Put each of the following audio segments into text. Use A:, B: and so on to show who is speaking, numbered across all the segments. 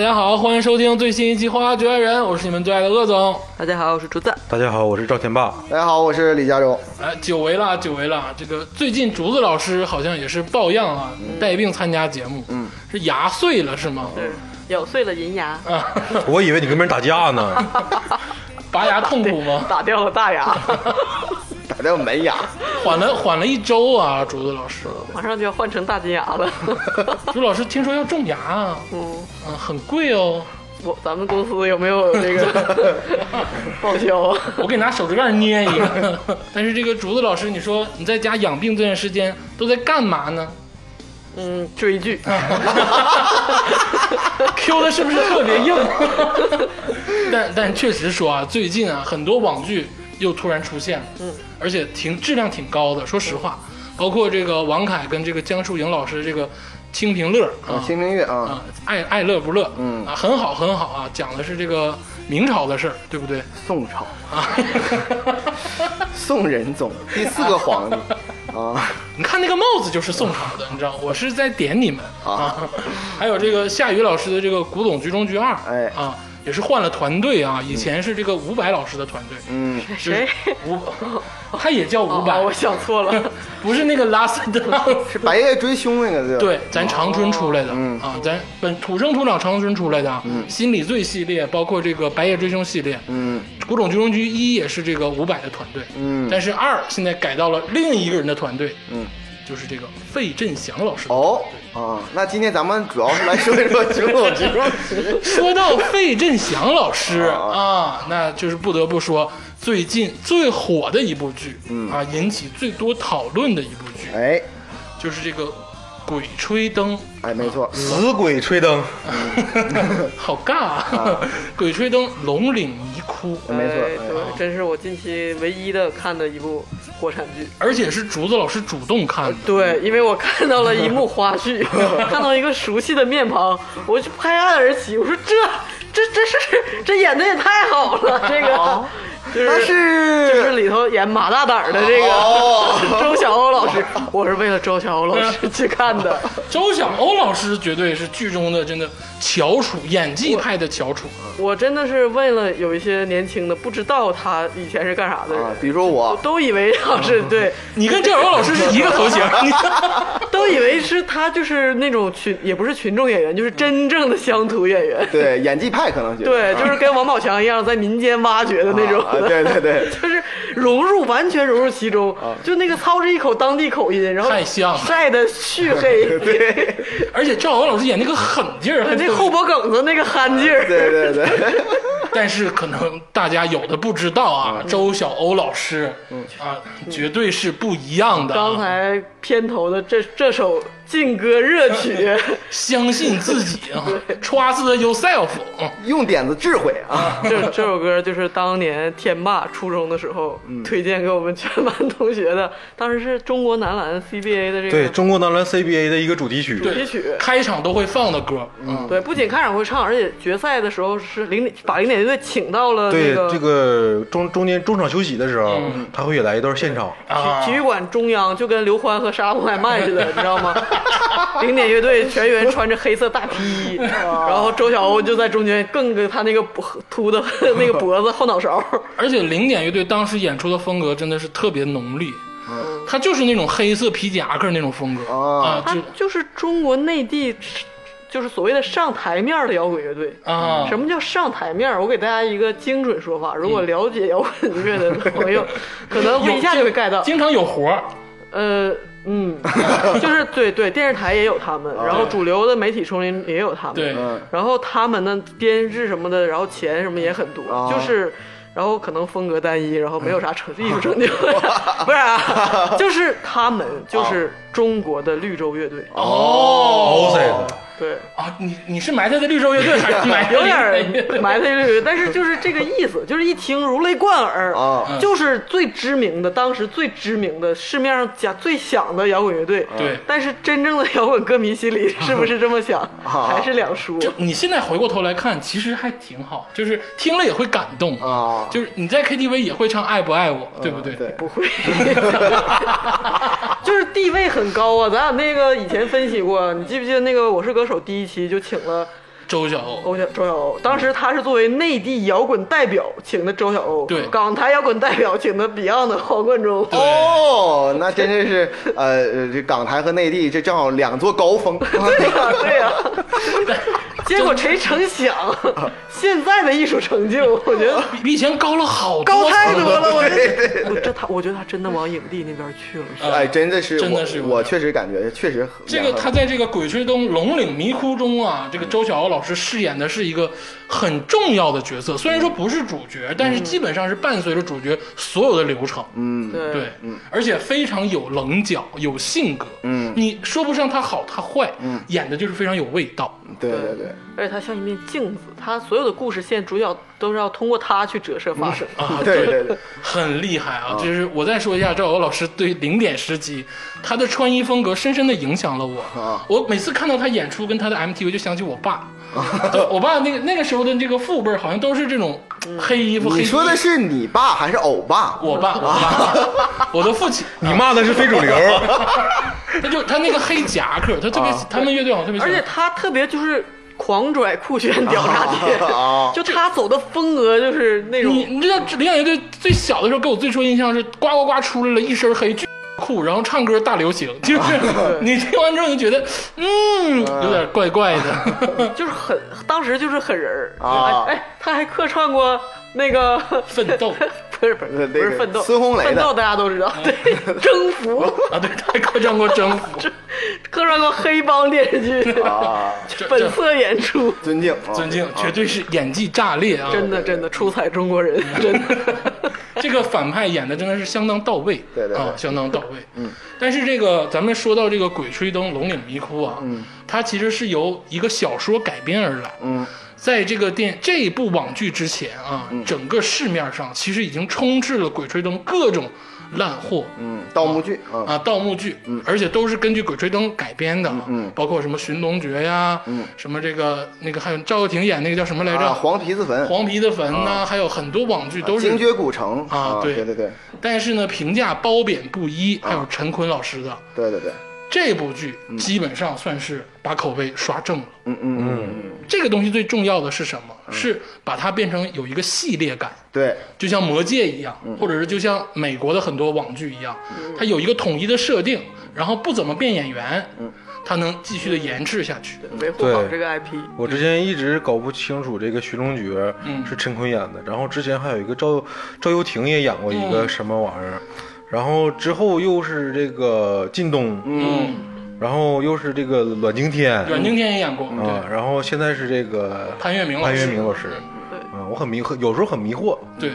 A: 家好，欢迎收听最新一期《花花局外人》，我是你们最爱的鄂总。
B: 大家好，我是竹子。
C: 大家好，我是赵 天霸。
D: 大家好，我是李佳洲。
A: 哎，久违了，久违了。啊这个最近竹子老师好像也是抱恙啊，带病参加节目。嗯，是牙碎了是吗？
B: 是咬碎了银牙，
A: 啊，
C: 我以为你跟别人打 架呢，
A: 拔牙痛苦 吗？
B: 打掉了大牙，
D: 打掉门牙，
A: 缓了缓了一周啊，竹子老师。
B: 马上就要换成大金牙了。
A: 竹老师听说要种牙啊，
B: 嗯，
A: 嗯，很贵哦。
B: 我咱们公司有没有这个报销啊？
A: 我给拿手指盖捏一个。但是这个竹子老师，你说你在家养病这段时间都在干嘛呢
B: 嗯，追剧，
A: ？Q 的是不是特别硬？但但确实说啊，最近啊，很多网剧又突然出现了，嗯，而且挺质量挺高的。说实话，包括这个王凯跟这个江疏影老师这个《清平乐》啊，
D: 清明月啊，
A: 啊，爱爱乐不乐，
D: 嗯
A: 啊，很好很好啊，讲的是这个明朝的事儿，对不对？
D: 宋朝
A: 啊，
D: 宋仁宗第四个皇 帝啊，
A: 你看那个帽子就是宋朝的，你知道，我是在点你们啊
D: 啊。
A: 还有这个夏雨老师的这个《古董局中局二》，
D: 哎
A: 啊，也是换了团队啊，以前是这个伍佰老师的团队，
D: 嗯，啊
A: 就是
B: 谁？
A: 伍，他也叫伍
B: 哦，我
A: 佰，
B: 想错了，
A: 不是那个拉丝的。
D: 是白夜追凶那个对吧？
A: 对，咱长春出来的、
D: 嗯
A: 啊，咱本土生土长长春出来的，嗯、心理罪系列，包括这个白夜追凶系列，
D: 嗯
A: 古董局中局一也是这个伍佰的团队，
D: 嗯
A: 但是二现在改到了另一个人的团队，
D: 嗯，
A: 就是这个费振祥老师的
D: 哦啊，那今天咱们主要是来说一说九龙之 中
A: 说到费振祥老师
D: 啊
A: 啊，那就是不得不说最近最火的一部剧，啊，引起最多讨论的一部剧，
D: 嗯哎
A: 就是这个《鬼吹灯》。
D: 哎，没错，
C: 死鬼吹灯，
A: 好尬啊！ 鬼吹灯》龙岭迷窟，
D: 没错
B: 哎对，真是我近期唯一的看的一部国产剧。
A: 而且是竹子老师主动看的。
B: 对，因为我看到了一幕花絮，看到一个熟悉的面庞，我就拍案而起，我说这这这是这演的也太好了，这个就是
D: 但
B: 嗯就是
D: 是
B: 里头演马大胆儿的这个、
D: 哦
B: 周晓鸥老师，我是为了周晓鸥老师去看 的。
D: 呃
A: 周晓鸥老师绝对是剧中的真的翘楚，演技派的翘楚。
B: 我真的是为了有一些年轻的不知道他以前是干啥的人，
D: 啊，比如说
B: 我
D: 我，
B: 都以为他 是对，
A: 你跟周晓鸥老师是一个头型，你
B: 都以为是他就是那种群，也不是群众演员，就是真正的乡土演员。
D: 对演技派可能觉得
B: 对，就是跟王宝强一样，在民间挖掘的那种。
D: 啊啊对啊对对
B: 就是融入，完全融入其中，就那个操着一口当地口音，然后
A: 太像了
B: 晒得黢黑， 对，
A: 而且周晓鸥老师演那个狠劲儿， 还
B: 那后脖梗子那个憨劲儿，
C: 啊
D: 对对 对，
A: 但是可能大家有的不知道啊，周晓鸥老师啊，绝对是不一样的啊。
B: 刚才片头的这这首劲歌热 曲，
A: 相信自己啊，trust yourself 啊。
D: 用点子智慧啊，
B: 这这首歌就是当年天霸初中的时候
C: 嗯
B: 推荐给我们全班同学的，当时是中国男篮 CBA 的这
C: 对
B: 个
C: 中国男篮 CBA 的一个主题曲。
B: 主题曲。
A: 开场都会放的歌，嗯，
B: 对，不仅开场会唱，而且决赛的时候是零点把零点队请到了
C: 对
B: 那个
C: 这个中中间中场休息的时候，
A: 嗯
C: 他会来一段现场。
A: 啊
B: 体育馆中央，就跟刘欢和沙姆海曼 似的，你知道吗？零点乐队全员穿着黑色大 T，然
A: 啊
B: 后周晓鸥就在中间，更给他那个脖秃 的那个脖子后脑勺，
A: 而且零点乐队当时演出的风格真的是特别浓烈，他就是那种黑色皮夹克那种风格
D: 哦
A: 啊，
B: 他
A: 就
B: 就是中国内地，就是所谓的上台面儿的摇滚乐队。
A: 啊嗯
B: 什么叫上台面儿？我给大家一个精准说法，如果了解摇滚乐的朋友，可能会一下就会 get 到。
A: 经常有活儿，
B: 呃，嗯，就是对对，电视台也有他们，然后主流的媒体丛林也有他们，
A: 啊对，
D: 嗯
B: 然后他们呢编制什么的，然后钱什么也很多，
D: 啊
B: 就是。然后可能风格单一，然后没有啥成艺术成就，不是、啊，就是他们就是中国的绿洲乐队，
A: 哦
C: o s
B: 对，
A: 啊，你你是埋汰的绿洲乐队还是埋汰
B: 有点
A: 林点乐队
B: 儿埋汰绿洲乐队，但是就是这个意思，就是一听如雷贯耳
D: 啊
B: 就是最知名的，当时最知名的市面上讲最响的摇滚乐队，
A: 对
B: 但是真正的摇滚歌迷心里是不是这么想，还是两说。
A: 就你现在回过头来看，其实还挺好，就是听了也会感动，
D: 啊，
A: 就是你在 KTV 也会唱《爱不爱我》，
B: 啊
A: 对不对？
D: 对，
B: 不会， 就是地位很高啊！咱俩那个以前分析过，你记不记得那个《我是歌手》第一期就请了
A: 周晓鸥，
B: 欧小周晓鸥，当时他是作为内地摇滚代表请的周晓鸥，
A: 对
B: 港台摇滚代表请的 Beyond 的黄贯中，
A: 对
D: 哦，那真的是呃，呃这港台和内地这正好两座高 峰。
B: 对呀、哦对 呀、结果谁成想，现在的艺术成就，我觉得
A: 比比以前高了好多，
B: 高太多了。我
D: 对对
B: 这我这他，我觉得他真的往影帝那边去了。
A: 啊
D: 哎，真的是，
A: 真的
D: 我
A: 是有
D: 我确实感觉确实很
A: 这个
D: 两
A: 他
D: 行
A: 在这个《鬼吹灯·龙岭迷窟》中啊，这个周晓鸥老师饰演的是一个很重要的角色，虽然说不是主角，但是基本上是伴随着主角所有的流程。
D: 嗯
A: 对，，而且非常有棱角，有性格。
D: 嗯
A: 你说不上他好，他坏，演的就是非常有味道。
D: 对对对，
B: 而且他像一面镜子，他所有的故事线主角都是要通过他去折射发生。
A: 啊，
D: 对对哦对，
A: 很厉害啊！就是我再说一下赵瑶老师对零点时期，他的穿衣风格深深的影响了我。
D: 啊
A: 我每次看到他演出跟他的 MTV，就想起我 爸。就我爸那个那个时候的这个父辈儿好像都是这种黑衣服。黑
D: 嗯你说的
A: 衣
D: 是你爸还是欧巴？
A: 我爸，我 爸，我的父亲，
C: 你骂的是非主流，
A: 哦他就他那个黑夹克，他特
D: 哦
A: 别，他们乐队好像特别喜
B: 而且
A: 欢。
B: 他特别就是狂拽酷炫屌炸天，
D: 啊
B: 就他走的风格就是那
A: 你
B: 种
A: 你知道林演乐队最小的时候给我最初印象是呱呱呱出来了一身黑巨裤，然后唱歌大流行， 就是你听完之后就觉得，嗯，有点怪怪的。
B: 就是很当时就是狠人儿
D: 啊
B: 哎，哎他还客串过那个
A: 奋斗
B: 不是不是不
D: 那
B: 是
D: 个
B: 奋斗，
D: 孙红雷的
B: 奋斗大家都知道，对，征服
A: 啊，对，他还客串过征 服，
B: 客串过黑帮电视剧，
D: 啊，
A: 这
B: 本
A: 这
B: 色演出，
D: 尊敬啊，
A: 尊敬
D: 啊，
A: 绝对是演技炸裂啊！
B: 真的真的出彩中国人，真 的。
A: 这个反派演的真的是相当到位，
D: 对对对
A: 啊，相当到位。嗯， 但是这个咱们说到这个《鬼吹灯·龙岭迷窟》啊，嗯，它其实是由一个小说改编而来。
D: 嗯，
A: 在这个电这一部网剧之前啊，整个市面上其实已经充斥了《鬼吹灯》各种烂货。
D: 嗯，盗墓剧啊，
A: 啊，盗墓剧，而且都是根据《鬼吹灯》改编的，嗯，包括什么《寻龙诀》呀，嗯，什么这个那个，还有赵又廷演那个叫什么来着，
D: 啊，黄啊皮子坟，
A: 黄皮的坟呐、还有很多网剧都是
D: 精绝古城
A: 啊对
D: 对对对
A: 但是呢，评价褒贬不一，还有陈坤老师的、
D: 对对对，
A: 这部剧，基本上算是把口碑刷正了。
D: 嗯嗯嗯，
A: 这个东西最重要的是什么？是把它变成有一个系列感，
D: 对，
A: 就像《魔戒》一样，或者是就像美国的很多网剧一样，它有一个统一的设定，然后不怎么变演员，它能继续的延滞下去。
B: 维护好
C: 对
B: 这个 IP。
C: 我之前一直搞不清楚这个《寻龙诀》
A: 嗯
C: 是陈坤演的，然后之前还有一个赵赵又廷也演过一
A: 嗯
C: 个什么玩意儿，然后之后又是这个靳东，
A: 嗯，
C: 然后又是这个阮经天
A: 阮经天也演过，对
C: 啊，然后现在是这个
A: 潘粤明老
C: 潘
A: 师
C: 粤明老师，
B: 对
C: 啊，我很迷惑，有时候很迷惑，
A: 对，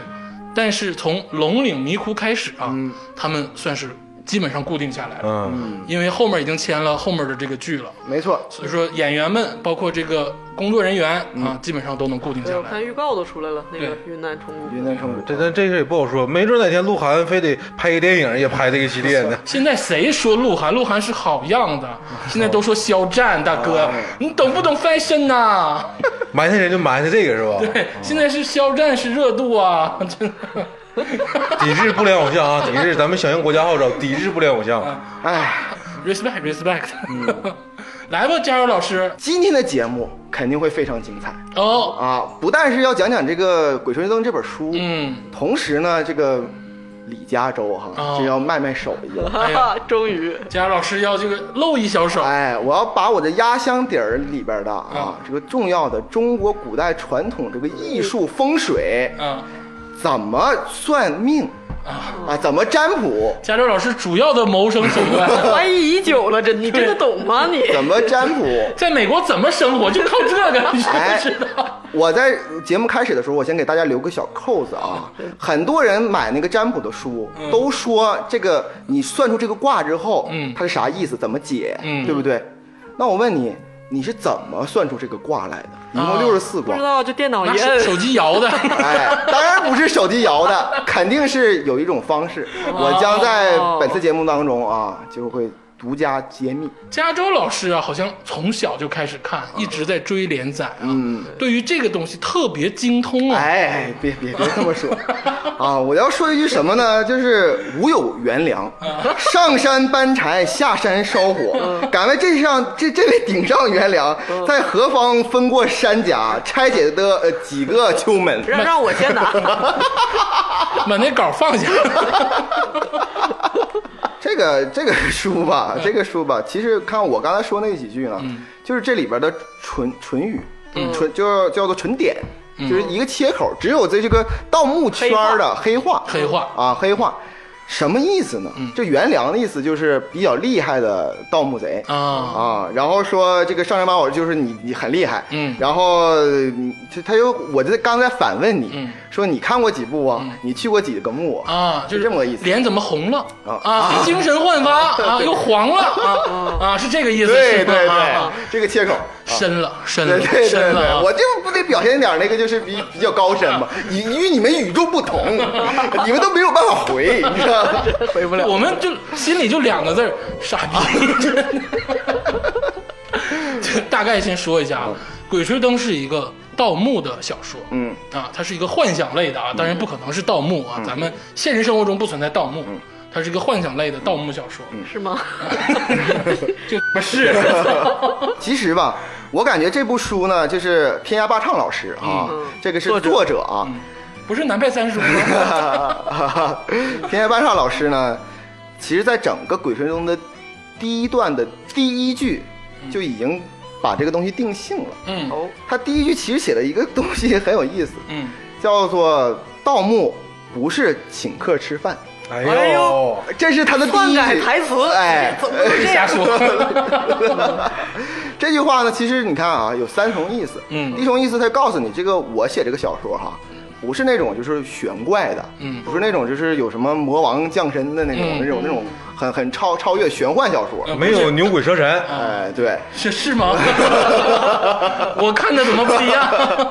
A: 但是从龙岭迷窟开始啊，他们算是基本上固定下来了，
C: 嗯，
A: 因为后面已经签了后面的这个剧了，
D: 没错，
A: 所以说演员们包括这个工作人员、
D: 嗯
A: 啊，基本上都能固定
B: 对，
A: 下
B: 我
A: 来。
B: 哎看预告都出来了，那个
A: 对
B: 云南虫谷
D: 云。南城
C: 这但这个也不好说，没准哪天鹿晗非得拍个电影也拍这个系列呢。
A: 现在谁说鹿晗？鹿晗是好样 的，现在都说肖战大
D: 啊
A: 哥，你懂不懂 fashion 呐、
C: 埋汰人就埋汰这个是吧？
A: 对，现在是肖战是热度啊， 真的。
C: 抵制不良偶像啊！抵 制，咱们响应国家号召，抵制不良偶像。
D: 哎，
A: respect respect，、来
D: 嗯
A: 吧，加油老师
D: 今天的节目肯定会非常精彩
A: 哦，
D: 啊！不但是要讲讲这个《鬼吹灯》这本书，
A: 嗯，
D: 同时呢，这个李嘉洲
A: 哦
D: 哈，这要卖卖手艺了。
B: 哈
A: 哎
B: 哈， 终于，
A: 加油老师要这个露一小手，
D: 哎，我要把我的压箱底儿里边的啊，这个重要的中国古代传统这个艺术风水
A: 嗯。
D: 怎么算命啊，怎么占卜，
A: 加州老师主要的谋生手 段，
B: 怀疑已久了，真你真的懂吗？你
D: 怎么占 卜，
A: 在美国怎么生活就靠这 个，你知
D: 哎
A: 不知 道？
D: 我在节目开始的时候，我先给大家留个小扣子啊。嗯很多人买那个占卜的书，都说这个你算出这个卦之后，
A: 嗯
D: 它是啥意思，怎么解，
A: 嗯
D: 对不对？那我问你，你是怎么算出这个卦来的？一共六十四
B: 不
D: 卦
B: 知。道，就电脑
A: 拿
B: 一
A: 手
B: 摁
A: 手，机摇 的，
D: 哎，当然不是手机摇的，肯定是有一种方式。我将在本次节目当中啊，就会独家揭秘。
A: 加州老师啊，好像从小就开始看，一直在追连载啊，对于这个东西特别精通啊。
D: 嗯哎，别别别这么说啊！我要说一句什么呢？就是无有原良，上山搬柴，下山烧火。敢问这上这这位顶上元良，在何方分过山甲，拆解的呃几个秋门？
B: 让让我先拿，
A: 把那稿放 下。
D: 这个这个 书吧，这个书吧，其实看我刚才说那几句
A: 嗯
D: 呢，就是这里边的唇唇语，唇就叫做唇点，
A: 嗯
D: 就是一个切口，只有在这个盗墓圈的黑化，
A: 黑嗯化
D: 啊，黑化。什么意思呢？这袁良的意思就是比较厉害的盗墓贼
A: 啊
D: 然后说这个上山八宝就是你你很厉害，
A: 嗯
D: 然后嗯他他又我这刚才反问你、说你看过几部啊？你去过几个墓啊？
A: 啊，就是
D: 这么个意思
A: 脸怎么红了
D: 啊
A: 啊？精神焕发 啊，又黄了啊啊，是这 个意思，
D: 嗯对
A: 是
D: 对
A: 吧
D: 对，
A: 啊
D: 这个切口。
A: 深了，深
D: 对
A: 了，
D: 对对
A: 深
D: 对，
A: 了啊。
D: 我就不得表现一点那个就是比比较高深嘛，与与你们与众不同，你们都没有办法回，你知道吗？
B: 回不了。
A: 我们就心里就两个字儿，傻逼。真的就大概先说一下啊，《鬼吹灯》是一个盗墓的小说，
D: 嗯
A: 啊，它是一个幻想类的啊，当然不可能是盗墓啊，咱们现实生活中不存在盗墓，它是一个幻想类的盗墓小说，
B: 是吗？
A: 就不是
D: 其实吧，我感觉这部书呢，就是天涯霸唱老师啊，这个是作者啊，
A: 不是南派三叔吗？
D: 天涯霸唱老师呢，其实在整个《鬼吹灯》的第一段的第一句就已经把这个东西定性了。
A: 嗯
B: 哦，
D: 他第一句其实写了一个东西很有意思，
A: 嗯，
D: 叫做“盗墓不是请客吃饭
C: 哎
B: 哎
C: 呦
B: 呦”，
D: 这是他的第
B: 篡
D: 一
B: 改
D: 句
B: 台词，
D: 哎，
B: 怎么会这
A: 瞎
B: 样？
A: 说，
D: 这句话呢，其实你看啊，有三重意思。
A: 嗯
D: 第一重意思，他告诉你，这个我写这个小说哈，不是那种就是玄怪的，
A: 嗯
D: 不是那种就是有什么魔王降生的那种、
A: 嗯
D: 那种那种很很超超越玄幻小说。
A: 嗯
C: 没有牛鬼蛇神，
D: 哎，对。
A: 是是吗？我看的怎么不一样？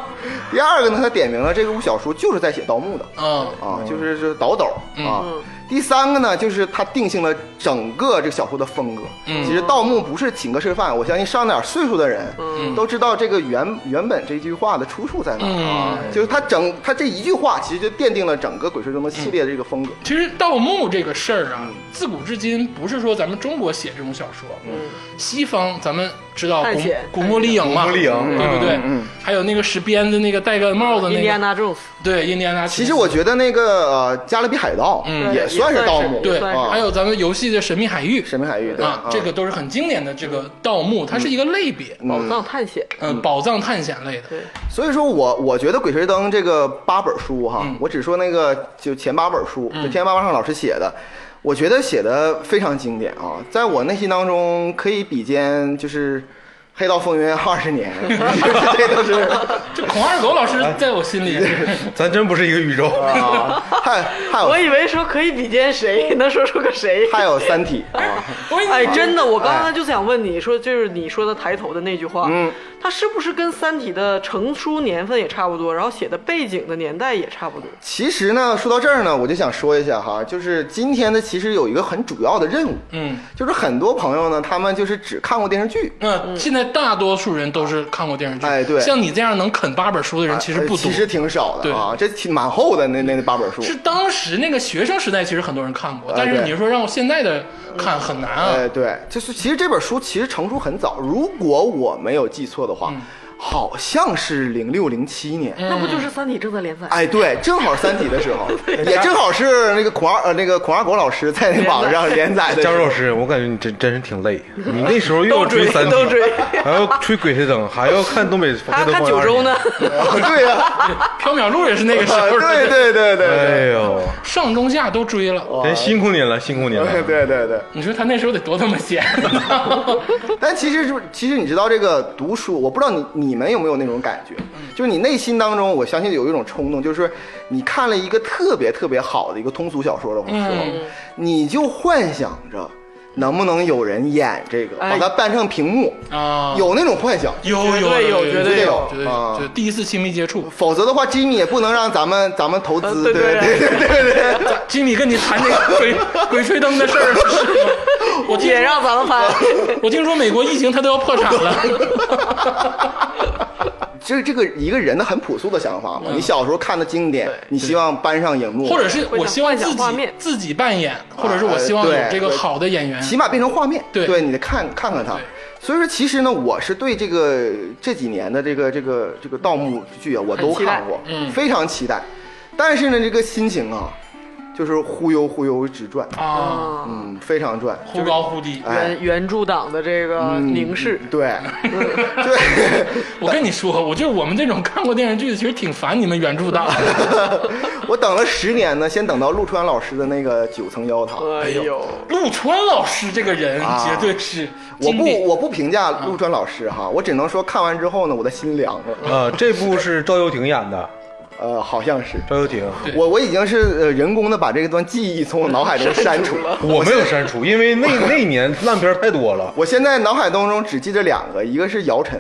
D: 第二个呢，他点明了这部小说就是在写盗墓的
A: 啊，
D: 啊，就是就是倒斗
A: 嗯
D: 啊。第三个呢，就是他定性了整个这个小说的风格。
A: 嗯
D: 其实盗墓不是请客吃饭，我相信上点岁数的人
B: 嗯
D: 都知道这个原原本这句话的出处在哪儿啊
A: 嗯。
D: 就是他整他这一句话，其实就奠定了整个《鬼吹灯》的系列的这个风格。
A: 其实盗墓这个事儿啊，自古至今不是说咱们中国写这种小说，西方咱们知道
B: 嗯探
A: 古
B: 险
A: 古墓丽影嘛，
C: 古墓丽影
A: 对不对
D: 嗯嗯嗯？
A: 还有那个石鞭子那个戴个帽子
B: 印
A: 那
B: 第安
A: 个，
B: 纳 Jones，
A: 对印第安纳琼斯。
D: 其实我觉得那个呃《加勒比海盗》
A: 嗯
D: 也算是盗墓，
A: 对
B: 也算是
D: 啊，
A: 还有咱们游戏的《神秘海域》
D: 神秘海域对嗯
A: 啊，这个都是很经典的这个盗墓，它是一个类别，
B: 宝藏探险，
A: 嗯，宝藏探险类的。
B: 对，
D: 所以说我我觉得《鬼吹灯》这个八本书哈，
A: 嗯
D: 我只说那个就前八本书，就天八八上老师写的，我觉得写的非常经典啊，在我内心当中可以比肩就是《黑道风云》二十年， 这都是
A: 这孔二狗老师
D: 哎
A: 在我心里，
D: 嗯
C: 咱真不是一个宇宙。
D: 啊，还还
B: 我
D: 有
B: 以为说可以比肩谁， 能说出个谁？
D: 还有《三体》啊，
A: 我
B: 哎，真的，我刚
D: 哎
B: 才就想问你说，就是你说的抬头的那句话，
D: 嗯，
B: 它是不是跟《三体》的成书年份也差不多，然后写的背景的年代也差不多？
D: 其实呢，说到这儿呢，我就想说一下哈，就是今天的其实有一个很主要的任务，
A: 嗯。
D: 就是很多朋友呢，他们就是只看过电视剧，
A: 那嗯现在大多数人都是看过电视剧，
D: 哎对哎
A: 像你这样能啃八本书的人其实不
D: 其
A: 多，
D: 实挺少的啊，这挺蛮厚的那那那八本书。
A: 是当时那个学生时代，其实很多人看过，但是
D: 啊对
A: 你说让我现在的看很难啊。
D: 哎，对，就是其实这本书其实成书很早，如果我没有记错的话，好像是零六零七年。
B: 那不就是《三体》正在连载？
D: 哎，对，正好《三体》的 时候，也正好是那个孔二呃那个孔二狗老师在那网上连载的时
C: 加州
D: 候
C: 老。师，我感觉你真真是挺累，你那时候又要追三体，
B: 都追
C: 还要追鬼吹灯，还要看东北，
B: 还要看九州呢？
D: 对呀、 啊，
A: 缥缈录也是那个时候，
D: 对哦对对对
C: 哎
D: 对，
C: 呦，
A: 上中下都追了。
C: 真辛苦您了，辛苦您了。
D: 对对对对。
A: 你说他那时候得多他妈 闲，
D: 但其实就是，其实你知道这个读书，我不知道你你们有没有那种感觉，就是你内心当中，我相信有一种冲动，就是你看了一个特别特别好的一个通俗小说的时候，
A: 嗯
D: 你就幻想着能不能有人演这个，
B: 哎
D: 把它搬上屏幕，
A: 啊，
D: 有那种幻想。
A: 有
B: 绝对有
A: 有
B: 绝
A: 绝
B: 对
A: 有
B: 有
A: 绝对
D: 啊
A: 有，就第一次亲密接触，
D: 否则的话，吉米也不能让咱们咱们投资，
B: 呃对
D: 对
B: 对
D: 对对对。
A: 吉米跟你谈那个 鬼鬼吹灯的事儿，是吗 我听
B: 也让咱们 拍，
A: 我听说美国疫情它都要破产了，
D: 这这个一个人的很朴素的想法嘛，你小时候看的经典
B: 对，
D: 你希望搬上荧幕，
A: 或者是
B: 会
A: 我希望
B: 幻想
A: 自
B: 画
A: 己
B: 面
A: 自己扮演，或者是我希望有这个
D: 啊对
A: 好的演员，
D: 起码变成画面，
A: 嗯对
D: 你得看看看它
A: 对。
D: 所以说，其实呢，我是对这个这几年的这个这个这个盗墓剧啊，我都
B: 很期待
D: 看过，
A: 嗯
D: 非常期待。但是呢，这个心情啊，就是忽悠忽悠直转，
A: 啊，
B: 嗯，
D: 嗯，非常转。
A: 忽高忽低。
D: 哎
B: 原原著党的这个凝视，
D: 嗯对，对，
A: 我跟你说，我就是我们这种看过电视剧的，其实挺烦你们原著党 的。
D: 我等了十年呢，先等到陆川老师的那个九层妖塔。
B: 哎呦，
A: 陆川老师这个人
D: 啊
A: 绝对是
D: 我
A: 经
D: 不
A: 典
D: 啊我不评价陆川老师哈，我只能说看完之后呢，我的心凉了。
C: 啊，这部是赵又廷演的，
D: 呃，好像是
C: 赵又廷。
A: 对
D: 我我已经是呃人工的把这段记忆从我脑海中删除了。
C: 我没有删除，因为那那年烂片太多了。
D: 我现在脑海当中只记着两个，一个是姚晨，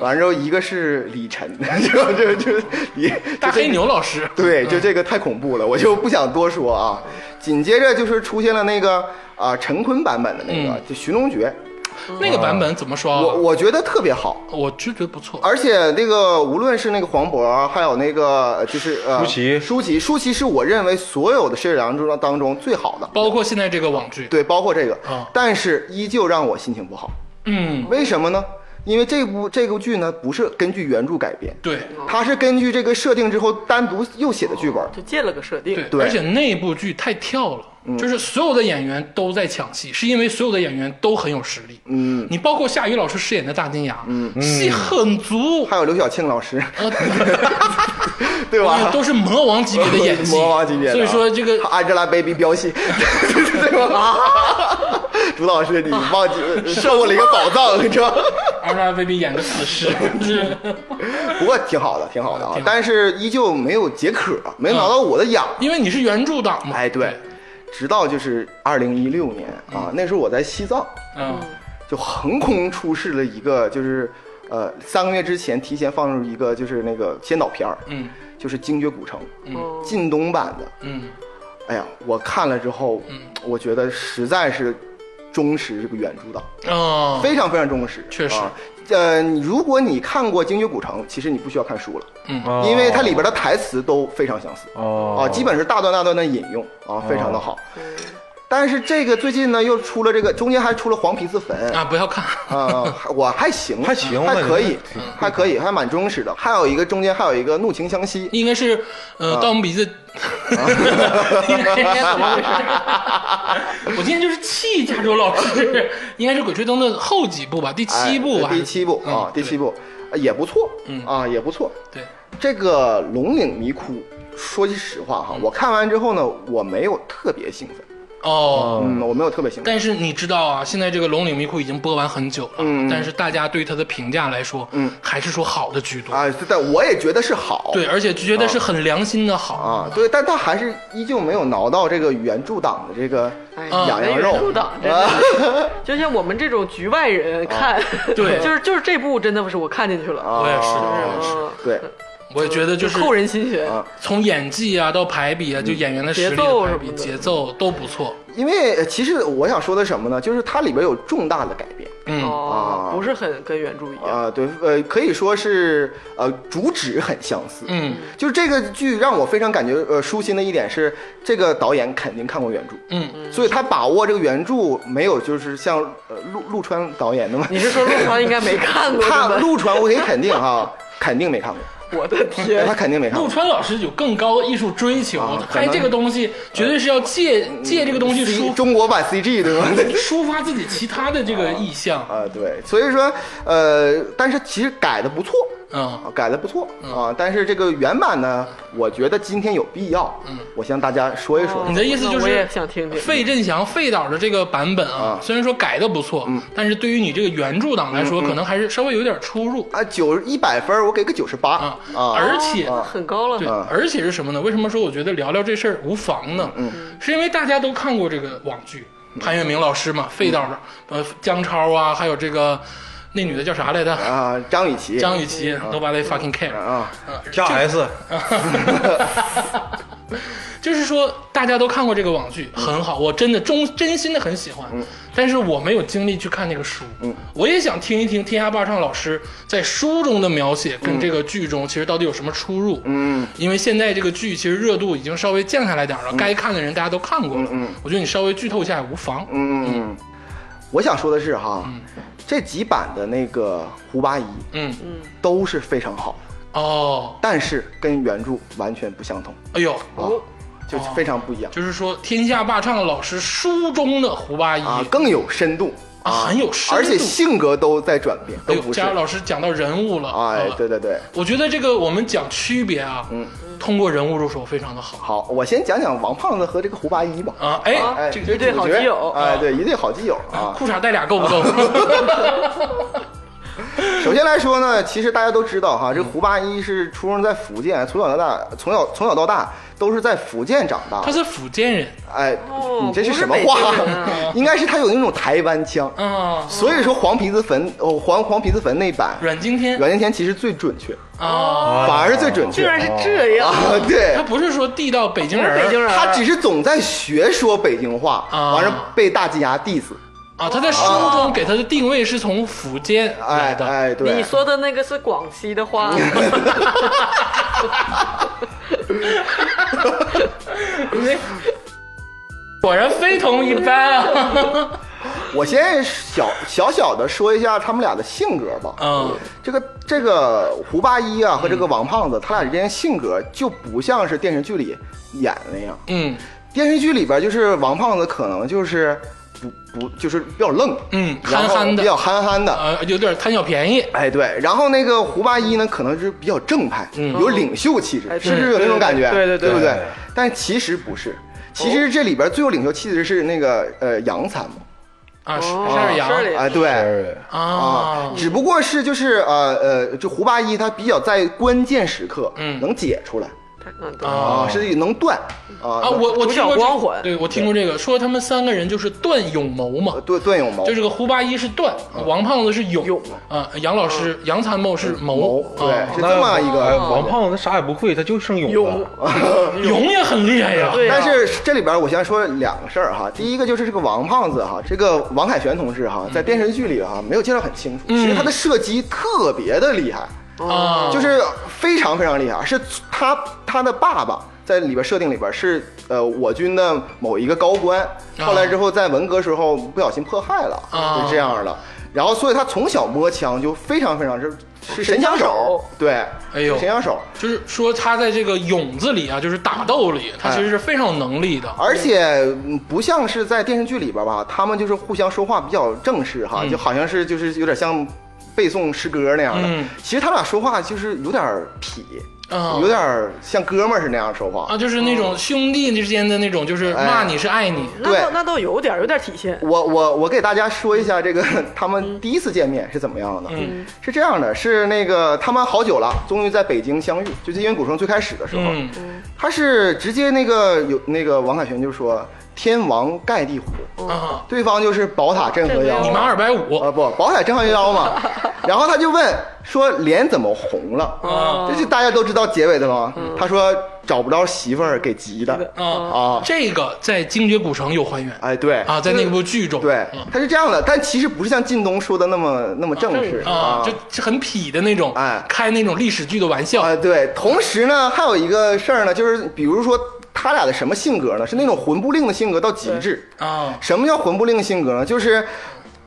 D: 完之后一个是李晨， 就就就李
A: 大黑。嗯牛老师。
D: 就这对，就这个太恐怖了，我就不想多说啊。紧接着就是出现了那个啊、陈坤版本的那个，
A: 嗯
D: 就《寻龙诀
A: 那个版本怎么说》，
D: 我
A: 啊？
D: 我觉得特别好，
A: 我就觉得不错。
D: 而且那个无论是那个黄渤啊，还有那个呃就是呃
C: 舒淇
D: 舒淇，舒淇是我认为所有的射雕中当中最好的，
A: 包括现在这个网剧，
D: 对，包括这个
A: 啊，
D: 但是依旧让我心情不好。
A: 嗯，
D: 为什么呢？因为这部这部剧呢，不是根据原著改编，
A: 对
D: 它是根据这个设定之后单独又写的剧本。
B: 就借了个设定，
D: 对嗯
A: 而且那部剧太跳了，就是所有的演员都在抢戏，是因为所有的演员都很有实力。
D: 嗯，
A: 你包括夏雨老师饰演的大金牙，戏很足，
D: 还有刘晓庆老师， 对
A: 啊
D: 吧？
A: 都是魔王级别的演技，
D: 嗯 魔王级别的啊
A: 所以说这个
D: Angelababy 飙戏， 对吧？朱老师，你忘记收我了一个宝藏，你知道？
A: Angelababy 演的死尸， 是
D: 不过挺好的，挺好的啊
A: 嗯挺好，
D: 但是依旧没有解渴，没挠到我的痒。
A: 因为你是原著党嘛。
D: 哎，对，直到就是二零一六年啊，那时候我在西藏，
A: 嗯，
D: 就横空出世了一个，就是呃三个月之前提前放入一个就是那个先导片儿，
A: 嗯
D: 就是《精绝古城》
B: 嗯
D: 靳东版的。
A: 嗯
D: 哎呀，我看了之后，我觉得实在是忠实这个原著党，
A: 啊，
D: 非常非常忠实，
A: 确实
D: 啊。呃，你如果你看过《精绝古城》，其实你不需要看书了，
C: 哦
D: 因为它里边的台词都非常相似
C: 哦
D: 啊，基本是大段大段的引用啊，非
A: 哦
D: 常的好。但是这个最近呢，又出了这个，中间还出了黄皮子坟
A: 啊，不要看，
D: 啊，还我还行，
C: 还行我
D: 还
C: 感觉
D: 可以
C: 挺，
D: 还可以，还蛮忠实的。还有一个中间还有一个怒晴湘西，
A: 应该是呃，
D: 啊
A: 盗墓笔 记。应该是怎么回事？我今天就是 气加州老师， 应该是《鬼吹灯》的后几部吧，第七部还
D: 哎第
A: 是嗯
D: 七部啊，第七部呃也不错，啊也不错。
A: 对，
D: 这个《龙岭迷窟》，说句实话
A: 嗯
D: 哈，我看完之后呢，我没有特别兴奋，
A: 哦。
C: 哦
D: 嗯，我没有特别兴奋。
A: 但是你知道啊，现在这个《龙岭迷窟》已经播完很久了，
D: 嗯
A: 但是大家对它的评价来说，
D: 嗯
A: 还是说好的居多。
D: 啊，但我也觉得是好，
A: 对，而且觉得是很良心的好。
D: 啊，对，但他还是依旧没有挠到这个原著党的这个
B: 哎
A: 啊
B: 呀
D: 痒痒
B: 原
D: 肉
B: 著党真的
D: 啊
B: 就像我们这种局外人看，
A: 对
B: 就是就是这部真的是我看进去了啊，
A: 我也是
D: 啊
A: 我也是
D: 对，
A: 我也觉得就是
B: 扣人心弦，
D: 啊
A: 从演技啊到排比啊，就演员的实力
B: 节奏
A: 的排
B: 什
A: 比、
B: 么的
A: 节奏都不错。
D: 因为呃其实我想说的是什么呢？就是它里边有重大的改变。
A: 嗯，
B: 哦
D: 啊，
B: 不是很跟原著一样，
D: 啊、对，呃，可以说是呃，主旨很相似。
A: 嗯，
D: 就是这个剧让我非常感觉呃舒心的一点是，这个导演肯定看过原著，
A: 嗯，
D: 所以他把握这个原著没有就是像呃陆陆川导演那么，
B: 你是 说陆川应该没看过对
D: 他
B: 吧？
D: 陆川我可以肯定哈，肯定没看过，
B: 我的天
D: 他，肯定没看
A: 陆
D: 过。
A: 川老师有更高的艺术追求，
D: 啊可
A: 拍
D: 能嗯
A: 这个东西绝对是要借、借这个东西
D: C-
A: 抒
D: 中国版 CG 对吧？
A: 抒发自己其他的这个意向。
D: 啊、对，所以说呃，但是其实改的不错。
A: 嗯，
D: 啊改的不错啊，但是这个原版呢，我觉得今天有必要，
A: 嗯
D: 我向大家说一说。
A: 你的意思就是
B: 嗯那我也想听听
A: 费振祥费导的这个版本啊，虽然说改的不错，但是对于你这个原著党来说，可能还是稍微有点出入
D: 啊，九一百分儿，我给个九十八
A: 啊
D: 啊。。
A: 而且
B: 哦很高了
A: 对，
B: 呢，
A: 而且是什么呢？为什么说我觉得聊聊这事儿无妨呢？嗯，是因为大家都看过这个网剧，潘粤明老师嘛，费道的，呃，姜超啊，还有这个那女的叫啥来着？
D: 啊，张雨绮，
A: 张雨绮，Nobody fucking care。
D: 啊，
C: 加 S，
A: 就是说，大家都看过这个网剧，
D: 嗯
A: 很好，我真的衷真心的很喜欢，但是我没有精力去看那个书。
D: 嗯
A: 我也想听一听天下霸唱老师在书中的描写跟这个剧中其实到底有什么出入。
D: 嗯，
A: 因为现在这个剧其实热度已经稍微降下来点儿了，该看的人大家都看过了。
D: 嗯嗯
A: 我觉得你稍微剧透一下也无妨。
D: 嗯，我想说的是哈，这几版的那个胡八一
A: 嗯，
D: 都是非常好，
A: 哦，
D: 但是跟原著完全不相同
A: 哎呦，
D: 啊，就是非常不一样
A: 就是说天下霸唱老师书中的胡八一
D: 啊，更有深度
A: 啊很有深度
D: 而且性格都在转变，
A: 哎
D: 都
A: 呦，
D: 不是
A: 佳儿老师讲到人物了，
D: 哎
A: 呃，
D: 对对对。
A: 我觉得这个我们讲区别啊，
D: 嗯，
A: 通过人物入手非常的好
D: 好，我先讲讲王胖子和这个胡八一吧。
A: 啊，哎，
B: 啊
D: 哎，
B: 这
D: 个
B: 一对好基友嗯
D: 哎，对，一对好基友啊。
A: 裤衩带俩够不够？
D: 首先来说呢，其实大家都知道
B: 嗯
D: 哈，这胡八一是出生在福建，从小到大，从小从小到大都是在福建长大
A: 他
D: 的。
A: 是福建人
D: 哎，
B: 哦
D: 你这是什么
B: 不
D: 话
B: 是北京人啊？ 嗯
D: 应该是他有那种台湾腔，
A: 啊，
D: 所以说黄皮子坟哦，黄黄皮子坟那版
A: 阮经天
D: 阮经天其实最准确，
A: 啊，
D: 反而是最准
B: 竟
D: 确
B: 然是这样
D: 啊。！对
A: 他，不是说地道北京
B: 不是
C: 哦
A: 人
B: 北京
A: 儿
B: 人，
D: 他只是总在学说北京话，
A: 啊
D: 完了被大金牙 diss。
A: 啊，他在书中给他的定位是从福建来
D: 哎
A: 的，
D: 哎，对，
B: 你说的那个是广西的 话，
A: 果然非同一般啊，
D: 我先小小小的说一下他们俩的性格吧。
A: 嗯，
D: 这个这个胡八一啊和这个王胖子，他俩之间性格就不像是电视剧里演那样。
A: 嗯
D: 电视剧里边就是王胖子可能就是不不就是比较愣，
A: 嗯，
D: 然
A: 憨
D: 后
A: 憨
D: 比
A: 的
D: 较，憨憨的。
A: 呃，有点贪小便宜，
D: 哎，对，然后那个胡八一呢，可能就是比较正派，
A: 嗯
D: 有领袖气质，
B: 哎
D: 是不是有那种感觉？
B: 对对对对
D: 对不对
C: 对？
D: 但其实不是，其实这里边最有领袖气质是那个呃杨参谋
A: 啊，十
B: 哦
A: 十二
B: 十二
A: 阳
B: 阳
D: 啊，对，
A: 啊
D: 啊，，只不过是就是呃呃，就胡八一他比较在关键时刻，
A: 嗯
D: 能解出来
B: 嗯对
A: 啊
D: 啊，是能断啊
A: 啊，我我
B: 独
A: 听
B: 角
A: 过这
B: 光环
A: 对我听过这个，说他们三个人就是段勇谋嘛，
D: 断断有谋，
A: 就这个胡八一是段，
D: 嗯
A: 王胖子是勇，
B: 勇
A: 啊，杨老师杨参谋是谋
D: 谋，对
A: 啊，
D: 是这么一
C: 哎
D: 个
C: 王。胖子他啥也不会，他就剩勇
B: 勇
C: 了。
A: 勇也很厉害呀，
B: 对啊
D: 但是这里边我先说两个事儿哈，第一个就是这个王胖子哈，这个王凯旋同志哈，在电视剧里哈没有介绍很清楚，其实他的射击特别的厉害，
A: 啊，
D: 就是非常非常厉害，是他他的爸爸在里边设定里边是呃我军的某一个高官，后来之后在文革时候不小心迫害了，
A: 啊
D: 就是这样的。然后所以他从小摸枪就非常非常是是神枪手，对，
A: 哎呦
D: 神枪手。
A: 就是说他在这个勇字里啊，就是打斗里，他其实是非常有能力的，
D: 而且嗯不像是在电视剧里边吧，他们就是互相说话比较正式哈，
A: 嗯
D: 就好像是就是有点像背诵诗歌那样的。
A: 嗯
D: 其实他俩说话就是有点痞，
A: 啊
D: 哎有点嗯像哥们儿是那样说话。
A: 啊，就是那种兄弟之间的那种，就是
D: 哎
A: 骂你是爱你，
B: 那倒
D: 对
B: 那倒有点有点体现，
D: 我我我给大家说一下这个 他们第一次见面是怎么样的。
A: 嗯，
D: 是这样的，是那个他们好久了，终于在北京相遇，就是因为古城最开始的时候，
A: 嗯
D: 他是直接那个有那个王凯旋就说天王盖地虎，
A: 啊，
D: 对方就是宝塔镇河
B: 镇河
A: 你
D: 妖
B: 妖。
A: 妈二百五
D: 啊不，宝塔镇河妖 嘛，然后他就问说脸怎么红了？
A: 啊嗯
D: 这是大家都知道结尾的吗？他说找不着媳妇儿给急的
A: 啊，
D: 啊，
A: 这个在精绝古城有还原
D: 哎对
A: 啊，在那部剧中，
D: 对
A: 嗯，
D: 他是这样的，但其实不是像靳东说的那么那么正式
A: 啊，就就很痞的那种，
D: 哎
A: 开那种历史剧的玩笑
D: 啊，对。同时呢，还有一个事儿呢，就是比如说他俩的什么性格呢？是那种魂不吝的性格到极致。
B: 嗯
A: 啊，
D: 什么叫魂不吝性格呢？就是。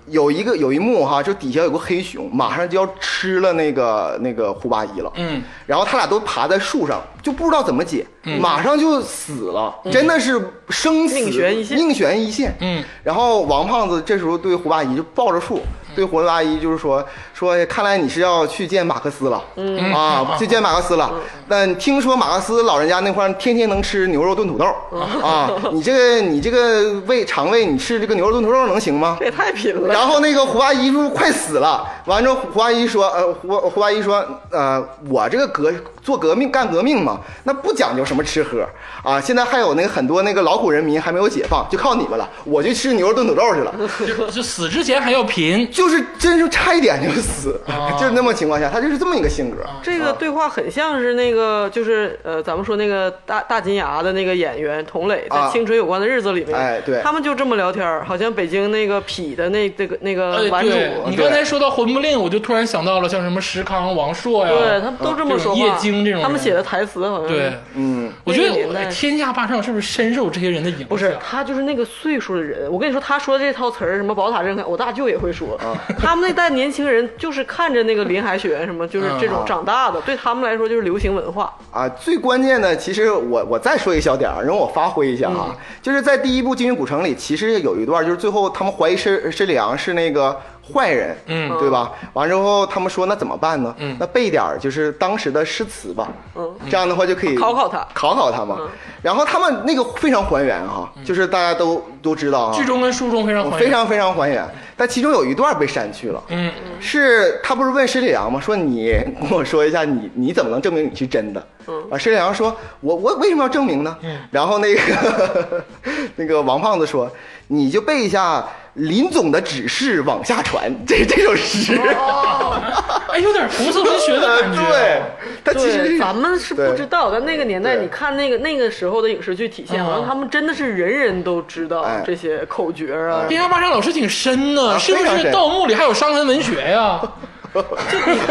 D: 有一个有一幕哈，就底下有个黑熊，马上就要吃了那个那个胡八一了。
A: 嗯，
D: 然后他俩都爬在树上，就不知道怎么解，马上就死了，真的是生
B: 嗯
D: 死
B: 命悬一线
D: 命悬一线。
A: 嗯，
D: 然后王胖子这时候对胡八一就抱着树，对活的大衣就是说说，看来你是要去见马克思了，
B: 嗯
D: 啊，去见马克思了。但听说马克思老人家那块儿天天能吃牛肉炖土豆，
B: 嗯
D: 啊，你这个你这个胃肠胃，你吃这个牛肉炖土豆能行吗
B: 这？也太贫了。
D: 然后那个胡阿姨就快死了，完之后胡阿姨说，呃，胡胡阿姨说，呃，我这个革做革命干革命嘛，那不讲究什么吃喝啊，现在还有那个很多那个劳苦人民还没有解放，就靠你们了，我去吃牛肉炖土豆去了，
A: 就 就死之前还要 贫，
D: 就是真是差一点就死， 就是那么情况下，他就是这么一个性格。
B: 这个对话很像是那个，就是呃，咱们说那个大大金牙的那个演员佟磊，在
D: 啊
B: 《青春有关的日子》里面，
D: 哎对
B: 他们就这么聊天儿，好像北京那个痞的那那个那
A: 呃
B: 个，顽主，
A: 对你刚才说到魂不吝，我就突然想到了像什么石康、王朔呀，
B: 对他们都这么说
A: 啊
B: 话，
A: 这种夜惊这种人
B: 他们写的台词好像是
A: 对，
D: 嗯，
A: 我觉得
B: 那个年
A: 我
B: 代
A: 天下霸唱是不是深受这些人的影响？
B: 不是，他就是那个岁数的人。我跟你说，他说这套词儿，什么宝塔镇开，我大舅也会说。
D: 啊
B: 他们那代年轻人就是看着那个林海雪原什么，就是这种长大的，对他们来说就是流行文化。
D: 啊，最关键的，其实我我再说一小点儿，让我发挥一下啊，就是在第一部《金鱼古城》里，其实有一段，就是最后他们怀疑申申里昂是那个坏人，嗯，对吧？完之后他们说那怎么办呢？嗯，那背点儿就是当时的诗词吧，嗯，这样的话就可以
B: 考考他
D: 考考他嘛。然后他们那个非常还原哈、就是大家都都知道啊，
A: 剧中跟书中非常还
D: 非
A: 原，
D: 常非常还原，但其中有一段被删去了，
A: 嗯，
D: 是他不是问施里昂吗？说你跟我说一下你，你怎么能证明你是真的？啊，施里昂说，我我为什么要证明呢？然后那个 那个王胖子说，你就背一下林总的指示往下传，这这首诗，
A: 哎，有点朴素文学的感觉。哦 啊
D: 对，他其实
B: 对，
D: 是
B: 咱 们是不知道，但那个年代，
D: 对啊
B: 你看那个那个时候的影视剧体现，
A: 嗯
B: 好像他们真的是人人都知道
D: 哎
B: 这些口诀啊。
A: 天下霸唱老师挺深呢，
D: 啊
A: 是不
D: 非常
A: 是？
D: 深
A: 盗墓里还有伤痕文学呀？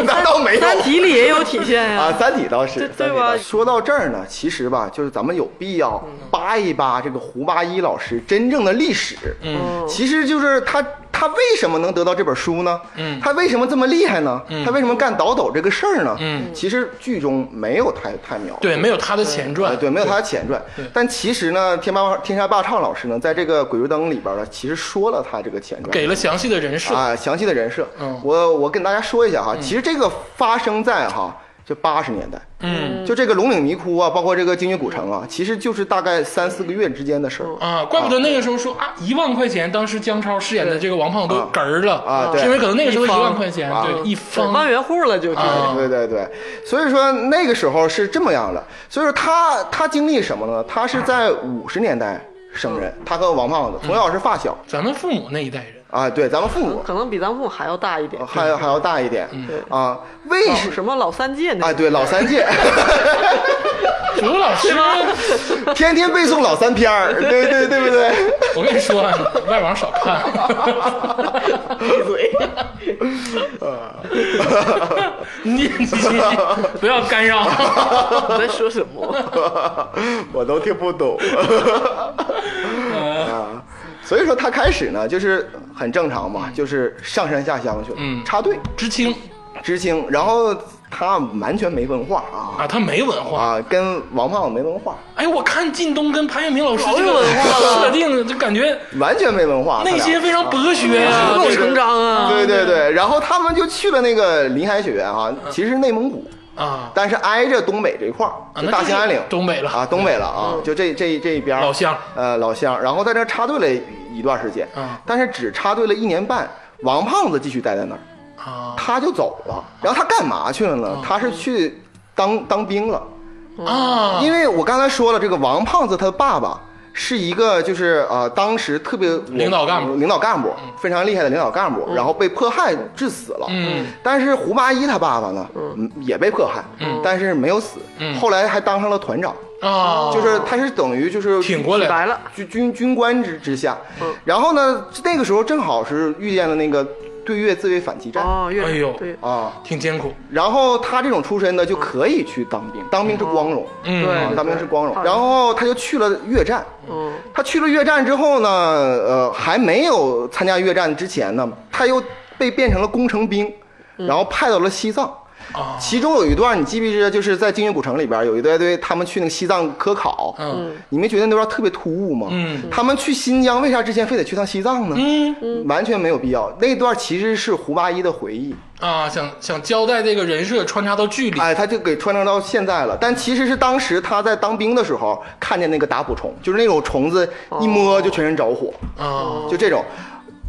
D: 那倒没有。
B: 三体》里也有体现呀、
D: 啊，《三体》倒是
B: 对
D: 三体
B: 对吧
D: 倒是说到这儿呢，其实吧，就是咱们有
A: 嗯
D: 必要扒一扒这个胡八一老师真正的历史。
A: 嗯
D: 其实就是他，他为什么能得到这本书呢？
A: 嗯
D: 他为什么这么厉害呢？他为什么干倒斗这个事儿呢？
A: 嗯，
D: 其实剧中没有太太描述。
A: 对，没有他的前传
D: 呃，对，没有他的前传。但其实呢，天霸天下霸唱老师呢，在这个《鬼吹灯》里边呢，其实说了他这个前传，
A: 给了详细的人设。
D: 啊，详细的人设。
A: 嗯
D: 我我跟大家说一下哈，其实这个发生在哈就八十年代，嗯，就这个龙岭迷窟啊，包括这个京津古城啊，其实就是大概三四个月之间的事儿。
A: 啊，怪不得那个时候说啊，一万块钱，当时姜超饰演的这个王胖都哏儿了
D: 啊对
A: 是因为可能那个时候一万块钱，
D: 啊
A: 对，一
B: 对万
A: 方，
B: 元户了就是。
A: 啊
D: 对对对，所以说那个时候是这么样的，所以说他他经历什么呢？他是在五十年代生人，他和王胖子从小是发小
A: 咱们父母那一代人，
D: 啊，对，咱们父母
B: 可能比咱父母还要大一点，
D: 还要还要大一点啊，为
B: 嗯老
D: 什
B: 什么老三届那
D: 啊？
B: 个
D: 对，老三届。
A: 主老师，
D: 天天背诵老三篇儿，对对对不对？
A: 我跟你说，啊，外网少看。
B: 闭嘴。
D: 啊
A: 你你你不要干扰。啊
B: 你在说什
D: 啊
B: 么？
D: 我都听 不懂。
A: 嗯
D: 啊，所以说他开始呢，就是很正常嘛，就是上山下乡去了，
A: 嗯
D: 插队、
A: 知青
D: 知青，然后他完全没文化啊
A: 啊，他没文化。
D: 啊，跟王胖子没文化，
A: 哎，我看靳东跟潘粤明老师这
B: 老有
A: 个
B: 文化了
A: 设定，就感觉
D: 完全没文化，
A: 内心非
D: 啊
A: 常嗯博学呀、
B: 胸口成章啊！
D: 对对对，然后他们就去了那个林海雪原啊，
A: 嗯
D: 其实是内蒙古。
A: 啊，
D: 但是挨着东北这一块儿，
A: 啊
D: 就
A: 那
D: 大
A: 就是
D: 兴安岭，
A: 东北了嗯
D: 啊，东北了啊，就这这这一边儿
A: 老乡，
D: 呃，老乡，然后在这儿插队了一段时间
A: 嗯，
D: 但是只插队了一年半，王胖子继续待在那儿，
A: 啊
D: 他就走了。然后他干嘛去了呢？
A: 嗯
D: 他是去当当兵了，
A: 啊，
B: 嗯
D: 因为我刚才说了，这个王胖子他爸爸。是一个，就是呃，当时特别
A: 领导干部
D: 领导干部非常厉害的领导干部，然后被迫害致死了。
A: 嗯，
D: 但是胡八一他爸爸呢，嗯，也被迫害，嗯，但是没有死，
A: 嗯
D: 后来还当上了团长，
A: 啊，
D: 就是他是等于就是
A: 挺过
B: 洗白
A: 来，
B: 了，
D: 军军军官之之下，然后呢，那个时候正好是遇见了那个对越自卫反击战
B: 哦，越
A: 哎呦
B: 对
D: 啊，
A: 挺艰苦。
D: 然后他这种出身呢就可以去当兵，当兵是光荣，
A: 嗯，
B: 对
D: 啊，当兵是光荣，
B: 对
D: 然后他就去了越战，
B: 嗯，
D: 他去了越战之后呢，呃，还没有
A: 嗯
D: 参加越战之前呢，他又被变成了工程兵，然后派到了西藏。
A: 啊
D: 其中有一段你记不记得，就是在京运古城里边有一大堆他们去那个西藏科考，
A: 嗯，
D: 你没觉得那段特别突兀吗？
A: 嗯，
D: 他们去新疆为啥之前非得去趟西藏呢？
A: 嗯
D: 完全没有必要。那段其实是胡八一的回忆，
A: 啊，想想交代这个人设穿插到剧里，
D: 哎，他就给穿插到现在了。但其实是当时他在当兵的时候看见那个打捕虫，就是那种虫子一摸就全身着火，
A: 啊
D: 就这种。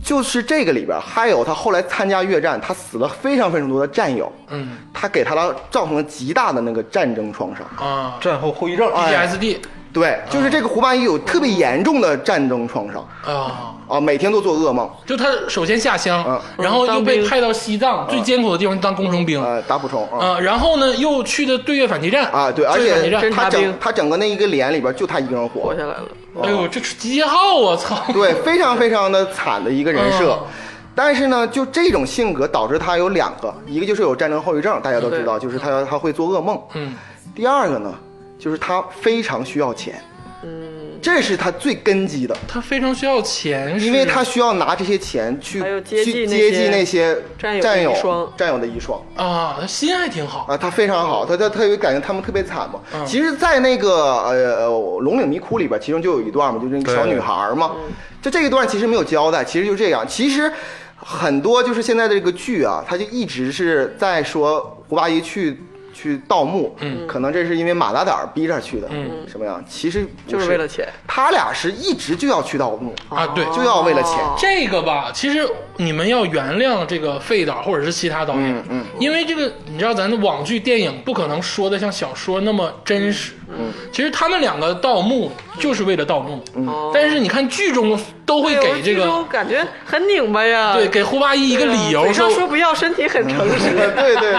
D: 就是这个里边还有他后来参加越战，他死了非常非常多的战友，
A: 嗯
D: 他给他的造成了极大的那个战争创伤。哎
A: 啊
C: 战后后遗症，
A: ，PTSD
D: 对，就是这个胡八一有特别严重的战争创伤
A: 啊。
D: 啊，每天都做噩梦，
A: 就他首先下乡，
D: 嗯
A: 然后又
B: 当
A: 被
B: 兵
A: 派到西藏最艰苦的地方当工程兵，
D: 呃，打补充啊。
A: 啊，然后呢又去的对越反击战
B: 嗯
D: 啊，对，而
A: 对越反击
D: 且
A: 战，
B: 侦察
D: 他整
B: 兵
D: 他整个那一个连里边就他一个人活
B: 活，下来了。
A: 哎呦，这是集结号啊，操！
D: 哦 对，非常非常的惨的一个人设
A: 嗯。
D: 但是呢，就这种性格导致他有两个，一个就是有战争后遗症，大家都知道，就是他他会做噩梦。
A: 嗯
D: 第二个呢，就是他非常需要钱，
B: 嗯，
D: 这是他最根基的，
A: 他非常需要钱，
D: 因为
A: 是
D: 他需要拿这些钱去
B: 还有接
D: 去
B: 济那
D: 接
B: 些
D: 济那些
B: 战友的
D: 战
B: 遗
D: 友
B: 孀
D: 战友的遗孀。
A: 啊，他心还挺好，
D: 啊，他非常好，他他他有感觉他们特别惨嘛。
A: 嗯
D: 其实，在那个呃呃《龙岭迷窟》里边，其中就有一段嘛，就是那个小
C: 对
D: 女孩儿嘛。
A: 嗯
D: 就这一段其实没有交代，其实就这样。其实很多就是现在的这个剧啊，他就一直是在说胡八一去去盗墓，
A: 嗯
D: 可能这是因为马达胆儿逼着去的，
A: 嗯，
D: 什么样？其实不
B: 就是为了钱
D: 他俩是一直就要去盗墓，
A: 啊，对，
D: 就要为了钱。
B: 哦
A: 这个吧，其实你们要原谅这个费导或者是其他导演，
D: 嗯嗯
A: 因为这个你知道咱的网剧电影不可能说的像小说那么真实，嗯，其实他们两个盗墓就是为了盗墓，
D: 嗯
B: 哦
A: 但是你看剧中都会
B: 哎呦
A: 给这
B: 剧
A: 个
B: 中感觉很拧巴呀。
D: 啊
A: 对给胡八一一个理由
B: 嘴上
A: 说。
B: 说不要，身体很诚实。
D: 对对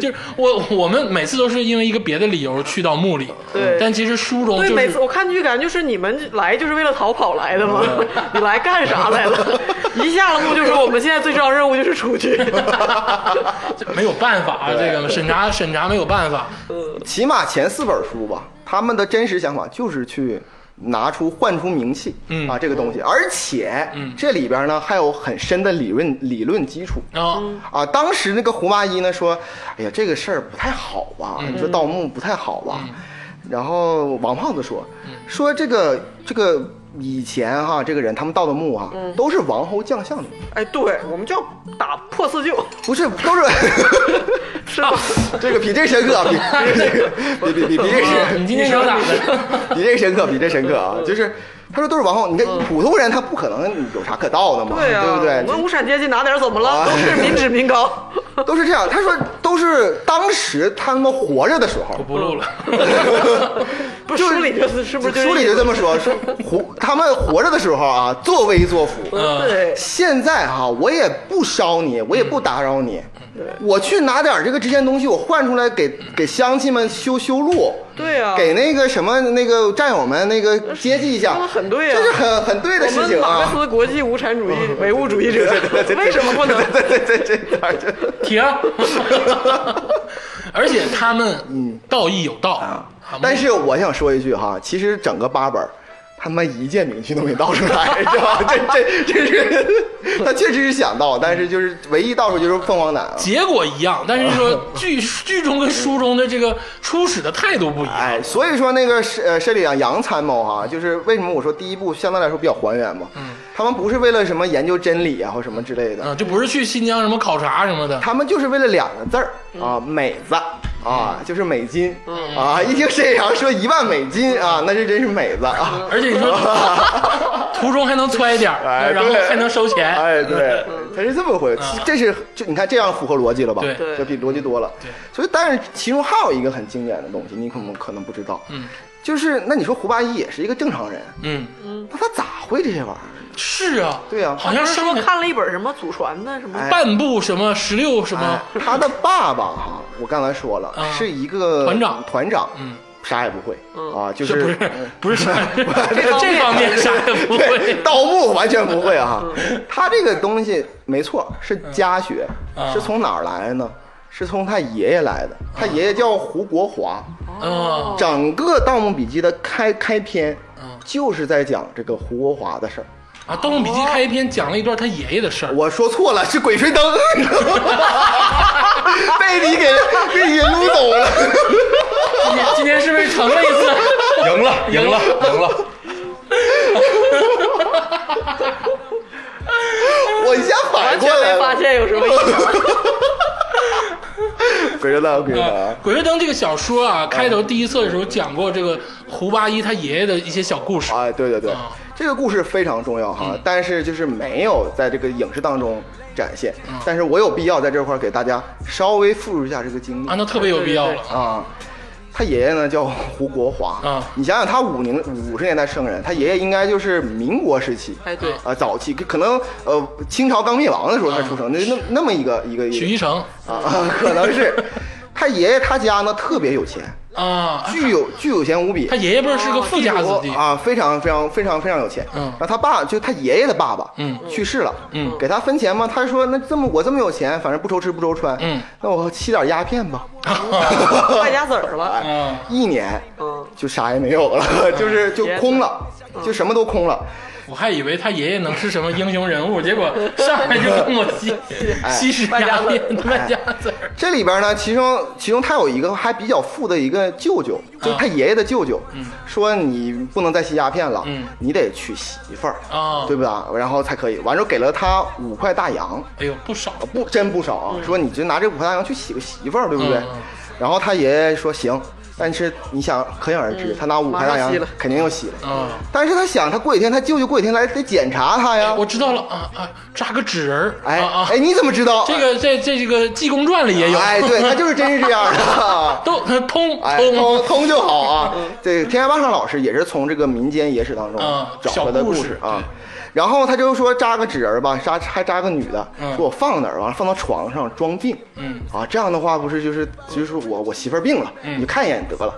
A: 就是我我们每次都是因为一个别的理由去到墓里，
B: 对
A: 但其实书中
B: 对，
A: 就
B: 每次
A: 是
B: 我看剧，感觉就是你们来就是为了逃跑来的嘛，
D: 嗯
B: 你来干啥来 了？一下了幕就说我们现在最重要任务就是出去。
A: 没有办法啊，这个审查审查没有办法，
D: 起码前四本书吧，他们的真实想法就是去拿出换出名气，
A: 嗯
D: 啊，这个东西，而且，
A: 嗯
D: 这里边呢还有很深的理论理论基础。
A: 然后
D: 啊，当时那个胡八一呢说，哎呀，这个事儿不太好吧？
A: 嗯
D: 你说盗墓不太好吧？然后王胖子说，
A: 嗯
D: 说这个这个以前哈，这个人他们盗的墓啊，都是王侯将相的，
B: 哎，对，我们就要打破四旧，
D: 不是 都是，
B: 是
A: 啊
B: 吧？
D: 这个比这深刻，啊比 比这个比比比比这
A: 啊
D: 深，
A: 你今天想咋的？
D: 比这个深刻，比这深刻
B: 嗯
D: 啊！就是他说都是王后，你这普通人他不可能有啥可盗的嘛，
B: 对呀、啊
D: 不
B: 我们
D: 对？啊
B: 无产阶级拿点儿怎么了？都是民脂民 膏。
D: 都是这样，他说都是当时他们活着的时
A: 我
D: 候，
A: 不录 了。
B: 不是书里就是是不是就是
D: 书里就这么说，说活他们活着的时候啊，作威作福。
A: 嗯
B: 对，
D: 现在哈、我也不烧你，我也不打扰你，
B: 嗯
D: 我去拿点这个值钱东西，我换出来给给乡亲们修修路。
B: 对啊
D: 给那个什么那个战友们那个接济一下
B: 他们，很对啊
D: 这是很很对的
B: 我
D: 事
B: 们
D: 情
B: 马克
D: 啊。
B: 思国际无产主义唯物主义者，为什么不能？
D: 对对对，这点儿就
A: 停。 而且他们道义有道，啊
D: 嗯但是我想说一句哈，其实整个八本儿，他妈一件名句都没道出来， 是吧？这这这是他确实是想到，但是就是唯一道出就是凤凰啊男。
A: 结果一样，但是 说剧剧中跟书中的这个初始的态度不一样。
D: 哎，所以说那个是呃，山里养杨参谋哈，就是为什么我说第一部相对来说比较还原嘛，他们不是为了什么研究真理啊或什么之类的，
A: 嗯嗯，就不是去新疆什么考察什么的，
D: 他们就是为了两个字儿
A: 嗯
D: 啊，美子啊，就是美金啊，
A: 嗯
D: 一听沈阳说一万美金啊，那是真是美子啊。
A: 嗯而且你 说途中还能揣一点儿，
D: 哎
A: 然后
D: 对
A: 还能收钱。嗯
D: 哎，对，他是这么回事，这是就你看这样符合逻辑了吧？
A: 对
B: 对
D: 这比逻辑多了。
A: 对，
D: 所以但是其中还有一个很经典的东西，你可能可能不知道，
A: 嗯，
D: 就是那你说胡八一也是一个正常人，
A: 嗯，
D: 那他咋会这些玩意儿？
A: 是啊，
D: 对啊
A: 好像
B: 是
A: 生
B: 说
A: 了
B: 看了一本什么祖传的什么？
D: 哎
A: 半部什么十六什么
D: 哎， 他的爸爸哈，我刚才说了
A: 啊，
D: 是一个
A: 团长
D: 团长，
A: 嗯，
D: 啥也不会啊，就是
A: 不是不是哎这方面啥也不
D: 对，
A: 会
D: 盗墓完全不会啊。
B: 嗯
D: 他这个东西没错，是家学
A: 嗯，
D: 是从哪儿来呢？是从他爷爷来的。他爷爷叫胡国华。
A: 啊。
B: 哦
D: 整个《盗墓笔记》的开开篇
A: 嗯，
D: 就是在讲这个胡国华的事儿。
A: 啊，《盗墓笔记》开篇讲了一段他爷爷的事儿，
D: 我说错了，是《鬼吹灯》 被你给被你给撸走了。
A: 今天今天是不是成了一 次？
C: 赢了，赢了，赢了。
D: 我一下反
B: 完
D: 过
B: 全
D: 来
B: 没发
D: 了。
B: 现有什么异常。
D: 鬼吹灯，鬼吹灯，
A: 鬼吹灯》这个小说啊，开头第一册的时候讲过这个胡八一他爷爷的一些小故事。
D: 哎，对对对
A: 啊，嗯
D: 这个故事非常重要哈，但是就是没有在这个影视当中展现，
A: 嗯
D: 但是我有必要在这块儿给大家稍微复述一下这个经历
A: 啊，那特别有必要了。
D: 啊。他爷爷呢叫胡国华
A: 啊
D: 你想想他五零五十年代生人，他爷爷应该就是民国时期，
B: 哎，对
D: 啊、，早期可能呃清朝刚灭亡的时候才
A: 啊
D: 出生，那那那么一个一个
A: 许
D: 一
A: 一成
D: 个啊，可 能是他爷爷他家呢特别有钱，
A: 啊，
D: 巨有巨有钱无比，
A: 他爷爷不是是个富家子弟
D: 啊，非常非常非常非常有钱。
A: 嗯
D: 然后他爸就他爷爷的爸爸，
A: 嗯
D: 去世了，
A: 嗯
D: 给他分钱吗？他说那这么我这么有钱，反正不愁吃不愁穿，
A: 嗯，
D: 那我吸点鸦片 吧，
B: 败家子儿
D: 哎
B: 了。哦
A: 嗯，
D: 一年
B: 嗯，
D: 就啥也没有了， 就是就空了，就什么都空了。
A: 我还以为他爷爷能是什么英雄人物，结果上来就跟我吸 吸食鸦片，败哎家哎子儿。
D: 这里边呢，其中其中他有一个还比较富的一个舅舅，
A: 嗯
D: 就是他爷爷的舅舅，说你不能再吸鸦片了，
A: 嗯
D: 你得娶媳妇儿，
A: 啊
D: 对吧？然后才可以。完之后给了他五块大洋，
A: 哎呦，不少
D: 不真不少啊，说你就拿这五块大洋去洗个媳妇儿，对不对？
A: 嗯嗯
D: 然后他爷爷说行，但是你想可想而
A: 嗯
D: 知，他拿五块大
B: 马上
D: 洋
B: 洗了
D: 肯定又洗了。
A: 啊！
D: 但是他想，他过几天他舅舅过几天来得检查他呀。
A: 我知道了啊啊，扎个纸人儿，
D: 哎
A: 啊啊
D: 哎，，你怎么知道？
A: 这个在这这个《济公传》里也有，。
D: 哎，对他就是真是这样 的
A: 都呃通
D: 哎，
A: 通
D: 通通就好 啊。这个天涯霸上老师也是从这个民间野史当中
A: 嗯
D: 找回的故
A: 小故
D: 事
A: 事
D: 啊。然后他就说扎个纸人儿吧，扎还扎个女的
A: 嗯，
D: 说我放哪儿完了放到床上装病，
A: 嗯
D: 啊，这样的话不是就是就是说我我媳妇儿病了，你就看一眼得了。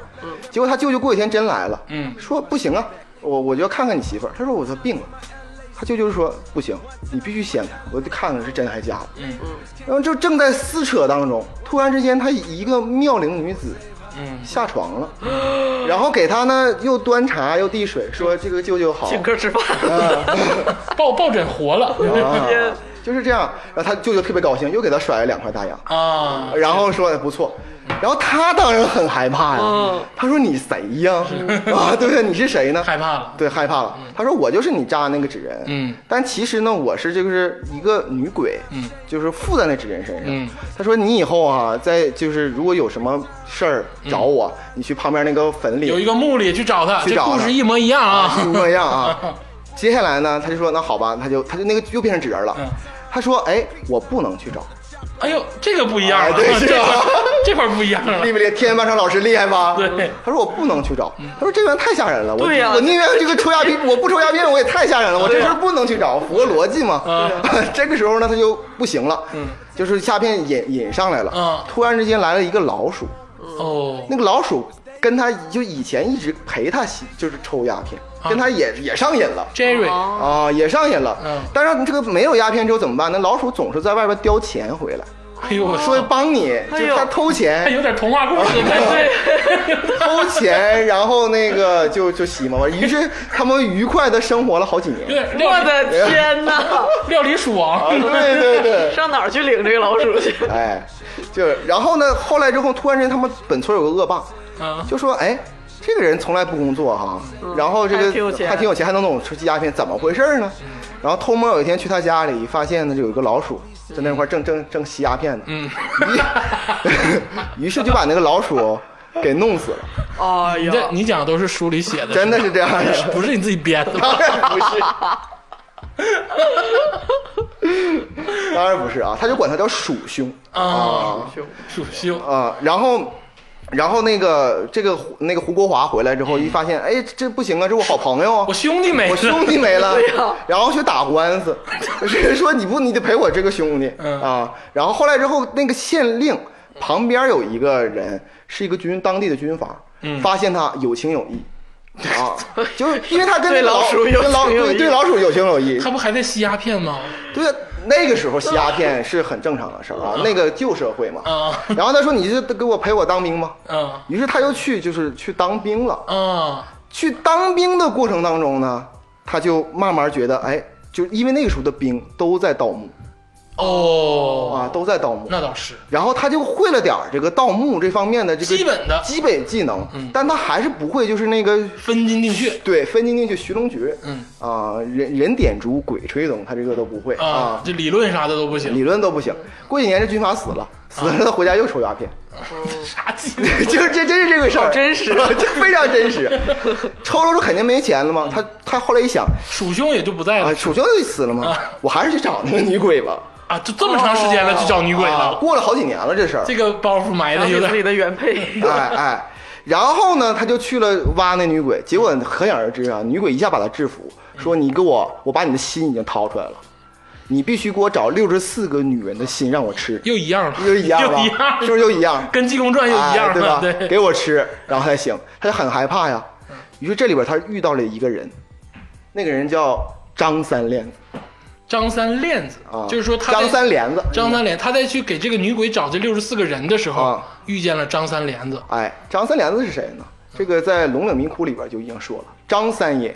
D: 结果他舅舅过几天真来了，
A: 嗯
D: 说不行啊，我我就要看看你媳妇儿。他说我这病了，他舅舅说不行，你必须先看，我得看看是真还是假的。
A: 嗯
D: 然后就正在撕扯当中，突然之间，他一个妙龄女子
A: 嗯，
D: 下床了，然后给他呢又端茶又递水，说这个舅舅好，
B: 请客吃饭。
A: 抱抱枕活了
D: 啊就是这样。然后他舅舅特别高兴，又给他甩了两块大洋，
A: 啊！
D: 然后说哎不错。然后他当然很害怕呀
B: 嗯，
D: 他说你谁呀？啊，对不对？你是谁呢？
A: 害怕了，
D: 对，害怕了。他说我就是你扎的那个纸人，
A: 嗯，
D: 但其实呢，我是就是一个女鬼，
A: 嗯，
D: 就是附在那纸人身上。
A: 嗯
D: 他说你以后啊，在就是如果有什么事儿找我，你去旁边那个坟
A: 嗯有一
D: 里
A: 个墓里去找他，
D: 去
A: 这
D: 找他
A: 故事一模一样
D: 一
A: 啊！
D: 模一样啊。接下来呢，他就说那好吧，他就他就那个又变成纸人了。
A: 嗯
D: 他说哎，我不能去找，
A: 哎呦，这个不一样
D: 哎
A: 了，
D: 对是
A: 这
D: 吧
A: 块这块不一样 了
D: 厉，不厉害？天霸上老师厉害吧？
A: 对
D: 他说我不能去找，他说这玩意儿太吓人了，我
B: 对呀
D: 我宁愿这个抽鸦片，我不抽鸦片我也太吓人了，我这事儿不能去找，符合逻辑嘛。
B: 啊
D: 这个时候呢，他就不行了，
B: 嗯
D: 就是鸦片引引上来了，
A: 嗯
D: 突然之间来了一个老鼠，
A: 哦
D: 那个老鼠跟他就以前一直陪他吸，就是抽鸦片，
B: 啊
D: 跟他也也上瘾了。
A: ，Jerry，
D: 啊，也上瘾了。
A: 嗯
D: 但是这个没有鸦片之后怎么办？那老鼠总是在外边叼钱回来，
A: 哎呦，我
D: 说啊
A: 操，
D: 帮你，就
B: 哦哎呦
D: 是他偷钱，
A: 还有点童话故事， 对，
D: 偷钱，然后那个就就洗嘛，于是他们愉快的生活了好几
A: 有
D: 年。
A: 点
B: 我
A: 料理
B: 的天 哪！
A: 料理鼠王，
D: 对对 对，
B: 上哪儿去领这个老鼠去？
D: 哎，就然后呢，后来之后突然间他们本村有个恶霸，
A: 啊，
D: 就说哎。这个人从来不工作哈，然后这个
B: 嗯还挺有钱嗯
D: 还挺有钱，还能懂吃鸦片，怎么回事呢？然后偷摸有一天去他家里，发现呢就有一个老鼠
B: 嗯
D: 在那块儿正正正吸鸦片呢，
A: 嗯，
D: 于于是 就把那个老鼠给弄死了，
B: 哎
A: 你
B: 呀，
A: 这你讲的都是书里写的，
D: 真的是这样啊的。
A: 不是你自己编 的吧？
D: 当然不是，当然不是啊，他就管他叫鼠兄
A: 啊
D: 啊
A: 鼠兄，
D: 啊，然后。然后那个这个胡那个胡国华回来之后，一发现，哎，这不行啊，这我好朋友啊，
A: 我兄弟没
D: 我
A: 了
D: 兄弟没 了，
B: 对呀
D: 然后去打官 司，是说你不你得赔我这个兄弟、
A: 嗯
D: 啊。然后后来之后，那个县令旁边有一个人是一个军当地的军阀，
B: 嗯
D: 发现他有情有义。 啊，就是因为他跟
B: 对
D: 老
B: 老鼠有
D: 跟老
B: 情有
D: 对
B: 义
D: 对老鼠有情 有义，
A: 他不还在吸鸦片吗？
D: 对呀，那个时候吸鸦片是很正常的事儿 啊，那个旧社会嘛。
B: 嗯
A: 啊
D: 然后他说：“你就给我陪我当兵吧。”
A: 啊
D: 于是他就去，就是去当兵了。
A: 啊！
D: 去当兵的过程当中呢，他就慢慢觉得，哎，就因为那个时候的兵都在盗墓，
A: 哦，
D: 啊，都在盗墓。
A: 那倒是，
D: 然后他就会了点儿这个盗墓这方面的这个
A: 基本的嗯
D: 基本技能，但他还是不会就是那个
A: 分金定穴
D: 对分金定穴、徐龙诀，
A: 嗯
D: 啊、人人点烛、鬼吹灯，他这个都不会
A: 啊，这理论啥的都不行，
D: 理论都不行。过几年这军阀死了，死
A: 啊
D: 了他回家又抽鸦片，
A: 啥技
D: 就是这真是这个事儿，
B: 真实
A: 啊
D: 这非常 真实。抽了就肯定没钱了嘛，他他后来一想，
A: 属兄也就不在
D: 啊，
A: 了
D: 楚雄就死了吗？我还是去找那个女鬼吧。
A: 啊，就这么长时间了，去找女鬼
D: 啊，
A: 了，
D: 过了好几年了这事儿
A: 这，个包袱埋
B: 然
A: 的
B: 后
A: 有
B: 给自己
A: 点
B: 的原配，
D: 哎哎，然后呢，他就去了挖那女鬼，结果可想而知啊，女鬼一下把他制服，说你给我，我把你的心已经掏出来了，你必须给我找六十四个女人的心让我吃，
A: 又一样了，
D: 又一样
A: 又
D: 了
A: 一样，，
D: 是不是又一样？
A: 跟《济公传》又一
D: 哎
A: 样
D: 对吧
A: 了？？对，
D: 给我吃，然后才行。他就很害怕呀。于是这里边他遇到了一个人，那个人叫张三链子
A: 张三链子
D: 啊，，
A: 就是说他在
D: 张三帘子，
A: 张三连，他在去给这个女鬼找这六十四个人的时候
D: 啊，
A: 遇见了张三连子，
D: 哎，张三连子是谁呢？这个在《龙岭迷窟》里边就已经说了，张三爷，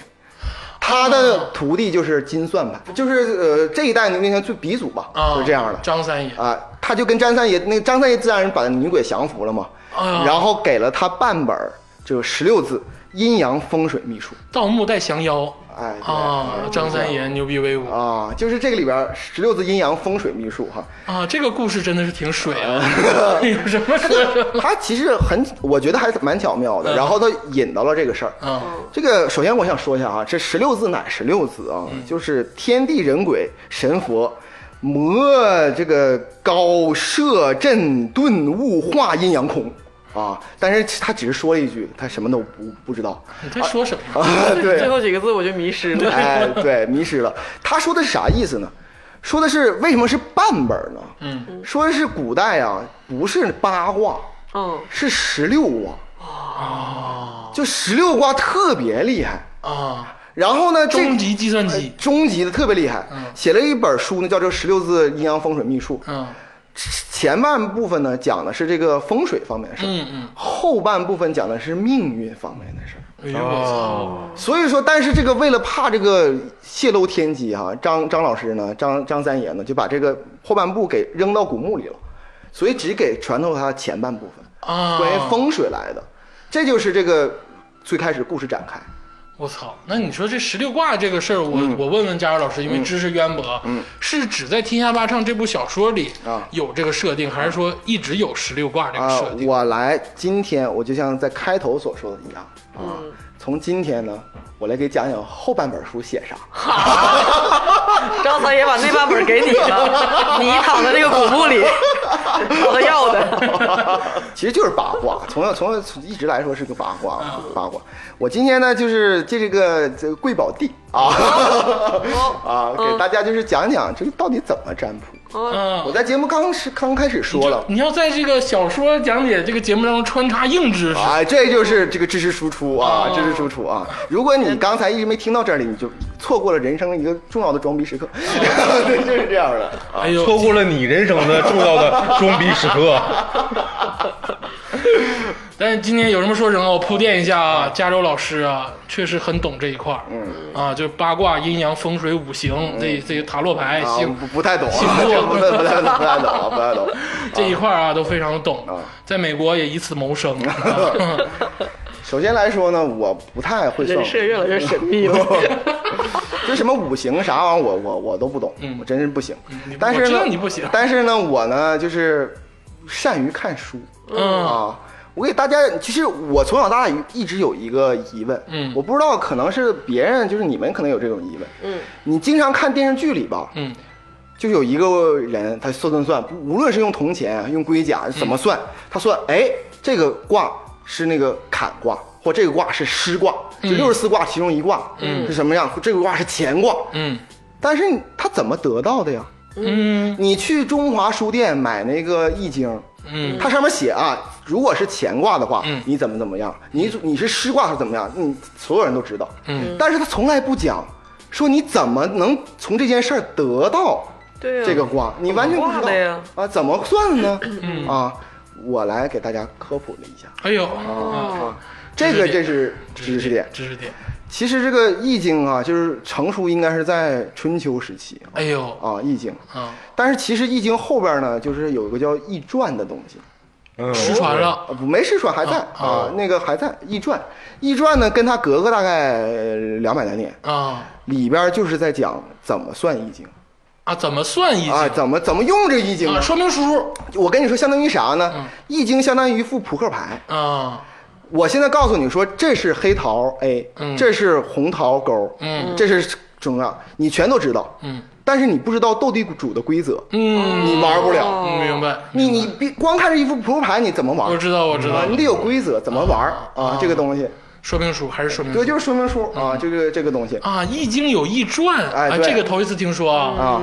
D: 他
A: 啊
D: 的徒弟就是金算盘，就是呃这一代那天最鼻祖吧，
A: 啊，
D: 就是这样的。
A: 张三爷，
D: 啊，他就跟张三爷，那个张三爷自然把女鬼降服了嘛，
A: 啊
D: 然后给了他半本儿，就十六字阴阳风水秘术。
A: 盗墓带降妖，
D: 哎，对嗯
A: 啊，张三爷牛逼威武
D: 啊，就是这个里边十六字阴阳风水秘术 哈，
A: 啊，这个故事真的是挺水啊，
D: 嗯
A: 有什么说 什么
D: 它其实很，我觉得还是蛮巧妙
A: 嗯
D: 的。然后它引到了这个事儿。
A: 啊，
D: 这个首先我想说一下啊，这十六字哪十六字啊？
A: 嗯
D: 就是天地人鬼神佛。魔这个高摄震顿悟化阴阳空啊，但是他只是说了一句，他什么都不 不知道
A: 你在说什么呀？
D: 啊。对，
B: 最后几个字我就迷失了。
D: 哎，对，迷失了。他说的是啥意思呢？说的是为什么是半本呢？
A: 嗯，
D: 说的是古代啊，不是八卦，
B: 嗯，
D: 是十六卦。哦，就十六卦特别厉害。
A: 啊，
D: 然后呢，这
A: 终极计算机，
D: 终极的特别厉害，写了一本书呢，叫这十六字阴阳风水秘术。
A: 嗯
D: 前半部分呢讲的是这个风水方面的事儿，
A: 嗯嗯，
D: 后半部分讲的是命运方面的事儿。
A: 哎呦我操，
D: 所以说，但是这个为了怕这个泄露天机哈、张张老师呢，张张三爷呢，就把这个后半部给扔到古墓里了，所以只给传透他前半部分
A: 啊，
D: 关于风水来的，这就是这个最开始故事展开。
A: 我操，那你说这十六卦这个事儿，我、
D: 嗯
A: 我问问佳茹老师，因为知识渊博，嗯，是只在《天下八唱》这部小说里
D: 啊
A: 有这个设定，还是说一直有十六卦这个
D: 啊
A: 设，定？
D: 我来今天我就像在开头所说的一样啊，
A: 嗯
D: 从今天呢，我来给讲讲后半本书写啥。
B: 张三爷把那半本给你 了，你躺在这个古墓里，找他要的。
D: 其实就是八卦，从小从小从一直来说是个八
A: 嗯
D: 卦，八卦。我今天呢，就是借这个这个贵宝地啊啊，给大家就是讲讲这个到底怎么占卜。
B: 嗯，
A: 哦嗯，
D: 我在节目刚是刚开始说了，
A: 你要在这个小说讲解这个节目当中穿插硬知识，
D: 哎，这就是这个知识输出啊，
A: 哦
D: 知识输出啊。如果你刚才一直没听到这里，你就错过了人生一个重要的装逼时刻，
A: 哦
D: 对，就是这样的。啊
A: 哎呦，
C: 错过了你人生的重要的装逼时刻。
A: 但是今天有什么说什么，我铺垫一下啊，加州老师啊，确实很懂这一块儿，嗯，啊，就是八卦、阴阳、风水、五行，这这个塔罗牌、
D: 嗯啊，
A: 星
D: 不不太懂啊，
A: 星座
D: 不太不太不太懂啊，不太懂。
A: 这一块儿啊都非常懂，在美国也以此谋 生。啊
D: 首先来说呢，我不太会算
B: 人设越来越神秘
D: 哦
B: 了。
D: 就什么五行啥玩意儿，我我我都不懂，我真是不行
A: 嗯你。
D: 但
A: 我
D: 是
A: 知道
D: 呢，
A: 你不行
D: 但是呢，我呢就是善于看书
A: 嗯
D: 啊。我给大家，其实我从小到大一直有一个疑问，
A: 嗯
D: 我不知道，可能是别人，就是你们可能有这种疑问，
B: 嗯，
D: 你经常看电视剧里吧，
A: 嗯，
D: 就有一个人，他算算算，无论是用铜钱、用龟甲怎么
A: 嗯
D: 算，他算，哎，这个卦是那个坎卦，或这个卦是师卦，就
A: 嗯
D: 六十四卦其中一卦，嗯，是什么样？这个卦是乾卦，
A: 嗯
D: 但是你他怎么得到的呀？
A: 嗯
D: 你去中华书店买那个易经，
A: 嗯，
D: 它上面写啊，如果是乾卦的话，
A: 嗯
D: 你怎么怎么样；你你是师卦是怎么样，你所有人都知道。
A: 嗯，
D: 但是他从来不讲，说你怎么能从这件事儿得到
B: 对呀，
D: 这个卦，你完全不知
B: 怎么
D: 道
B: 画的呀
D: 啊，怎么算呢？
A: 嗯
D: 啊，我来给大家科普了一下，
A: 哎呦，
D: 哦这个这是知识点。
A: 知识点，
D: 其实这个《易经》啊，就是成书应该是在春秋时期啊，
A: 哎呦，
D: 啊《易经》。
A: 啊，
D: 但是其实《易经》后边呢，就是有一个叫《易传》的东西，
C: 嗯，
A: 失传了，
D: 啊，不，没失传还在
A: 啊
D: 啊，那个还在《易传》，《易传》呢跟它隔个大概两百来年，
A: 啊
D: 里边就是在讲怎么算《易经》
A: 啊，怎么算易经
D: 啊，怎么怎么用这《个易经》
A: 啊？
D: 呢？
A: 说明书
D: 我跟你说，相当于啥呢？
A: 嗯
D: 易经》相当于一副扑克牌。
A: 啊，
D: 我现在告诉你说，这是黑桃 A，、
A: 嗯
D: 这是红桃勾，
A: 嗯，
D: 这是中药，你全都知道，
A: 嗯
D: 但是你不知道斗地主的规则，
A: 嗯，
D: 你玩不了。
A: 嗯明白？
D: 你你别光看这一副扑克牌，你怎么玩
A: 我知道，我知
D: 啊
A: 道？，哦
D: 你得有规则，怎么玩啊？这个东西，
A: 说明书还是说明
D: 对，
A: 书
D: 就是说明书
A: 嗯
D: 啊，这个这个东西
A: 啊，《易经》有《易传》
D: 哎
A: 啊，
D: 对
A: 这个头一次听说啊，
D: 啊。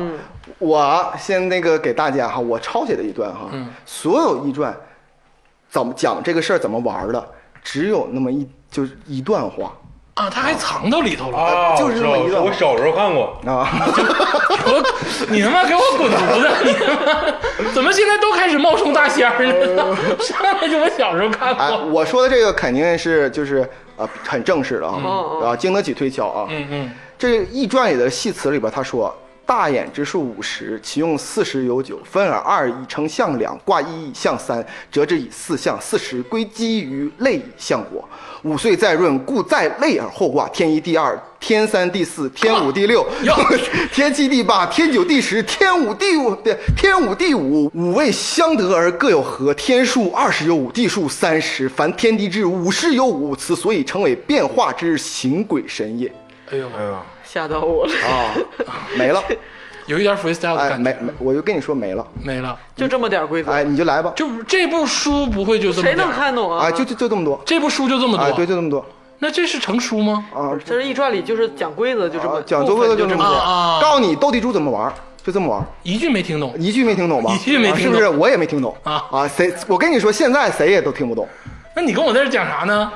D: 我先那个给大家哈，我抄写的一段哈，
A: 嗯
D: 所有一段怎么讲这个事儿怎么玩儿的，只有那么一就是一段话
A: 啊，他还藏到里头了，
C: 啊，
D: 就
C: 我
D: 是
C: 知
D: 这么
C: 道
D: 一个
C: 我小时候看过，
D: 啊。
A: 我你他妈给我滚犊子！你他妈怎么现在都开始冒充大仙儿了？ 上来就我小时候 看
D: 哎，
A: 过，
D: 我说的这个肯定是就是呃很正式的
B: 嗯
D: 啊，啊经得起推敲啊。
A: 嗯嗯
D: 这《易传》里的戏词里边他说：“大衍之数五十，其用四十有九，分而二以成象两，卦一以象三，折之以四象。四十归基于类以象国。五岁再闰，故在类而后卦。天一、地二，天三、地四，天五、地六
A: 哟，
D: 天七、地八，天九、地十，天五、地五，对，天五、地五，五位相得而各有合。天数二十有五，地数三十。凡天地之五十有五，此所以称为变化之行鬼神也。”
A: 哎呦，
C: 哎呀，
B: 吓到我了，
D: 啊， 没了，
A: 有一点 freestyle 的
D: 哎，
A: 感
D: 没
A: 觉，
D: 没，我就跟你说没了，
A: 没了。
B: 就这么点规则，
D: 哎，你就来吧，
A: 就这部书不会就这么
B: 谁
A: 点
B: 能
A: 儿？
B: 看懂
D: 啊，就就就这么多，
A: 这部书就这么
D: 哎，
A: 多？
D: 对，就这么多
A: 那这是成书吗？
D: 啊，
B: 这是《易传》里就是讲规则，就这么
D: 啊讲座
B: 部
D: 规
B: 分
D: 则
B: 就
D: 这么
B: 么
A: 多
B: 点。
A: 啊啊
D: 多，告诉你斗地主怎么玩，就这么玩。
A: 一句没听懂
D: 一句没听懂吧？
A: 一句没
D: 啊
A: 听
D: 是
A: 懂
D: 不是？我也没听懂
A: 啊
D: 啊！谁？我跟你说，现在谁也都听不懂。
A: 那你跟我在这讲啥呢？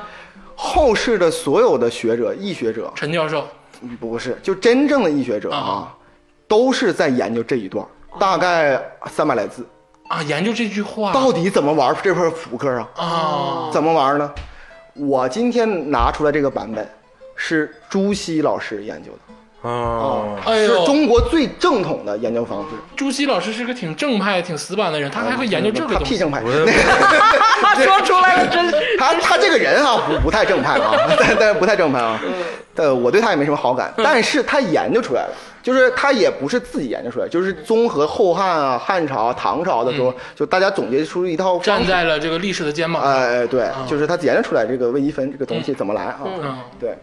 D: 后世的所有的学者、易学者，
A: 陈教授，
D: 不是就真正的易学者啊，都是在研究这一段，
A: 哦
D: 大概三百来字，
A: 啊，研究这句话
D: 到底怎么玩这块扑克啊？
A: 啊，
D: 怎么玩呢？我今天拿出来这个版本是朱熹老师研究的，
C: 啊，
A: 哎
D: 是
A: 呦，
D: 中国最正统的研究方式。
A: 朱熹老师是个挺正派、挺死板的人，他还会研究这个
D: 哎他
A: 东
D: 屁
A: 西。
D: 正派，
C: 我也
D: 那个
B: 他啊说出来了，真
D: 他他这个人啊，不不太正派啊，但但是不太正派啊。
A: 嗯
D: 呃，我对他也没什么好感，但是他研究出来了。就是他也不是自己研究出来，就是综合后汉啊、汉朝、唐朝的时候，就大家总结出一套
A: 嗯
D: 方
A: 站
D: 式。
A: 在了这个历史的肩膀，
D: 哎、哎，对，就是他研究出来这个微积分这个东西怎么来啊？
A: 嗯，
D: 对，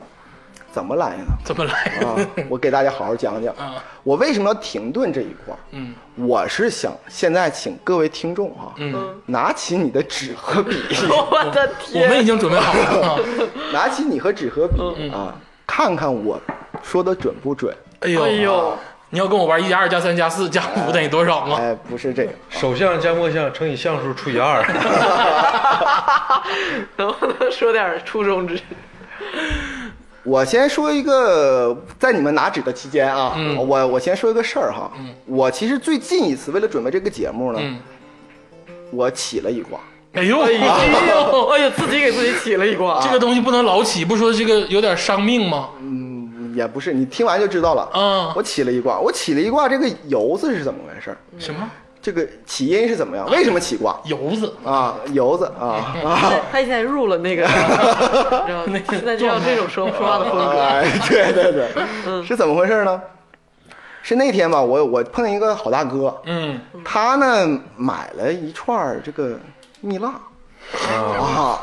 D: 怎么来呢？
A: 怎么来？
D: 啊，我给大家好好讲讲
A: 啊
D: 我为什么要停顿这一块儿。
A: 嗯
D: 我是想现在请各位听众哈、
A: 嗯，
D: 拿起你的纸和笔，
B: 我的
A: 我们已
B: 天，
A: 经准备好 了。啊
D: 拿起你和纸和笔、啊，看看我说的准不准。
A: 哎呦，
B: 哎呦，
A: 你要跟我玩一加二加三加四加五等于多少吗？
D: 哎，不是这个，
C: 首项加末项乘以项数除以 二，
B: 能不能说点初中之？
D: 我先说一个，在你们拿纸的期间啊，我我先说一个事儿哈、我其实最近一次为了准备这个节目呢，
A: 嗯
D: 我起了一卦。
A: 哎呦，
B: 哎 呦，哎呦，自己给自己起了一卦啊
A: 这。个东西不能老起，不说这个有点伤命吗？
D: 嗯，也不是，你听完就知道了。
A: 啊
D: 我起了一卦，我起了一卦，这个由字是怎么回事儿？
A: 什么
D: 这个起因是怎么样？为什么起卦
A: 油子？
D: 啊？由子啊啊！
B: 他现在入了那 个，知道吗现在就要这种说说话的风格。
D: 哎，对对
B: 嗯
D: 对，是怎么回事呢？是那天吧，我我碰见一个好大哥，
A: 嗯，
D: 他呢买了一串儿这个蜜蜡啊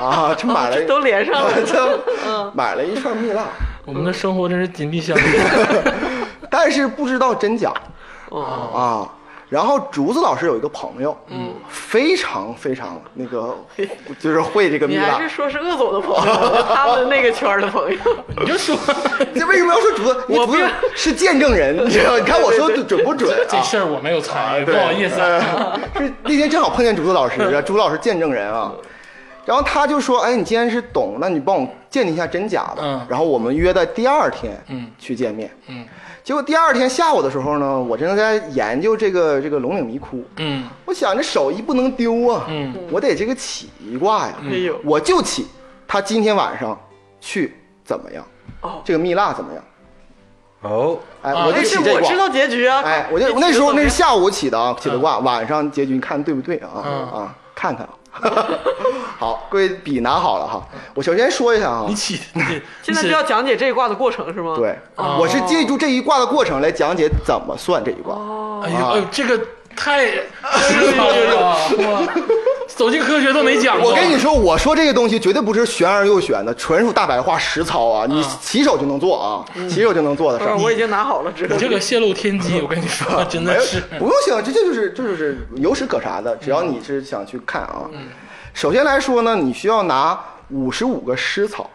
D: 啊，这买了
B: 哦都连上 了嗯
D: 这买了一串蜜蜡，
A: 我们的生活真是紧密相连。
D: 但是不知道真假
B: 哦，
D: 啊。然后竹子老师有一个朋友，嗯，非常非常那个，就是会这个蜜
B: 你
D: 蜡
B: 还是。说是鄂总的朋 友，他们那个圈儿的朋友。
A: 你就说
D: 这为什么要说竹子？因为
B: 我
D: 竹子
B: 并
D: 是见证人，你知道？你看我说的准不准啊？
A: 这事儿我没有参与，不
D: 对
A: 好意思啊。
D: 呃是那天正好碰见竹子老师， 竹子老师见证人啊。然后他就说：“哎，你既然是懂，那你帮我鉴定一下真假吧。
A: 嗯
D: 然后我们约在第二天，
A: 嗯，
D: 去见面。
A: 嗯
D: 结果第二天下午的时候呢，我正在研究这个这个龙岭迷窟，
A: 嗯
D: 我想这手艺不能丢啊，
A: 嗯，
D: 我得这个起一卦呀。
B: 哎呦，
D: 我就起他今天晚上去怎么样？
B: 哦
D: 这个蜜蜡怎么样？
C: 哦，
D: 哎，
A: 啊
D: 我就
B: 但
D: 起
B: 是
D: 这
B: 我
D: 卦
B: 知。道结局 啊，
D: 哎，我
B: 结
D: 就
B: 局
D: 那时候
B: 怎么
D: 那
B: 样
D: 是下午起的啊，起的卦，晚上结局你看对不对啊？
A: 嗯
D: 啊，看看啊。 好，各位笔拿好了哈。我首先说一下啊
A: 你，起，你
B: 现在就
A: 你起
B: 要讲解这一卦的过程是吗？
D: 对，我是借助这一卦的过程来讲解怎么算这一卦。
A: 哎呦，哎呦，这个太深奥了，哇走进科学都没讲过。
D: 我跟你说，我说这个东西绝对不是玄而又玄的，纯属大白话实操啊！你洗手就能做啊，洗手就能做的事
B: 不是
D: 儿。哎
B: 我已经拿好了，只
A: 你这
B: 是
A: 个泄露天机，我跟你说，真
D: 没
A: 的
D: 有
A: 是，
D: 不用想，这这就是这就是有史可查的，只要你是想去看啊。首先来说呢，你需要拿五十五个湿草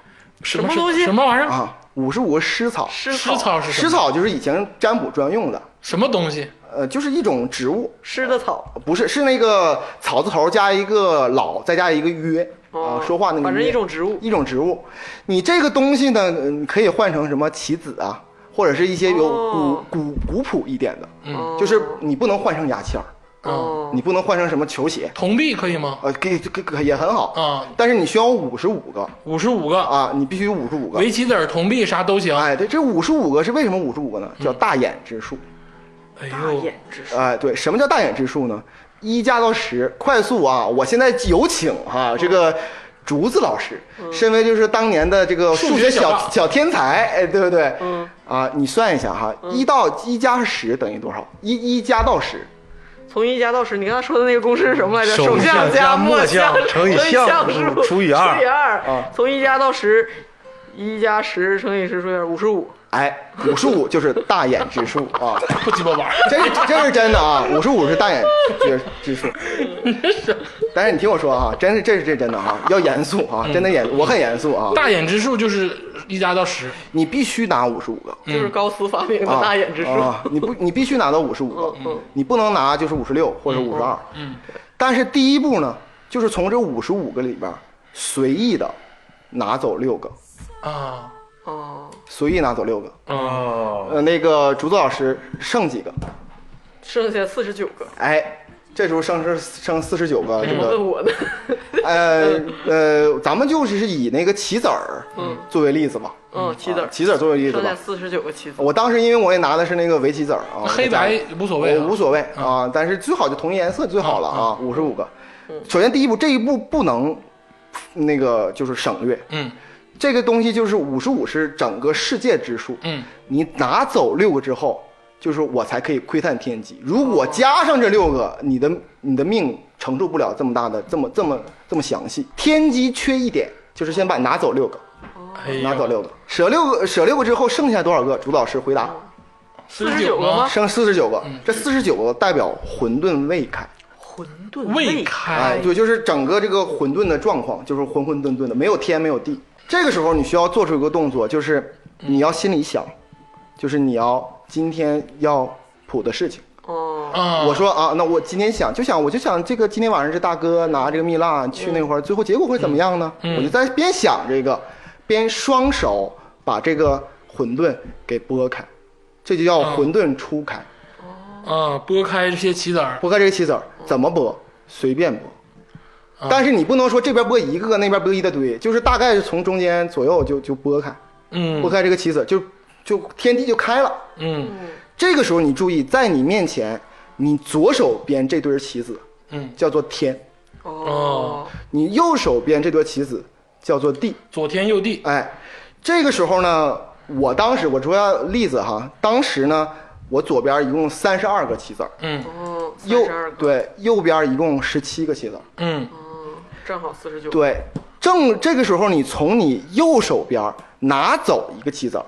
A: 什么
B: 什么东西
A: 什么玩意儿？
D: 啊，五十五个湿草，
B: 湿
A: 湿
B: 草
A: 草是什
D: 湿
A: 么
D: 草就是以前占卜专用的，
A: 什么东西？
D: 呃，就是一种植物，
B: 湿的草，
D: 不是是那个草字头加一个老，再加一个约啊
B: 哦，
D: 说话那个约。
B: 反正一种植物
D: 一种植物。你这个东西呢，嗯可以换成什么棋子啊，或者是一些有古、
B: 哦
D: 古古朴一点的，
B: 嗯
D: 就是你不能换成牙签儿，
B: 哦
D: 你不能换成什么球鞋，
A: 铜币可以吗？
D: 呃，给给给也很好
A: 啊
B: 哦
D: 但是你需要五十五个
A: 五十五个，
D: 啊，你必须五十五个。
A: 围棋子儿、铜币啥都行。
D: 哎，对，这五十五个是为什么五十五个呢？叫大眼之数。
A: 哎
B: 大
A: 呦，
B: 眼之
D: 哎，对，什么叫大眼之数呢？一加到十，快速啊！我现在有请哈、这个竹子老师，身为就是当年的这个
A: 嗯数
D: 数
A: 学
D: 学
A: 小
D: 小
A: 大
D: 小天才，哎，对不对？
B: 嗯。
D: 啊，你算一下哈，
A: 嗯
D: 一到一加十等于多少？一一加到十，
B: 从一加到十，你刚才说的那个公式是什么来着？
C: 首
B: 相
C: 相加末
B: 末
C: 项乘以项
B: 项
C: 数
B: 数
C: 除以
B: 二，
C: 二
B: 除以二
D: 啊。
B: 从一加到十，一加十乘以十除以二，五十五。
D: 哎，五十五就是大眼之数啊，
A: 不鸡巴玩儿。
D: 这是这是真的啊，五十五是大眼之 之数。但是你听我说哈、真是这是这是真的哈、要严肃啊，
A: 嗯
D: 真的严，我很严肃啊，
A: 大眼之数就是一加到十，
D: 你必须拿五十五个。
B: 就是高斯发 明的
D: 啊
B: 大眼之术，
D: 啊你不，你必须拿到五十五个
B: 嗯嗯，
D: 你不能拿就是五十六或者五十二。
A: 嗯，
D: 但是第一步呢，就是从这五十五个里边儿随意的拿走六个，
A: 啊，
B: 哦，
D: 随意拿走六个。
C: 哦，
D: 呃，那个竹子老师剩几个？
B: 剩下四十九个，
D: 哎，这时候剩是剩四十九个
B: 为什
D: 这
B: 么问
D: 个，
B: 我呢？
D: 呃呃，咱们就是以那个棋子儿
B: 嗯
D: 作为例子吧，
B: 嗯，棋子
D: 啊
B: 儿，
D: 棋子儿作为例子
B: 剩下
D: 吧。哦
B: 四十九个棋子，
D: 我当时因为我也拿的是那个围棋子儿啊，
A: 黑白无所谓啊嗯
D: 我无所谓啊，但是最好就同一颜色最好了啊，五十五个。首先第一步，这一步不能那个就是省略，
A: 嗯
D: 这个东西就是五十五是整个世界之数，
A: 嗯，
D: 你拿走六个之后，就是我才可以窥探天机。如
A: 哦
D: 果加上这六个，你的你的命承受不了这么大的这么这么这么详细。天机缺一点，就是先把你拿走六个，
A: 哎
D: 拿走
A: 呦，
D: 六个，舍六个舍六个之后剩下多少个？主导师回答。
A: 四
B: 49
A: 个
B: 个吗
D: 剩四十九个，这四十九个代表混沌未开，
B: 混沌
A: 未
D: 哎
A: 开，，啊
D: 对，就是整个这个混沌的状况，就是混混沌沌的，没有天，没有地。这个时候你需要做出一个动作，就是你要心里想，就是你要今天要谱的事情。
B: 哦，
A: 啊，
D: 我说啊，那我今天想就想，我就想这个今天晚上这大哥拿这个蜜蜡去那块儿，最后结果会怎么样呢？我就在边想这个，边双手把这个混沌给拨开，这就叫混沌初开。
A: 啊，拨开这些棋子儿，
D: 拨开这个棋子儿怎么拨？
B: 嗯
D: 随便拨，
B: 啊
D: 但是你不能说这边拨一个，那边拨一大堆，就是大概是从中间左右就就拨开，
A: 嗯
D: 拨开这个棋子儿就就天地就开了。
A: 嗯
D: 这个时候你注意，在你面前，你左手边这堆棋子
A: 嗯，
D: 叫做天，
B: 哦，
D: 你右手边这堆棋子叫做地。
A: 左天右地，
D: 哎，这个时候呢，我当时我说下例子哈，当时呢，我左边一共三十二个棋子儿，
A: 嗯
B: 哦，三
D: 右
B: 十二个，
D: 对右边一共十七个棋子儿。
A: 嗯
B: 嗯，正好四十九，，
D: 对，正这个时候，你从你右手边儿拿走一个棋子儿，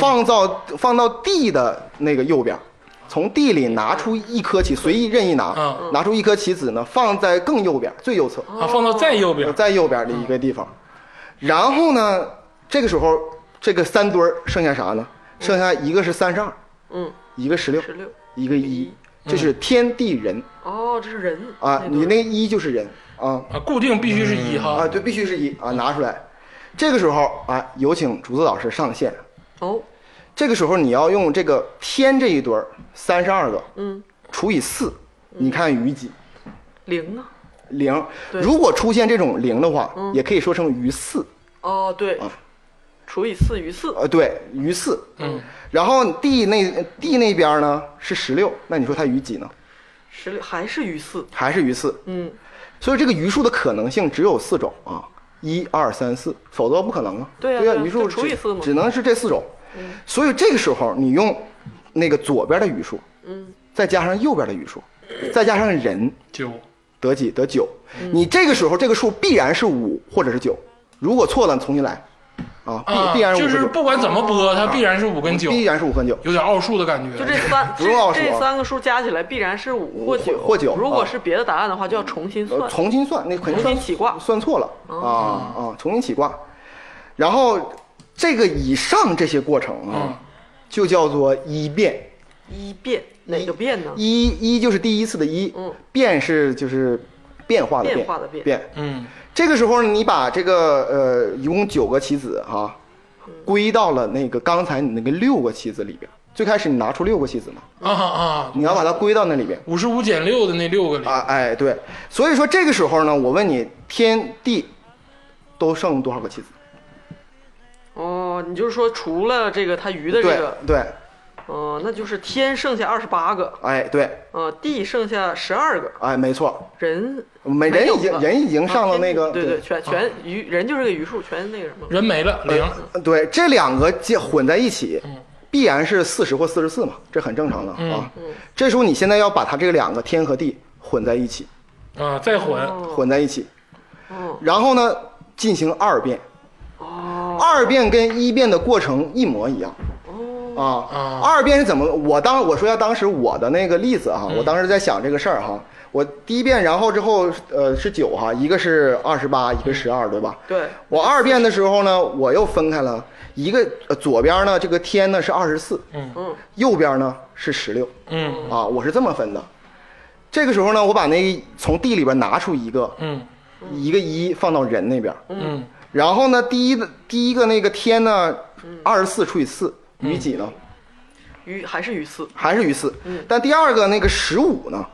D: 放到放到地的那个右边儿，从地里拿出一颗棋，随意任意拿
A: 嗯，
D: 拿出一颗棋子呢，放在更右边儿最右侧，呃
A: 啊，放到再右边，
D: 在右边儿的一个地方。然后呢，这个时候这个三堆儿剩下啥呢？剩下一个是三十二，
B: 嗯，
D: 一个十六，
B: 十六，
D: 一个一，这是天地人
B: 哦，这是人
D: 啊，你
B: 那
D: 那个一就是人啊。
A: 啊，固定必须是一
D: 啊，
A: 哈，
D: 对，必须是一啊，拿出来。这个时候啊，有请竹子老师上线。
B: 段哦，
D: 这个时候你要用这个天这一堆儿三十二个
B: 嗯，
D: 除以四，你看余几
B: 零啊，
D: 零。
B: 对嗯
D: 如果出现这种零的话，也可以说成余四
B: 哦，对，除以四余四，
D: 呃，对，余四。嗯。然后 D 那 D 那边呢是十六，那你说它余几呢？
B: 十六还是余四？
D: 还是余四？
B: 嗯，
D: 所以这个余数的可能性只有四种啊，一二三四，否则不可能啊。
B: 对啊
D: 呀、
B: 对啊
D: 余数
B: 就除以
D: 只
B: 四嘛嗯
D: 只能是这四种。所以这个时候你用那个左边的余数，
B: 嗯，
D: 再加上右边的余 数，再加上人，
A: 九
D: 得几得九。
B: 嗯
D: 你这个时候这个数必然是五或者是九，如果错了重新来，啊，必、
A: 啊
D: 必然，是
A: 就
D: 五和
A: 是
D: 九，啊
A: 不管怎么播，它必然是五跟九，
D: 必然是五和九。
A: 有点奥数的感
B: 就
A: 觉。
B: 这三
D: 不用奥
B: 这
D: 数啊
B: 这三个数加起来必然是五或九
D: 或九
B: 如果
D: 啊
B: 是别的答案的话，就要重新
D: 呃
B: 算。
D: 重新算，那肯定
B: 重
D: 算
B: 新起卦哦
D: 算错了啊啊，重新起卦。然后这个以上这些过程
A: 嗯
D: 啊，就叫做一变。
B: 一变哪个变呢？
D: 一一就是第一次的一
B: 嗯，
D: 变是就是变化的变，
B: 变化的变
A: 嗯，
D: 这个时候你把这个呃一共九个棋子哈、
B: 嗯
D: 归到了那个刚才你那个六个棋子里边。最开始你拿出六个棋子嘛，
A: 啊啊，
D: 你要把它归到那里边。
A: 五十五减六的那六个里，
D: 啊，哎，对，所以说这个时候呢，我问你，天地都剩多少个棋子？
B: 哦，你就是说除了这个它余的这
D: 对
B: 个，
D: 对，
B: 哦，那就是天剩下二十八个，
D: 哎对，
B: 呃，地剩下十二个，
D: 哎没错，
B: 人
D: 没
B: 没
D: 人
B: 有
D: 已经
B: 了
D: 人已经上
B: 啊
D: 了
B: 天
D: 那个
B: 对对，全全余人就是个余数，全那个什么。
A: 人没了零。
D: 对呃对，这两个结混在一起，
B: 嗯
D: 必然是四十或四十四嘛，这很正常的啊。
B: 嗯
D: 这时候你现在要把它这两个天和地混在一起，
A: 啊，再混，
B: 嗯
D: 混在一起，
B: 哦
D: 然后呢进行二变，
B: 哦
D: 二变跟一变的过程一模一样。啊
B: 哦
A: 啊，
D: 二变是怎么？我当我说一下当时我的那个例子
A: 嗯
D: 哈，我当时在想这个事儿哈。我第一遍，然后之后呃是九哈，一个是二十八，一个十二，对吧？
A: 嗯
B: 对
D: 我二遍的时候呢，我又分开了一个呃左边呢，这个天呢是二十四，
B: 嗯，
D: 右边呢是十六，
A: 嗯
D: 啊，我是这么分的。这个时候呢，我把那个从地里边拿出一个
A: 嗯
D: 一个一放到人那边，
A: 嗯，
D: 然后呢，第一的第一个那个天呢，
A: 嗯
D: 二十四除以四余几呢？
B: 余还是余四，
D: 还是余四。
B: 嗯
D: 但第二个那个十五呢，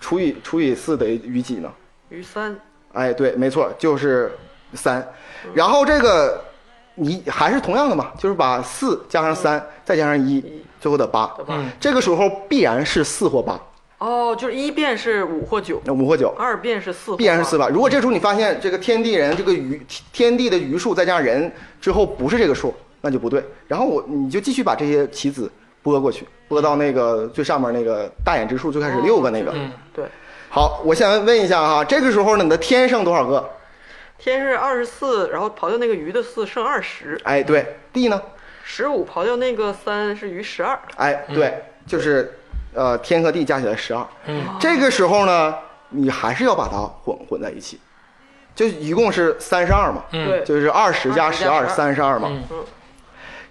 D: 除以除以四等于余几呢？
B: 余三
D: 哎，对，没错，就是三。
B: 嗯
D: 然后这个你还是同样的嘛，就是把四加上三，再加上一，最后得八
B: 得。八
A: 嗯
D: 这个时候必然是四或八，
B: 哦，就是一变是五或九，
D: 那五或九
B: 二变是四或八，
D: 必然是四吧。如果这时候你发现这个天地人这个余天地的余数再加上人之后不是这个数，那就不对。然后我你就继续把这些棋子拨过去，拨到那个最上面那个大眼之数最开始六个那个。
B: 对，
D: 好，我想问一下哈，这个时候呢，你的天剩多少个？
B: 天是二十四，然后刨掉那个余的四，剩二十，
D: 哎，对，地呢？
B: 十五刨掉那个三是余十二，
D: 哎，对，就是，呃，天和地加起来十二。嗯，这个时候呢，你还是要把它混混在一起，就一共是三十二嘛，
B: 对，
D: 就是二十加十二，
B: 20
D: 三十二嘛。
B: 嗯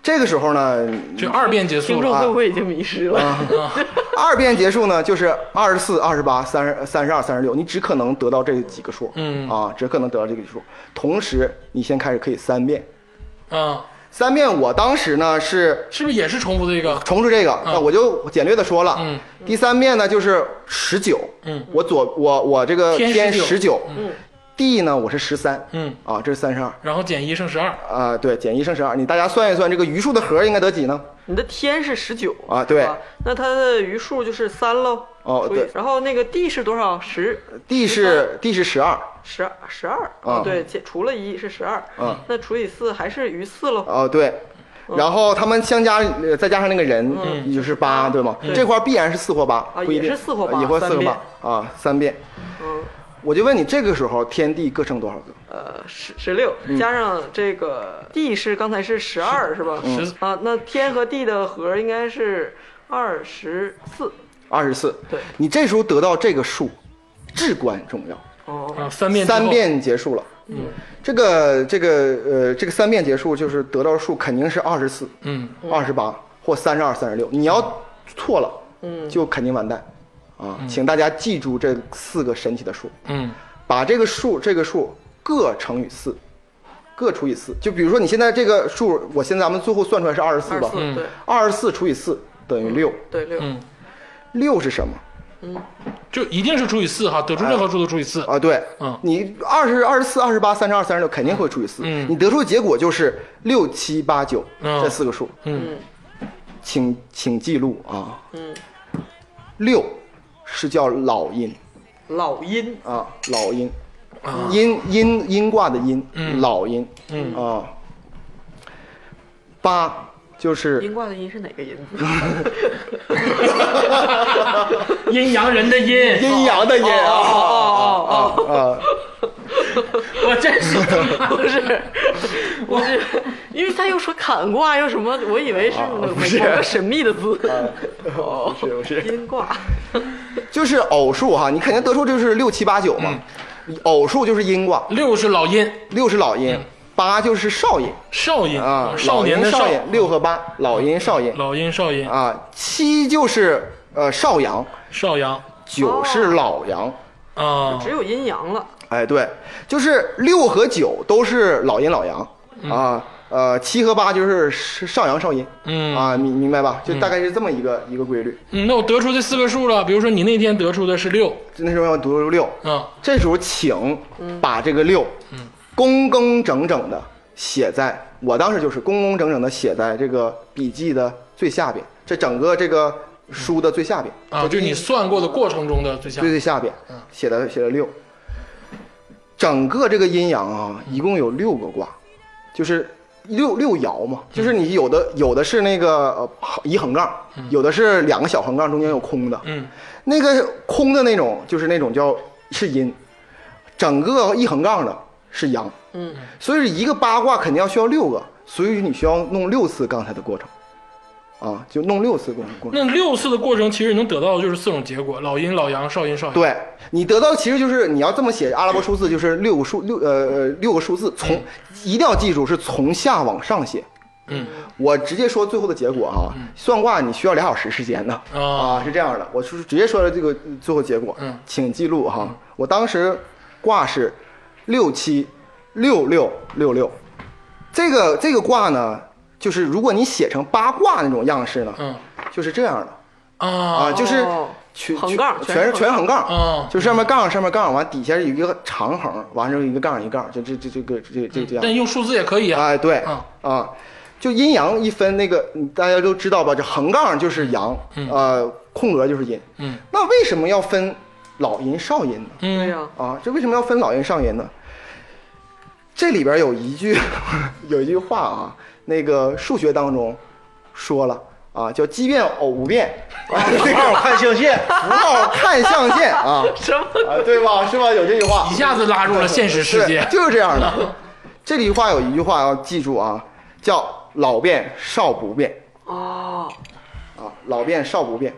D: 这个时候呢，
A: 就二遍结束
B: 听众
A: 了。
B: 会不会已经迷失了？
D: 啊二遍结束呢，就是二十四、二十八、三十、三十二、三十六，你只可能得到这几个数，
A: 嗯
D: 啊，只可能得到这个数。同时，你先开始可以三遍，
A: 啊，
D: 三遍我当时呢是
A: 是不是也是重复的一个？
D: 重复这个，那我就简略的说了。
A: 嗯，
D: 第三遍呢就是十九。
A: 嗯，
D: 我左我我这个
A: 天
D: 天
A: 19
D: 十九，地呢我是十三。
A: 嗯，
D: 啊，这是三十二。
A: 然后减一剩十二。
D: 啊，对，减一剩十二。你大家算一算，这个余数的和应该得几呢？
B: 你的天是十九
D: 啊对，
B: 那它的余数就是三喽。
D: 哦
B: 所以
D: 对
B: 然后那个地是多少？十
D: 地是地是十二。
B: 十二十二哦
D: 啊
B: 对，且除了一是十二，
D: 啊
B: 那除以四还是余四喽。
D: 哦，对。然后他们相加，呃再加上那个人，也就是八，对吗？这块儿必然是四或八，
B: 啊
D: 不一定
B: 也是四或八
D: 也会四
B: 三
D: 或
B: 遍
D: 八啊，三遍。
B: 嗯，
D: 我就问你，这个时候天地各剩多少个？
B: 呃，十十六
D: 嗯
B: 加上这个地是刚才是十二是吧？
A: 嗯十
B: 啊，那天和地的和应该是二十四。
D: 二十四。
B: 对
D: 你这时候得到这个数，至关重要。
B: 哦，
A: 啊，三遍之后
D: 三遍结束了。嗯，这个这个呃，这个三遍结束就是得到数肯定是二十四、
A: 嗯，
D: 二十八或三十二、三十六。你要错了，嗯，就肯定完蛋啊！请大家记住这四个神奇的数，
A: 嗯
D: 把这个数这个数各乘以四，各除以四。就比如说你现在这个数，我现在咱们最后算出来是二十四
B: 二十
D: 吧
B: 四，？对
D: 二十四除以四等于六，
B: 对六。
A: 嗯
D: 六是什么？
A: 就一定是除以四哈，得出任何数都除以四。
D: 啊，对，
A: 嗯
D: 你二十二十四、二十八、三十二、三十六肯定会除以四，
A: 嗯
D: 你得出的结果就是六七八九
A: 嗯
D: 这四个数，
A: 嗯，
D: 请请记录啊，嗯，六是叫老阴
B: 老阴
D: 啊，老阴，
A: 啊
D: 阴阴阴卦的阴，老阴，嗯啊，八就是
B: 阴卦的阴是哪 个阴？
A: 阴阳人的阴，
D: 阴阳的阴
B: 哦
D: 啊
B: 哦哦
D: 啊，
A: 我真 是他妈
B: 哦，不是，不是，因为他又说坎卦又什么，我以为是某
D: 啊不是啊
B: 某个神秘的字。 哦，
D: 不是不是
B: 阴卦。
D: 就是偶数哈，你肯定得出就是六七八九嘛，
A: 嗯
D: 偶数就是阴卦，
A: 六是老阴，
D: 六是老阴，八就是少阴。
A: 少阴
D: 啊，
A: 嗯少年的
D: 老
A: 少
D: 阴，阴，六和八，老阴少阴
A: 老阴少阴，
D: 啊，七就是呃少阳，
A: 少阳
D: 九是老阳，
A: 啊
B: 只有阴阳了。
D: 哎对，就是六和九都是老阴老阳啊，呃七和八就是是上阳少阴，
A: 嗯
D: 啊明明白吧？就大概是这么一个一个规律。
A: 嗯，那我得出这四个数了，比如说你那天得出的是六，
D: 那时候要读六，
A: 嗯，
D: 这时候请把这个六，工工整整的写在，我当时就是工工整整的写在这个笔记的最下边，这整个这个书的最下边
A: 啊，就你算过的过程中的最下
D: 最最下边写了写了六。整个这个阴阳啊，一共有六个卦，就是六六爻嘛，就是你有的有的是那个呃一横杠，有的是两个小横杠中间有空的，
A: 嗯，
D: 那个空的那种就是那种叫是阴，整个一横杠的是阳，
B: 嗯，
D: 所以一个八卦肯定要需要六个，所以你需要弄六次刚才的过程，啊，就弄六次过程过程。
A: 那六次的过程，其实能得到的就是四种结果：老阴、老阳、少阴、少阳。
D: 对你得到其实就是你要这么写，阿拉伯数字就是六个数六呃呃六个数字，从、一定要记住是从下往上写。
A: 嗯，
D: 我直接说最后的结果哈、算卦你需要俩小时时间呢。
A: 啊
D: 啊，是这样的，我是直接说了这个呃最后结果，
A: 嗯
D: 请记录哈。我当时卦是六七六六六六，这个这个卦呢，就是如果你写成八卦那种样式呢，
A: 嗯
D: 就是这样的。
A: 啊
D: 啊，就是
B: 哦
D: 全
B: 横杠
D: 全
B: 全
D: 全
B: 是
D: 是全是横杠，
A: 啊
D: 就上面杠上面杠，完底下有一个长横，完之后一个杠一个杠，就这这这个这这这
A: 但
D: 样，
A: 用数字也可以啊。
D: 哎对
A: 啊
D: 啊，就阴阳一分那个嗯大家都知道吧，这横杠就是阳，呃空格就是阴，
A: 嗯，
D: 那为什么要分老阴少阴呢？
B: 对
A: 嗯，
B: 呀、
D: 啊，这为什么要分老阴少阴呢？这里边有一句 有一句话啊，那个数学当中说了啊，叫奇变偶变，
C: 符号看象限，
D: 符号看象限 啊，
B: 什么？
D: 啊，对吧？是吧？有这句话
A: 一，下子拉入了现实世界
D: 对，就是这样的。这句话有一句话要记住啊，叫“老变少不变
B: 哦，”
D: 啊，“老变少不变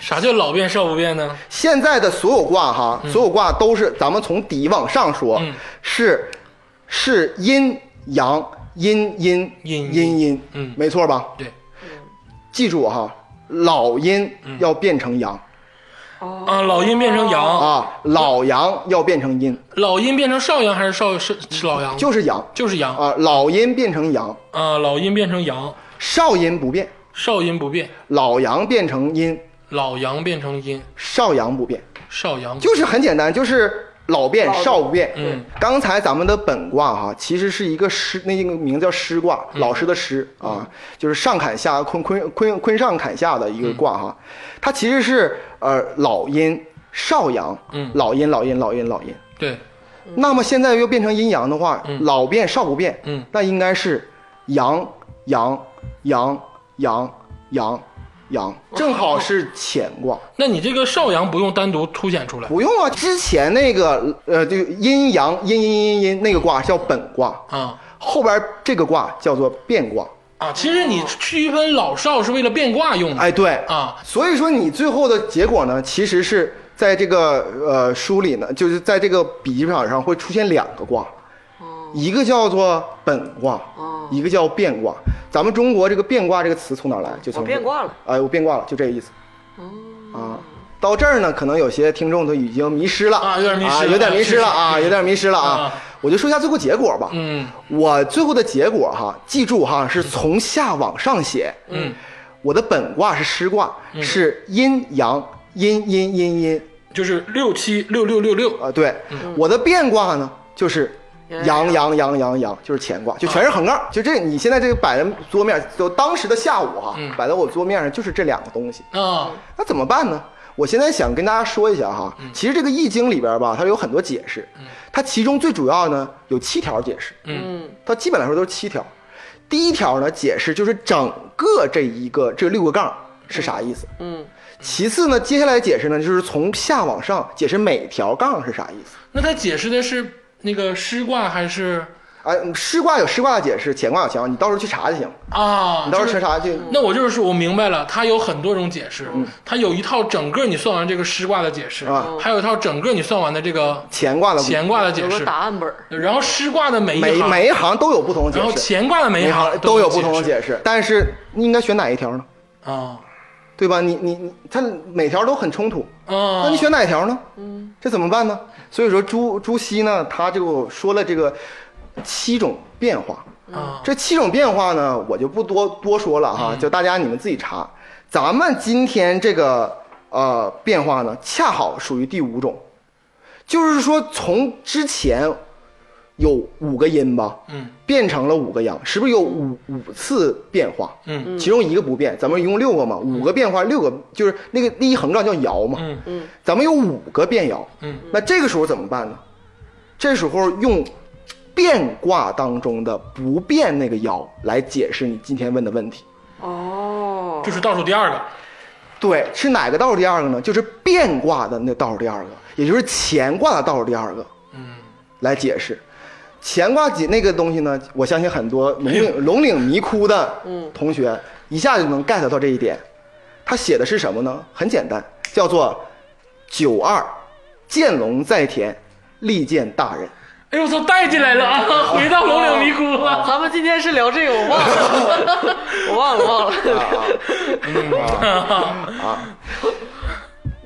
A: 啥叫老变少不变呢？”。
D: 现在的所有卦哈，所有卦都是咱们从底往上说，
A: 嗯
D: 是是阴阳阴阴
A: 阴
D: 阴阴，
A: 嗯
D: 没错吧？
A: 对，
D: 记住哈，老阴
A: 嗯
D: 要变成阳、
B: 哦
A: 啊，老阴变成阳，
D: 啊，老阳要变成阴，
A: 老阴变成少阳还是少是是老阳？
D: 就是阳
A: 就是阳
D: 啊，老阴变成阳，
A: 啊，老阴变成阳，
D: 少阴不变。
A: 少阴不变，
D: 老阳变成阴，
A: 老阳变成阴，
D: 少阳不变，
A: 少阳
D: 就是很简单，就是老变少不变。
A: 嗯，
D: 刚才咱们的本卦哈、其实是一个师，那个名叫师卦，老师的师啊，就是上坎下坤坤坤坤上坎下的一个卦哈、它其实是呃老阴少阳，
A: 嗯
D: 老阴老阴老阴老阴。
A: 对，
D: 那么现在又变成阴阳的话，老变少不变，
A: 嗯
D: 那应该是阳阳阳阳阳阳，正好是乾卦。
A: 那你这个少阳不用单独凸显出来
D: 不用啊，之前那个呃，就阴阳阴阴阴阴那个卦叫本卦，
A: 啊
D: 后边这个卦叫做变卦。
A: 啊，其实你区分老少是为了变卦用的
D: 哦哎，对，
A: 啊，
D: 所以说你最后的结果呢，其实是在这个呃书里呢，就是在这个笔记本上会出现两个卦，
A: 哦
D: 一个叫做本卦，一个叫变卦。咱们中国这个变卦这个词从哪儿来？就从
B: 我变卦了。
D: 哎，我变卦了，就这个意思。
A: 哦
D: 啊，到这儿呢，可能有些听众都已经迷失了
A: 啊有点迷失了
D: 有点迷失了
A: 是
D: 啊，
A: 是
D: 有点迷失了啊
A: 啊。
D: 我就说一下最后结果吧。
A: 嗯
D: 我最后的结果哈，记住哈，是从下往上写。
A: 嗯，
D: 嗯我的本卦是师卦，是阴阳阴阴阴阴
A: 就是六七六六六六，
D: 啊，对，我的变卦呢就是
B: 阳
D: 阳嗯阳阳阳阳，就是乾卦，就全是横杠，就这你现在这个摆在桌面，就当时的下午哈，摆在我桌面上就是这两个东西，
A: 啊，
D: 那怎么办呢？我现在想跟大家说一下哈，其实这个易经里边吧，它有很多解释，它其中最主要呢有七条解释，
B: 嗯，
D: 它基本来说都是七条。第一条呢解释就是整个这一个这六个杠是啥意思，
B: 嗯，
D: 其次呢，接下来解释呢就是从下往上解释每条杠是啥意思。
A: 那他解释的是那个师卦还是
D: 哎，师卦有师卦的解释，乾卦有乾卦，你到时候去查就行。
A: 啊？
D: 你到时候
A: 就是
D: 查查去。
A: 那我就是说我明白了，它有很多种解释，它有一套整个你算完这个师卦的解释，
D: 嗯啊
A: 还有一套整个你算完的这个
D: 乾卦的
A: 乾卦的解
B: 有个
A: 释，
B: 答案本儿，
A: 然后师卦的每一
D: 每
A: 行，
D: 每一行都有不同的
A: 然后
D: 解释，
A: 乾卦的每
D: 每
A: 一
D: 一行
A: 都
D: 都有
A: 有
D: 不同的
A: 释
D: 解释，但是你应该选哪一条呢？
A: 啊
D: 对吧？你你你，它每条都很冲突，
A: 啊
D: 那你选哪一条呢？哦嗯，这怎么办呢？所以说朱朱熹呢，他就说了这个七种变化，
A: 啊嗯
D: 这七种变化呢，我就不多多说了哈，就大家你们自己查。咱们今天这个呃变化呢，恰好属于第五种，就是说从之前有五个阴吧，
A: 嗯，
D: 变成了五个阳，是不是有五五次变化？
A: 嗯，
D: 其中一个不变，咱们一共六个嘛，五个变化，六个就是那个第一横杠叫爻嘛，
A: 嗯
B: 嗯，
D: 咱们有五个变爻，
A: 嗯，
D: 那这个时候怎么办呢？这时候用变卦当中的不变那个爻来解释你今天问的问题。
B: 哦，
A: 就是倒数第二个
D: 对，是哪个倒数第二个呢？就是变卦的那倒数第二个，也就是乾卦的倒数第二个。嗯，来解释乾卦解那个东西呢，我相信很多龙岭龙岭迷窟的同学一下就能 get 到这一点。他写的是什么呢？很简单，叫做“九二见龙在田，利见大人”。
A: 哎呦我操，带进来了啊！回到龙岭迷窟
D: 哦
A: 了。
B: 咱们今天是聊这个，我忘 了，我忘了，忘
D: 啊
B: 了。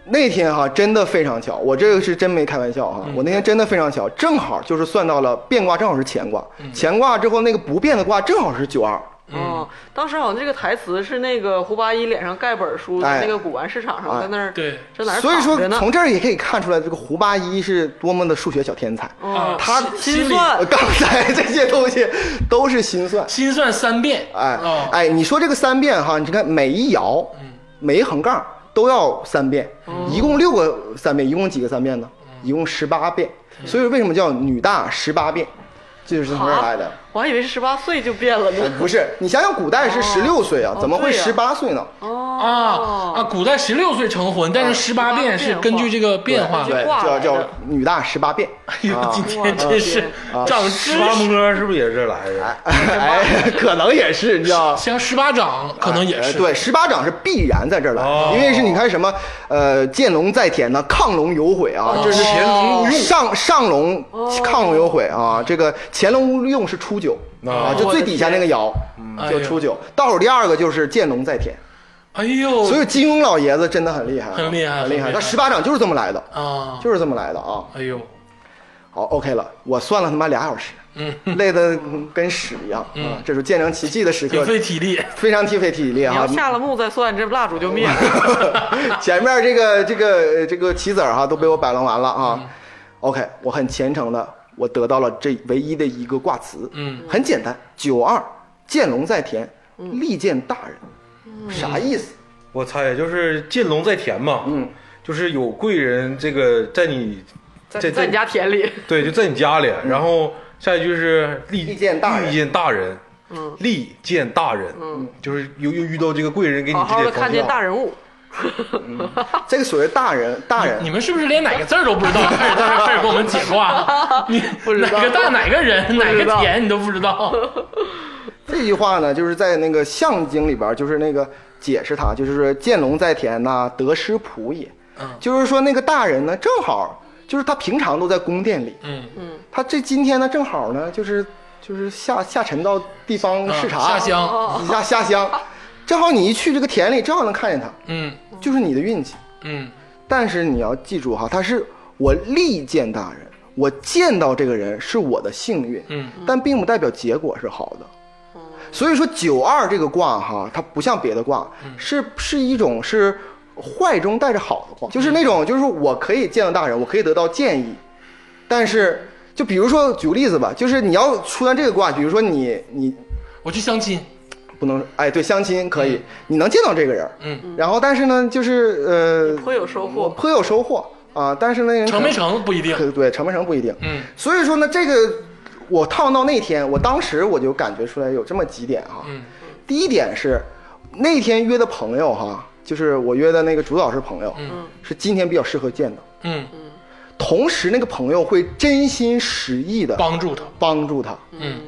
D: 那天哈、真的非常巧，我这个是真没开玩笑
B: 嗯
D: 哈、我那天真的非常巧，正好就是算到了变卦，正好是乾卦，
B: 嗯
D: 乾卦之后那个不变的卦正好是九二，
B: 哦，当时好像这个台词是那个胡八一脸上盖本书，在
D: 哎
B: 那个古玩市场上，
D: 哎
B: 在那儿
A: 对
B: 在哪儿
D: 所以说
B: 躺着呢
D: 从这儿也可以看出来这个胡八一是多么的数学小天才。
A: 啊
B: 哦，
D: 他
A: 心
B: 心
A: 里
B: 算
D: 呃刚才 这些东西都是心算，
A: 心算三遍，
D: 哎
A: 哦
D: 哎，你说这个三遍哈，你看每一爻，
B: 嗯
D: 每一横杠都要三遍，
B: 哦
D: 一共六个三遍，一共几个三遍呢？
B: 嗯
D: 一共十八遍。所以为什么叫女大十八变，这就是从这儿来的
B: 啊。我还以为是十八岁就变了呢。
D: 呃不是，你想想古代是十六岁啊，
B: 哦
D: 怎么会
B: 对呀
D: 十八岁呢？
B: 哦
A: 啊啊！古代十六岁成婚，但是十八变是根据这个变化。
D: 对，啊
B: 就挂
D: 叫
B: 来
D: 叫
B: 的
D: 女大十八变。啊
A: 哎呦， 今天真是长知
C: 八
A: 识，
C: 摸是不是也是这来的？
D: 哎，可能也是，你知道吗。
A: 像十八掌可能也
D: 呃
A: 是。
D: 对，十八掌是必然在这儿来
C: 哦
D: 的，因为是你看什么，呃，见龙在田呐，亢龙有悔
B: 哦
D: 啊，这是
C: 潜龙勿用
D: 上上龙亢龙有悔啊，这个潜龙勿用是初九
C: 哦
D: 啊，就最底下那个爻
A: 哎呦
D: 就初九，倒数第二个就是见龙在田，
A: 哎呦，
D: 所以金庸老爷子真的很厉害啊，
A: 很厉害
D: 很厉
A: 很厉害
D: 害，他十八掌就是这么来的，
A: 啊，
D: 就是这么来的啊。
A: 哎呦，
D: 好，OK 了，我算了他妈俩小时，
A: 嗯
D: 累得跟屎一样啊！这是见证奇迹的时
A: 挺
D: 刻，
A: 费体力。
D: 非常体费体力啊
B: 你要
D: 哈。
B: 下了墓再算，这蜡烛就灭了。
D: 前面这个这个这个棋子儿哈都被我摆弄完了
A: 嗯
D: 啊。OK，我很虔诚的，我得到了这唯一的一个卦辞，
A: 嗯，
D: 很简单，九二见龙在田，利见大人，啥意思？
C: 我猜也就是见龙在田嘛，
D: 嗯，
C: 就是有贵人这个在你
B: 在在你家田里，
C: 对，就在你家里。然后下一句是利
D: 嗯利见大人
C: 利见大人，嗯，利见大人，嗯，就是又又遇到这个贵人给你
B: 好
C: 指
B: 好的
C: 点
B: 看
C: 方
B: 见大
C: 向。
B: 人物。
D: 这个所谓大人，大人
A: 你们是不是连哪个字儿都不知道，开始在这开始给我们解卦？ 你哪个大哪个人哪
B: 知道
A: 个田你都不知 道？
D: 这句话呢，就是在那个象经里边儿，就是那个解释它，就是说见龙在田呐、得失仆也。
A: 嗯
D: 就是说那个大人呢，正好就是他平常都在宫殿里，
A: 嗯，
D: 他这今天呢，正好呢，就是就是下下沉到地方视察、
A: 啊下乡，
D: 下下乡，正好你一去这个田里，正好能看见他，
A: 嗯
D: 就是你的运气。
A: 嗯
D: 但是你要记住哈，他是我力见大人，我见到这个人是我的幸运，
A: 嗯，
D: 但并不代表结果是好的。所以说九二这个卦哈，它不像别的卦，是是一种是坏中带着好的话，就是那种就是我可以见到大人，我可以得到建议，但是就比如说举个例子吧，就是你要出现这个卦，比如说你你
A: 我去相亲，
D: 不能哎对相亲可以，你能见到这个人，
A: 嗯，
D: 然后但是呢就是呃
B: 颇有收获
D: 颇有收获啊，但是那人可
A: 成没成不一定。
D: 可对，成没成不一定。
A: 嗯，
D: 所以说呢，这个我烫到那天，我当时我就感觉出来有这么几点哈。
A: 嗯，
D: 第一点是那天约的朋友哈，就是我约的那个主导师朋友，
A: 嗯，
D: 是今天比较适合见的。
A: 嗯，
D: 同时，那个朋友会真心实意的
A: 帮助他。
D: 帮助他，
A: 嗯，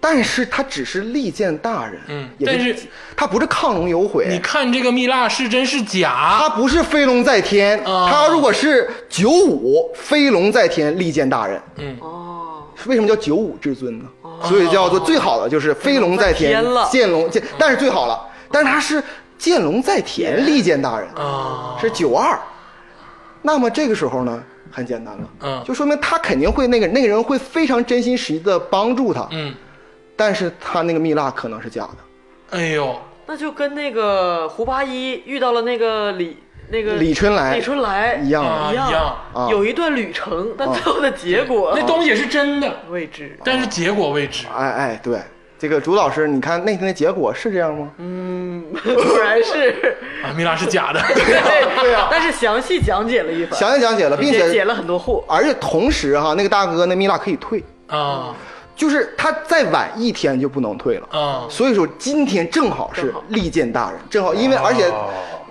D: 但是他只是利见大人，
A: 嗯
D: 也
A: 但是
D: 他不是亢龙有悔，
A: 你看这个蜜蜡是真是
D: 他
A: 假？
D: 不是飞龙在天，
A: 啊
D: 他如果是九五飞龙在天，利见大人，
A: 嗯，
B: 哦，
D: 为什么叫九五至尊呢？
A: 啊
D: 所以叫做最好的就是飞龙在天
B: 飞龙在天了，
D: 见龙见，但是最好了，但是他是见龙在天，利见大人
A: 哎啊，
D: 是九二。那么这个时候呢，很简单了，
A: 嗯
D: 就说明他肯定会那个那个人会非常真心实意的帮助他，
A: 嗯，
D: 但是他那个蜜蜡可能是假的。
A: 哎呦，
B: 那就跟那个胡八一遇到了那个李那个
D: 李春来
B: 李春来
D: 一样
A: 啊
B: 一
A: 一
B: 样
A: 样
D: 啊
B: 有一段旅程，但最后的结果
A: 那东西是真的，
B: 未知。
A: 但是结果未知。
D: 哎哎，对，这个朱老师，你看那天的结果是这样吗？
B: 果然是，
A: 啊，蜜蜡是假 的。
B: 对呀，但是详细讲解了一番，
D: 啊详细讲解了，并
B: 解
D: 且
B: 解了很多惑。
D: 而且同时哈，那个大哥那蜜蜡可以退，
A: 啊
D: 就是他再晚一天就不能退了。
A: 啊，
D: 所以说今天正好是
B: 正好
D: 利剑大人，正好因为而且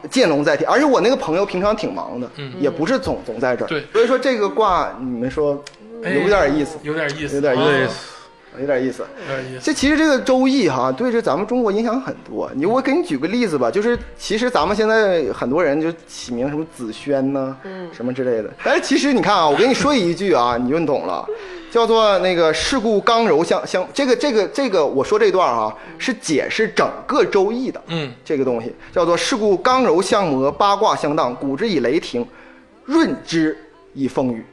D: 见龙在天，而且我那个朋友平常挺忙的，也不是总总在这儿，
A: 对
D: 所以说这个卦你们说
A: 哎
D: 有点意思，
A: 有点意思，
D: 有点意
A: 啊
D: 思
C: 对，
D: 有点意思。
A: 有点意思。
D: 这其实这个《周易》哈，对这咱们中国影响很多。你我给你举个例子吧，就是其实咱们现在很多人就起名什么子轩呐、什么之类的。但是其实你看啊，我跟你说一句啊， 你就懂了，叫做那个世故刚柔相相。这个这个这个，我说这段啊，是解释整个《周易》的。
A: 嗯，
D: 这个东西叫做世故刚柔相磨，八卦相当，古之以雷霆，润之以风雨。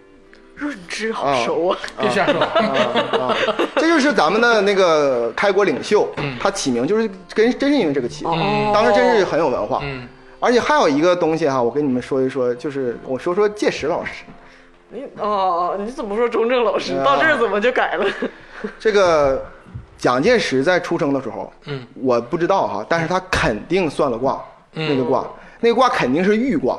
B: 润之好熟啊，
A: 别瞎说。
D: 啊，这就是咱们的那个开国领袖，
A: 嗯
D: 他起名就是跟真是因为这个起的
B: 哦，
D: 当时真是很有文化。
A: 嗯，
D: 而且还有一个东西哈，我跟你们说一说，就是我说说介石老师，
B: 你哦，你怎么说中正老师？
D: 啊
B: 到这儿怎么就改了？
D: 这个蒋介石在出生的时候，
A: 嗯，
D: 我不知道哈，但是他肯定算了卦，那个卦，那个卦肯定是豫卦。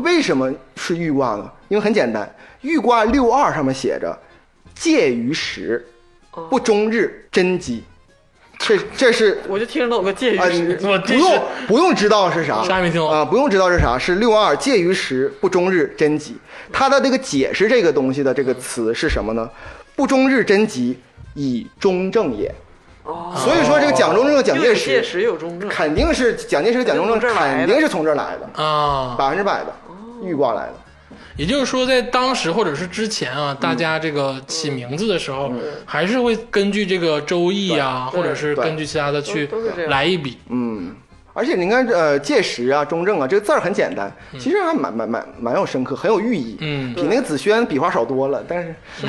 D: 为什么是豫卦呢？因为很简单，豫卦六二上面写着“介于时，不终日，真机”，这这是
B: 我就听着有个介于
D: 啊，你
B: 时，
A: 我
D: 不
A: 这是
D: 用不用知道是啥，
A: 啥也没听懂
D: 啊，不用知道是啥，是六二介于时不终日真吉。它的这个解释这个东西的这个词是什么呢？不终日真吉，以中正也。
B: 哦，
D: 所以说这个蒋中正、蒋
B: 又有
D: 介
B: 介
D: 石
B: 石又有中正，
D: 肯定是蒋介石、蒋中正肯定是从这儿来的， 哦
A: 啊，
D: 百分之百的预卦来的。
A: 也就是说，在当时或者是之前啊，大家这个起名字的时
B: 嗯
A: 候，还是会根据这个《周易》啊，或者是
D: 对
A: 根据其他的去
B: 都都是这样
A: 来一笔。
D: 嗯，而且你看，呃，介石啊、中正啊，这个字儿很简单，其实还蛮蛮蛮蛮有深刻，很有寓意。
A: 嗯
D: 比那个子轩笔画少多了，但是，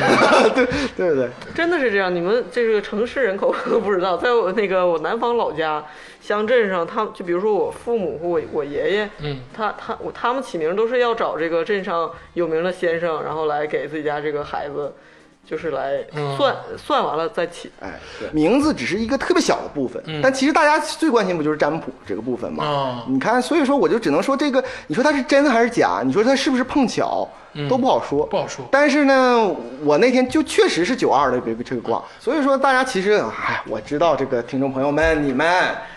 D: 对对不对？
B: 真的是这样。你们这个城市人口不知道，在我那个我南方老家乡镇上，他们就比如说我父母或我我爷爷，
A: 嗯，
B: 他他我他们起名都是要找这个镇上有名的先生，然后来给自己家这个孩子，就是来
A: 嗯
B: 算、算完了再起。
D: 哎，对名字只是一个特别小的部分，但其实大家最关心不就是占卜这个部分吗？
A: 哦
D: 你看，所以说我就只能说这个，你说它是真还是假？你说它是不是碰巧，都不好说，
A: 嗯不好说
D: 但是呢，我那天就确实是九二的这个这个卦，所以说大家其实，哎，我知道这个听众朋友们，你们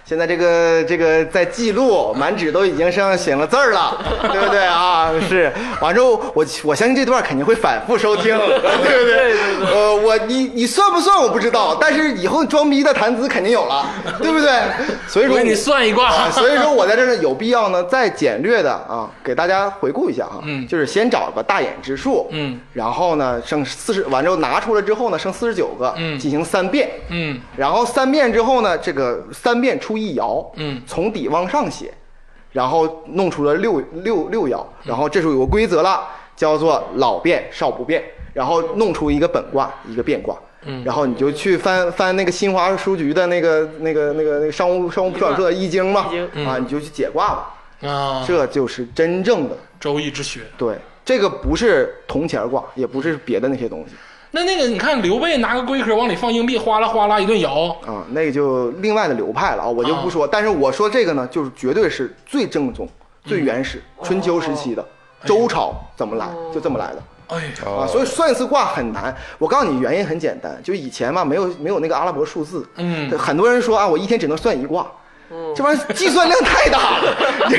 D: 现在这个这个在记录，满纸都已经上写了字儿了，对不对啊？是，完之后我我相信这段肯定会反复收听，对不对？呃，我你你算不算我不知道，但是以后装逼的谈资肯定有了，对不对？所以
A: 我
D: 说
A: 给你算一卦
D: 啊，所以说我在这儿有必要呢，再简略的啊，给大家回顾一下哈，
A: 嗯
D: 就是先找个大眼之数，
A: 嗯，
D: 然后呢剩四十，完之后拿出来之后呢剩四十九个，
A: 嗯
D: 进行三遍，
A: 嗯
D: 然后三遍之后呢，这个三遍出一爻，
A: 嗯
D: 从底往上写，然后弄出了六六六爻，然后这时候有个规则了，叫做老变少不变，然后弄出一个本卦一个变卦。
A: 嗯
D: 然后你就去翻翻那个新华书局的那个、那个、那个、那个商务商务部出版社的易经嘛
B: 易经，
D: 啊，你就去解卦吧。
A: 啊，
D: 这就是真正的
A: 周易之学。
D: 对，这个不是铜钱儿卦，也不是别的那些东西
A: 那那个你看刘备拿个龟壳往里放硬币，哗啦哗啦一顿摇，
D: 啊，那个就另外的流派了啊，我就
A: 哦
D: 不说。但是我说这个呢，就是绝对是最正宗、
A: 嗯
D: 最原始，春秋时
A: 哦
D: 期的周朝怎么来，就这么来的。
A: 哎呀，
D: 啊，所以算一次卦很难。我告诉你，原因很简单，就以前嘛，没有没有那个阿拉伯数字。
A: 嗯哦
D: 很多人说啊，我一天只能算一卦。这玩意儿计算量太大了，你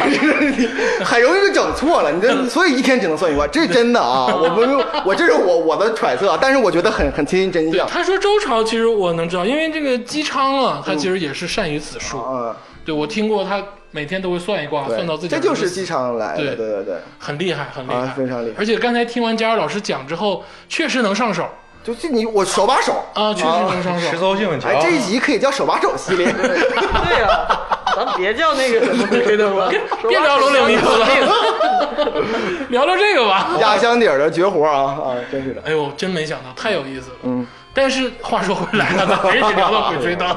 D: 很容易就整错了。你这
A: 嗯
D: 所以一天只能算一卦，这是真的啊！我不用，我这是我我的揣测啊，但是我觉得很很贴近真
A: 对，
D: 相。
A: 他说周朝其实我能知道，因为这个姬昌啊，他其实也是善于此术。
D: 嗯啊，
A: 对我听过，他每天都会算一卦，
D: 对
A: 算到自己
D: 这
A: 儿
D: 就是
A: 子
D: 姬昌来的，
A: 对
D: 对对对，
A: 很厉害，很厉害，
D: 啊非常厉害
A: 而且刚才听完佳儿老师讲之后，确实能上手
D: 就是你我手把手
A: 啊，确实能上
C: 实
A: 手。
C: 操性很强。
D: 哎，这一集可以叫手把手系 列。
B: 对呀、咱别叫那个什 么对的吧，
A: 别聊龙岭迷途了，聊聊这个吧。
D: 压箱底儿的绝活啊啊，真是的。
A: 哎呦，真没想到，太有意思了。嗯，但是话说回 来了，咱还是聊到鬼吹灯。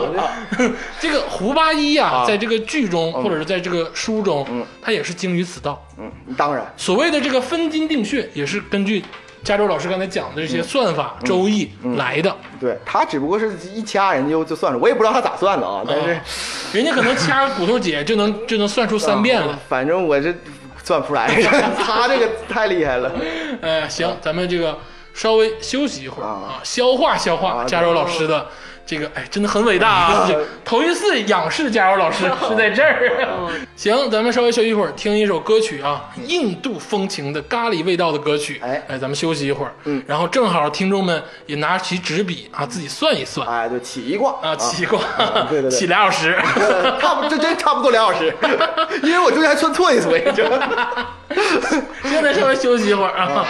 A: 这个胡八一
D: 啊
A: 呀，在这个剧中或者是在这个书中，他也是精于此道。
D: 嗯，当然，
A: 所谓的这个分金定穴，也是根据加州老师刚才讲的这些算法
D: 嗯
A: 《周易》来的。
D: 对他只不过是一掐人就就算了，我也不知道他咋算的啊，但是、
A: 人家可能掐个骨头节就能就能算出
D: 啊
A: 三遍了。
D: 嗯反正我这算不出来， 他这个太厉害了。
A: 哎，行，咱们这个稍微休息一会儿啊
D: 啊，
A: 消化消化
D: 啊
A: 加州老师的这个，哎，真的很伟大啊！ 这头一次仰视加州老师是在这 儿。行，咱们稍微休息一会儿，听一首歌曲啊，印度风情的咖喱味道的歌曲。
D: 哎
A: 哎，咱们休息一会儿，嗯，然后正好听众们也拿起纸笔啊，自己算一算
D: 哎，对，起一卦
A: 啊，起过
D: 对 对，对
A: 起俩小时。
D: 呃差不这真差不多俩小时， 因为我中间还算错一回，就
A: 现在稍微休息一会儿啊。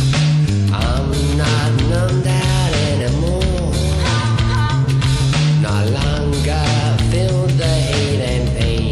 E: I'm not numb that anymore. No longer feel the hate and pain.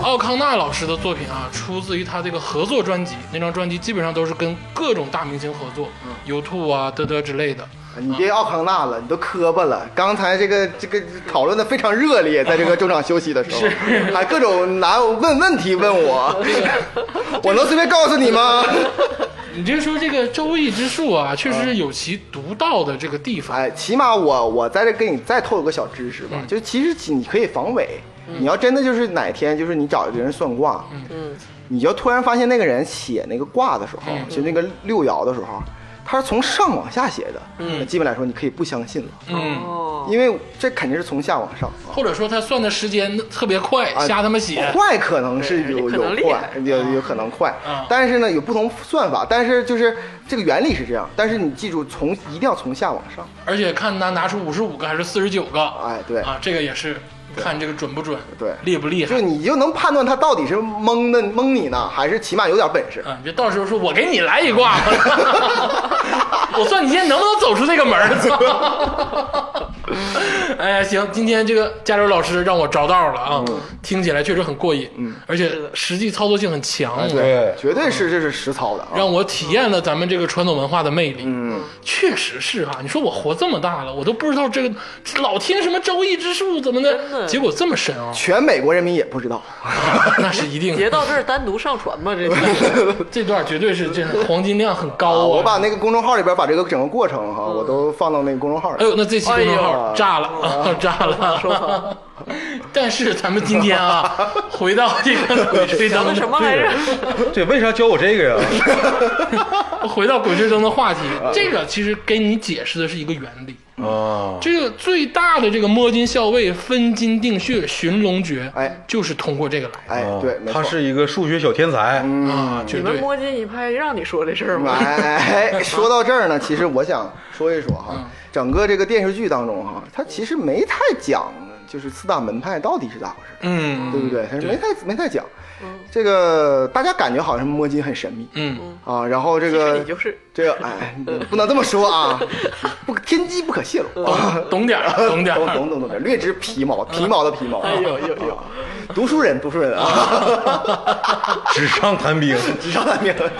A: 奥康纳老师的作品啊，出自于他这个合作专辑，那张专辑基本上都是跟各种大明星合作，u
D: 嗯
A: t 啊、德德之类的。
D: 你别奥康纳了，你都磕巴了。刚才这个这个讨论的非常热烈，在这个中场休息的时候， 还各种拿问问题 问我，我能随便告诉你吗？
A: 你就说这个《周易之术》啊，确实是有其独到的这个地方。
D: 哎，起码我我在这给你再透露个小知识
B: 嗯
D: 吧，就其实你可以防伪。你要真的就是哪天就是你找一个人算卦，
B: 嗯，
D: 你要突然发现那个人写那个卦的时候，就那个六爻的时候，他是从上往下写的，
B: 嗯
D: 那基本来说你可以不相信了，
A: 嗯，
B: 哦，
D: 因为这肯定是从下往上啊。
A: 或者说他算的时间特别快，瞎他妈写。
D: 快可能是
B: 对
D: 有
B: 可能
D: 有
B: 厉
D: 快
B: 害，
D: 有有可能快
A: 嗯，
D: 但是呢有不同算法，但是就是这个原理是这样，但是你记住从一定要从下往上，
A: 而且看他拿出五十五个还是四十九个，
D: 哎对
A: 啊，这个也是看这个准不准，
D: 对
A: 厉不厉
D: 就
A: 害。
D: 你就能判断他到底是蒙的蒙你呢，还是起码有点本事。
A: 啊，你别到时候说我给你来一卦吧， 我算你今天能不能走出这个门儿。 操哎呀，行，今天这个加州老师让我着道了啊，听起来确实很过瘾，嗯，哎而且实际操作性很强，
C: 对
D: 绝对是这是实操的啊。！
A: 让我体验了咱们这个传统文化的魅力。嗯，确实是哈、你说我活这么大了，我都不知道这个老听什么《周易之术》怎么的，
B: 的
A: 结果这么深 啊
D: 全美国人民也不知道，
A: 那是一定，
B: 嗯别到这儿单独上传 吧，这是
A: 这段绝对是 真的黄金量很高啊！
D: 我把那个公众号里边把这个整个过程
A: 嗯
D: 哈，我都放到那个公众号
A: 哎
D: 里。
A: 呦，那这期公众
B: 哎
A: 号
D: 呦
A: 炸了， 炸了！ 但是咱们今天啊， 回到这个鬼吹
B: 咱
A: 灯
B: 们什么来
D: 啊
B: 着？
C: 对，为啥教我这个呀？
A: 回到鬼吹灯的话题，
D: 哎
A: 这个其实给你解释的是一个原理。
C: 啊，
A: 这个最大的这个摸金校尉、分金定穴、寻龙诀，
D: 哎
A: 就是通过这个来
D: 哎
C: 啊，
D: 对，没错
C: 他。
D: 嗯
C: 是一个数学小天才。
A: 的啊，绝
B: 你们
A: 对。
B: 摸金一派让你说这事儿吗？
D: 哎， 说到这儿呢，其实我想说一说
B: 嗯
D: 哈，整个这个电视剧当中哈，它其实没太讲，就是四大门派到底是咋回事，
A: 嗯
D: 对不对？它是没太没太讲。
B: 嗯
D: 这个大家感觉好像摸金很神秘
A: 嗯，
D: 啊，然后这
B: 其实
D: 个
B: 你就是嗯
D: 这个哎，不能这么说 啊，不天机不可泄露啊。
A: 懂点 儿，懂点
D: 懂
A: 儿。
D: 懂懂懂懂，略知皮毛，皮毛的皮毛。啊
B: 哎呦呦嗯呦，
D: 读书人，读书人啊，
C: 纸上谈兵，
D: 纸上谈兵。对，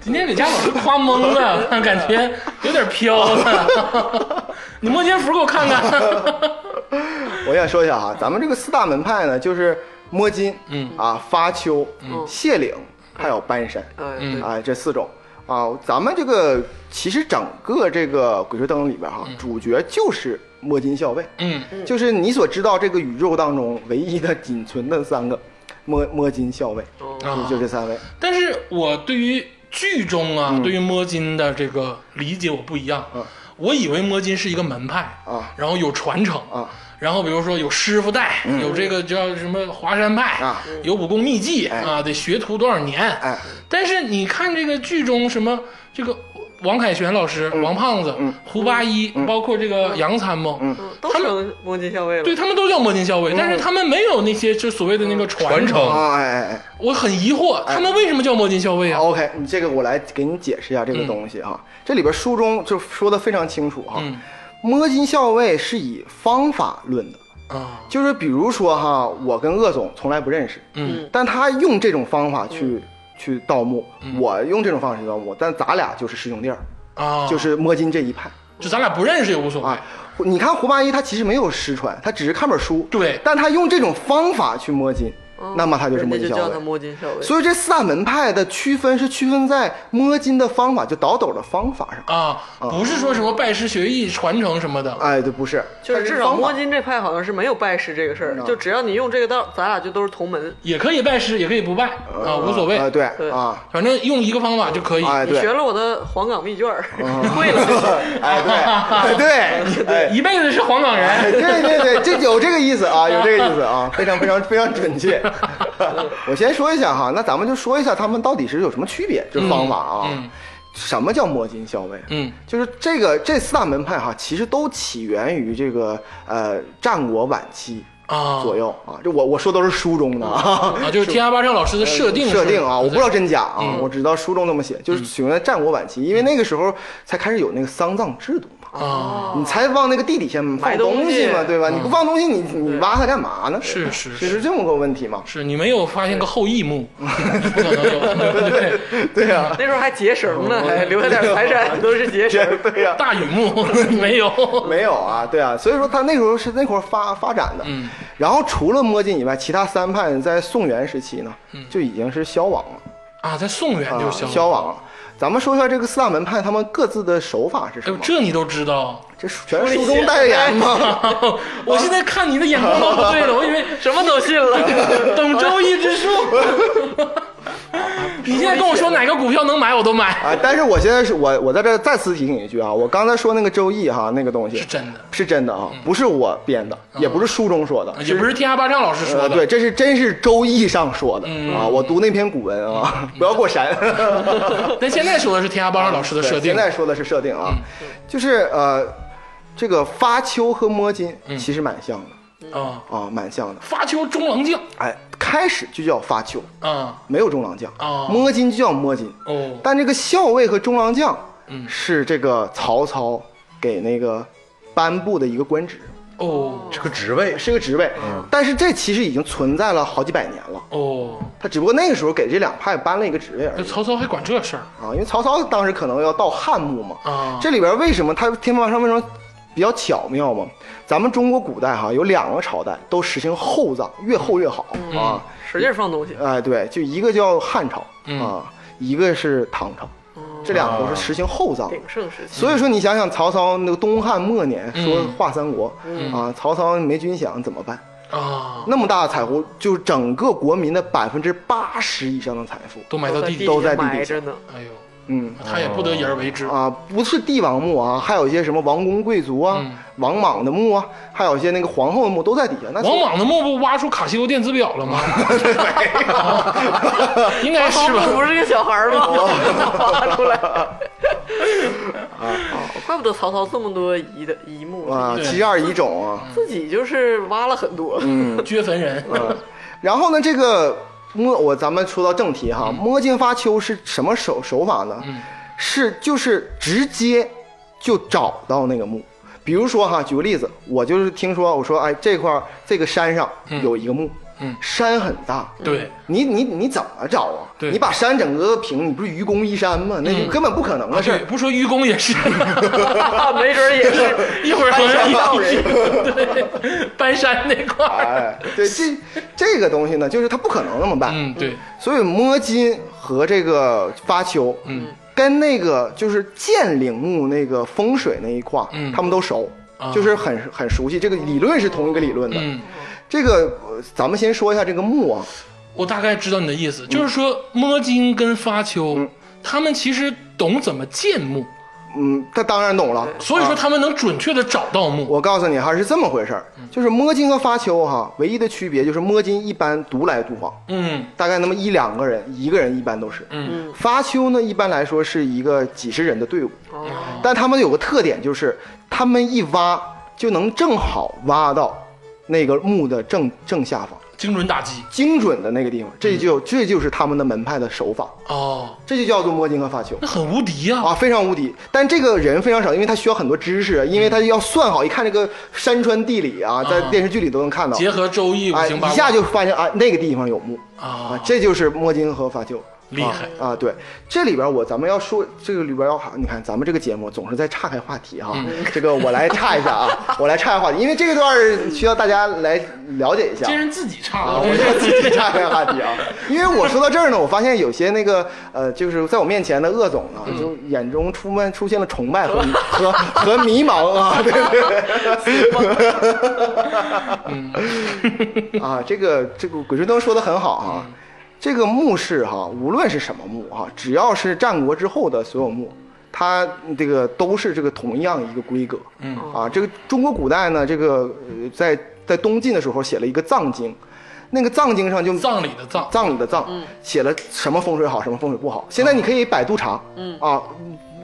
A: 今天李佳老师夸懵 了，感觉有点飘了。你摸金符给我看 看。
D: 我想说一下啊，咱们这个四大门派呢，就是摸金，
A: 嗯
D: 啊，发丘，嗯，谢岭，还有搬山，
B: 哎，
A: 嗯
B: 对
D: 啊，这四种啊，咱们这个其实整个这个《鬼吹灯》里边哈，主角就是摸金校尉，
A: 嗯，
D: 就是你所知道这个宇宙当中唯一的仅存的三个摸摸金校尉，
A: 啊
D: 就就这三位。
A: 但是我对于剧中啊，
D: 嗯
A: 对于摸金的这个理解我不一样。我以为摸金是一个门派
D: 啊，
A: 然后有传承
D: 啊，嗯
A: 然后比如说有师傅带，有这个叫什么华山派
D: 啊，
A: 有武功秘籍
D: 哎
A: 啊，得学徒多少年。
D: 哎，
A: 但是你看这个剧中什么这个。王凯旋老师、
D: 嗯
A: 王胖子、胡八一，包括这个杨参谋，
D: 嗯
B: 嗯都成摸金校尉了。
A: 对他们都叫摸金校尉，但是他们没有那些就所谓的那个传
C: 传承
D: 啊，哎哎哎。
A: 我很疑惑，
D: 哎
A: 他们为什么叫摸金校尉啊？
D: OK，你这个我来给你解释一下
A: 嗯
D: 这个东西哈、这里边书中就说的非常清楚哈、
A: 嗯
D: 摸金校尉是以方法论的，
A: 啊，
D: 就是比如说哈，我跟鄂总从来不认识，
A: 嗯，
D: 但他用这种方法去、
B: 嗯
D: 去盗墓，
A: 嗯
D: 我用这种方法去盗墓，但咱俩就是师兄弟儿，
A: 啊，
D: 就是摸金这一派
A: 就咱俩不认识也无所谓
D: 啊。。你看胡八一他其实没有失传，他只是看本书，
A: 对
D: 但他用这种方法去摸金，嗯那么他就是
B: 人
D: 摸
B: 家
D: 金
B: 哦就
D: 校
B: 叫
D: 尉
B: 他。摸金校尉。
D: 所以这四大门派的区分是区分在摸金的方法，就倒斗的方法上。
A: 啊，不是说什么拜师学艺、传承什么的。
D: 哎，对，不是，
B: 就是
D: 它
B: 至少
D: 方法嗯
B: 摸金这派好像是没有拜师这个事儿，就只要你用这个道，咱俩就都是同门。
A: 也可以拜师，也可以不拜啊，无所谓
D: 啊，，对
B: 对
D: 啊，
A: 反正用一个方法就可以。
D: 哎，
B: 你
D: 对，嗯
B: 学了我的黄冈密卷儿， 会了。
D: 哎，对，对，哎。
A: 一辈子是黄冈
D: 哎
A: 人。
D: 对对对，这有这个意思啊，有这个意思啊，非常非常非常 准确。我先说一下哈，那咱们就说一下他们到底是有什么区别，这方法啊，
A: 嗯
D: 什么叫摸金校尉？啊
A: 嗯
D: 就是这个这四大门派哈，其实都起源于这个呃战国晚期
A: 啊
D: 左右啊。这我我说都是书中的啊，
A: 啊，就是天涯八丈老师的设定是嗯
D: 设定啊，我不知道真假啊，我只知道书中这么写，就是取名在战国晚期，因为那个时候才开始有那个丧葬制度嘛，
A: 啊，
D: 你才往那个地底下放
B: 埋东
D: 东
B: 西
D: 西嘛，对吧？你不放东西，你你挖它干嘛呢？
A: 嗯是是
D: 就是这么个问题嘛。
A: 是你没有发现个后羿 墓，不可能有，对，
D: 对呀，
B: 那时候还结绳
D: 嗯
B: 呢，还留下点财产都是结 绳。
D: 对呀，
A: 大禹墓 没有，
D: 没有啊，对啊，所以说他那时候是那会儿发发展的，
A: 嗯，
D: 然后除了摸金以外，其他三派在宋元时期呢，就已经是消亡了，
A: 啊，在宋元
D: 啊
A: 嗯就消
D: 消亡了。咱们说一下这个四大门派，他们各自的手法是
A: 哎
D: 什
A: 呦，
D: 么？
A: 这你都知道？啊
D: 这全是书哎中代言吗？
A: 我现在看你的眼光都不对了，我以为
B: 什么都信
D: 嗯
B: 了，
A: 等周易之 术。你现在跟我说哪个股票能买，我都买，
D: 啊！但是我现在是我我在这儿再次提醒一句啊，我刚才说那个《周易》哈，那个东西
A: 是真的， 嗯啊
D: 是真的啊，不是我编的，也不是书中说的，
A: 也不是天涯八丈老师说
D: 呃，
A: 的。嗯
D: 对，这是真是《周易》上说的啊。我读那篇古文啊， 不要过山。
A: 但现在说的是天涯八丈老师的
D: 对
A: 嗯设定嗯
D: 现，在说的是设定啊，就是呃，这个发丘和摸金
A: 嗯
D: 其实蛮像的
A: 啊，
D: 啊，蛮像的。
A: 发丘中郎将
D: 哎，开始就叫发丘，
A: 啊，
D: 没有中郎将
A: 哦
D: 摸金就叫摸金。
A: 哦，
D: 但这个校尉和中郎将
A: 嗯
D: 是这个曹操给那个颁布的一个官职，
A: 哦，
C: 这个职位
D: 是个职位。
A: 嗯
D: 但是这其实已经存在了好几百年了，
A: 哦，
D: 他只不过那个时候给这两派颁了一个职位而
A: 那
D: 已。
A: 曹操还管这事儿
D: 啊，因为曹操当时可能要到汉墓嘛。
A: 啊？
D: 这里边为什么它天方上为什么比较巧妙嘛？咱们中国古代哈有两个朝代都实行厚葬，越厚越好啊。
B: 使劲放东西。
D: 哎，对，就一个叫汉朝
A: 嗯哦
D: 啊，一个是唐朝，这两个都是实行厚葬的。
B: 鼎盛时期，
D: 所以说，你想想曹操那个东汉末年
A: 嗯
D: 说画三国啊，曹操没军饷怎么办？
A: 啊，
D: 那么大的财富，就是整个国民的百分之八十以上的财富，
A: 都埋到地
B: 底
A: 底
D: 都
A: 下，
D: 在地底
B: 埋着呢。
A: 哎呦，
D: 嗯，
A: 他也不得已而为之。
D: 啊，不是帝王墓啊，还有一些什么王公贵族啊、
A: 嗯
D: 王莽的墓啊，还有一些那个皇后的墓都在底下。那
A: 王莽的墓不挖出卡西欧电子表了吗？
D: 哦
A: 应该是吧
B: 不？哦不是个小孩儿吗？ 挖出来。啊，怪不得曹操这么多遗的遗墓，
D: 啊，
A: 对
D: 七十二遗种
A: 嗯
D: 啊，
B: 自己就是挖了很多。
A: 掘坟人
D: 嗯，然后呢，这个摸我咱们说到正题
A: 嗯
D: 哈，摸金发丘是什么手手法呢？是就是直接就找到那个墓。比如说哈，举个例子，我就是听说，我说哎，这块儿这个山上有一个墓，
A: 嗯
D: 山很大，
A: 对，
D: 你你你怎么找啊？
A: 对嗯
D: 你把山整个平，你不是愚公移山吗？那就根本不可能的事 儿
A: 对，。不说愚公也 是，
B: 啊没准儿也是
A: 一会儿好像
D: 搬山道
A: 也对，搬山那块儿，
D: 哎，对，这这个东西呢，就是它不可能那么办。
A: 嗯，对，
D: 所以摸金和这个发丘，
A: 嗯，
D: 跟那个就是建陵墓那个风水那一块儿，
A: 嗯
D: 他们都熟，
A: 啊
D: 就是很很熟悉。这个理论是同一个理论的。
A: 嗯，
D: 这个呃咱们先说一下这个墓啊，
A: 我大概知道你的意
D: 嗯
A: 思，就是说摸金跟发丘，他们其实懂怎么建墓，
D: 嗯，他当然懂了。
A: 所以说他们能准确的找到墓。
D: 我告诉你哈，是这么回事儿，
A: 嗯
D: 就是摸金和发丘哈，唯一的区别就是摸金一般独来独往，
A: 嗯
D: 大概那么一两个人，一个人一般都是。
A: 嗯
D: 发丘呢，一般来说是一个几十人的队伍，
A: 哦
D: 但他们有个特点，就是他们一挖就能正好挖到那个墓的正正下方，
A: 精准打击
D: 精准的那个地方。这就、
A: 嗯
D: 这就是他们的门派的手法，
A: 哦，
D: 这就叫做摸金和发丘
A: 那很无敌呀、
D: 啊，非常无敌。但这个人非常少，因为他需要很多知识，因为他要算好，一看这个山川地理啊，在
A: 啊
D: 电视剧里都能看到。
A: 结合周易五
D: 哎，
A: 行八卦，
D: 一下就发现啊，那个地方有墓啊
A: 啊，，
D: 这就是摸金和发丘。
A: 厉害
D: 啊，对，这里边我咱们要说这个里边要好，你看咱们这个节目总是在岔开话题哈，
A: 嗯
D: 这个我来岔一下啊，我来岔一下话题，因为这个段儿需要大家来了解一下
A: 这。人自己差嗯
D: 啊，我就自己岔开话题啊，因为我说到这儿呢，我发现有些那个呃，就是在我面前的鄂总呢，
A: 嗯
D: 就眼中出漫出现了崇拜和和和迷茫啊，对对
A: 嗯
D: 对。啊，这个这个鬼吹灯说的很好啊，这个墓室哈、无论是什么墓哈、只要是战国之后的所有墓，它这个都是这个同样一个规格。
A: 嗯
D: 啊，这个中国古代呢，这个呃在在东晋的时候写了一个藏经，那个藏经上就
A: 葬礼的葬
D: 葬礼的葬，写了什么风水好，什么风水不好。现在你可以百度查，嗯啊，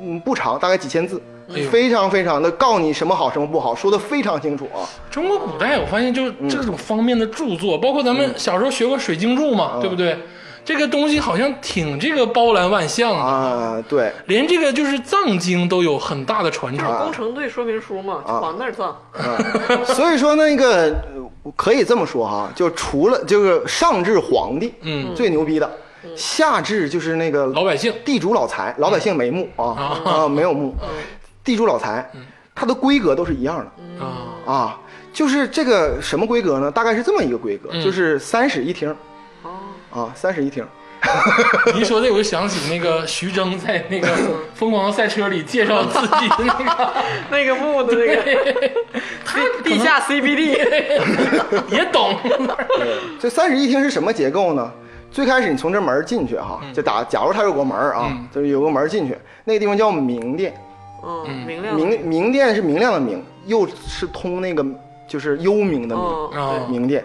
D: 嗯不长，大概几千字，
A: 哎呦
D: 非常非常的告你什么好什么不好，说的非常清楚啊。
A: 中国古代，我发现就这种方面的著作，包括咱们
D: 嗯
A: 小时候学过《水经注》嘛，对不对？这个东西好像挺这个包揽万象啊，
D: 啊，对，
A: 连这个就是藏经都有很大的传承。
D: 啊
B: 工程队说明书嘛，就往那儿葬。
D: 所以说那个呃可以这么说哈，就除了就是上至皇帝，嗯，最牛逼的，下至就是那个
A: 老百姓
D: 地主老财，老百姓没墓啊啊没有墓，地主老财，它的规格都是一样的
A: 啊，
D: 啊，就是这个什么规格呢？大概是这么一个规格，就是三室一厅，啊，三室一厅，
A: 你一说这，我就想起那个徐峥在那个《疯狂赛车》里介绍自己的那个，
B: 那个墓的那个 地地下 CBD，
A: 也懂。
D: 这三室一厅是什么结构呢？最开始你从这门儿进去哈，就打，假如它有个门儿啊，就是有个门儿进去，那个地方叫明殿，
B: 嗯，明亮的
D: 明明殿是明亮的明，又是通那个就是幽冥的
B: 嗯
D: 冥，
A: 啊，
D: 明殿。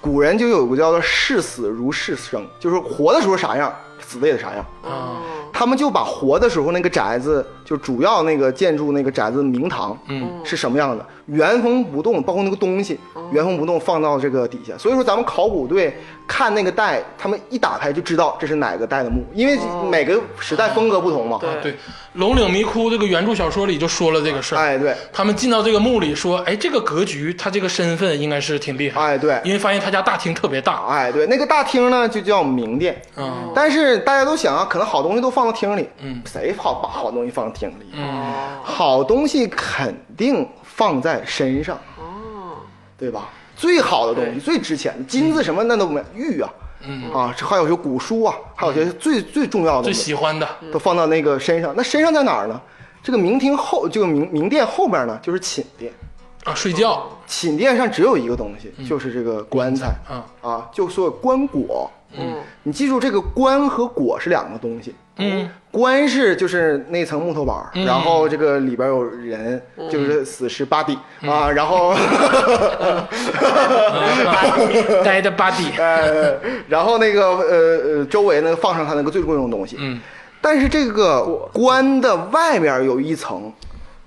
D: 古人就有个叫做视死如视生，就是活的时候啥样，死的也啥样。
A: 啊，
B: 嗯
D: 他们就把活的时候那个宅子，就主要那个建筑那个宅子明堂，
B: 哦
A: 嗯，
D: 是什么样的，原封不动，包括那个东西，原封不动放到这个底下。所以说，咱们考古队看那个带，他们一打开就知道这是哪个带的墓，因为每个时代风格不同嘛。
B: 哦
A: 对，
B: 对
A: 《龙岭迷窟》这个原著小说里就说了这个事儿。
D: 哎，对，
A: 他们进到这个墓里说：“哎，这个格局，他这个身份应该是挺厉害。”
D: 哎，对，
A: 因为发现他家大厅特别大。
D: 哎，对，那个大厅呢就叫明殿，
A: 嗯
D: 但是大家都想啊，可能好东西都放到厅里，
A: 嗯
D: 谁好把好东西放厅里？
A: 嗯，
D: 好东西肯定放在身上，
B: 哦，
D: 对吧？最好的东西，最值钱的金子什么那都没玉啊，
A: 嗯
D: 啊，还有些古书啊，还有些最最重要的
A: 最
D: 东西
A: 喜欢的
D: 都放到那个身上。那身上在哪儿呢？这个明厅后，这个明明殿后边呢就是寝殿，
A: 啊，睡觉
D: 寝殿上只有一个东西，就是这个棺材
A: 啊，
D: 啊，就说棺椁。
B: 嗯，
D: 你记住，这个棺和椁是两个东西。
A: 嗯，
D: 棺是就是那层木头板儿，然后这个里边有人，就是死尸 body 啊，然后
A: 呆的 body
D: 呃， 然后那个呃呃，周围呢放上他那个最贵重的东西。
A: 嗯，
D: 但是这个棺的外面有一层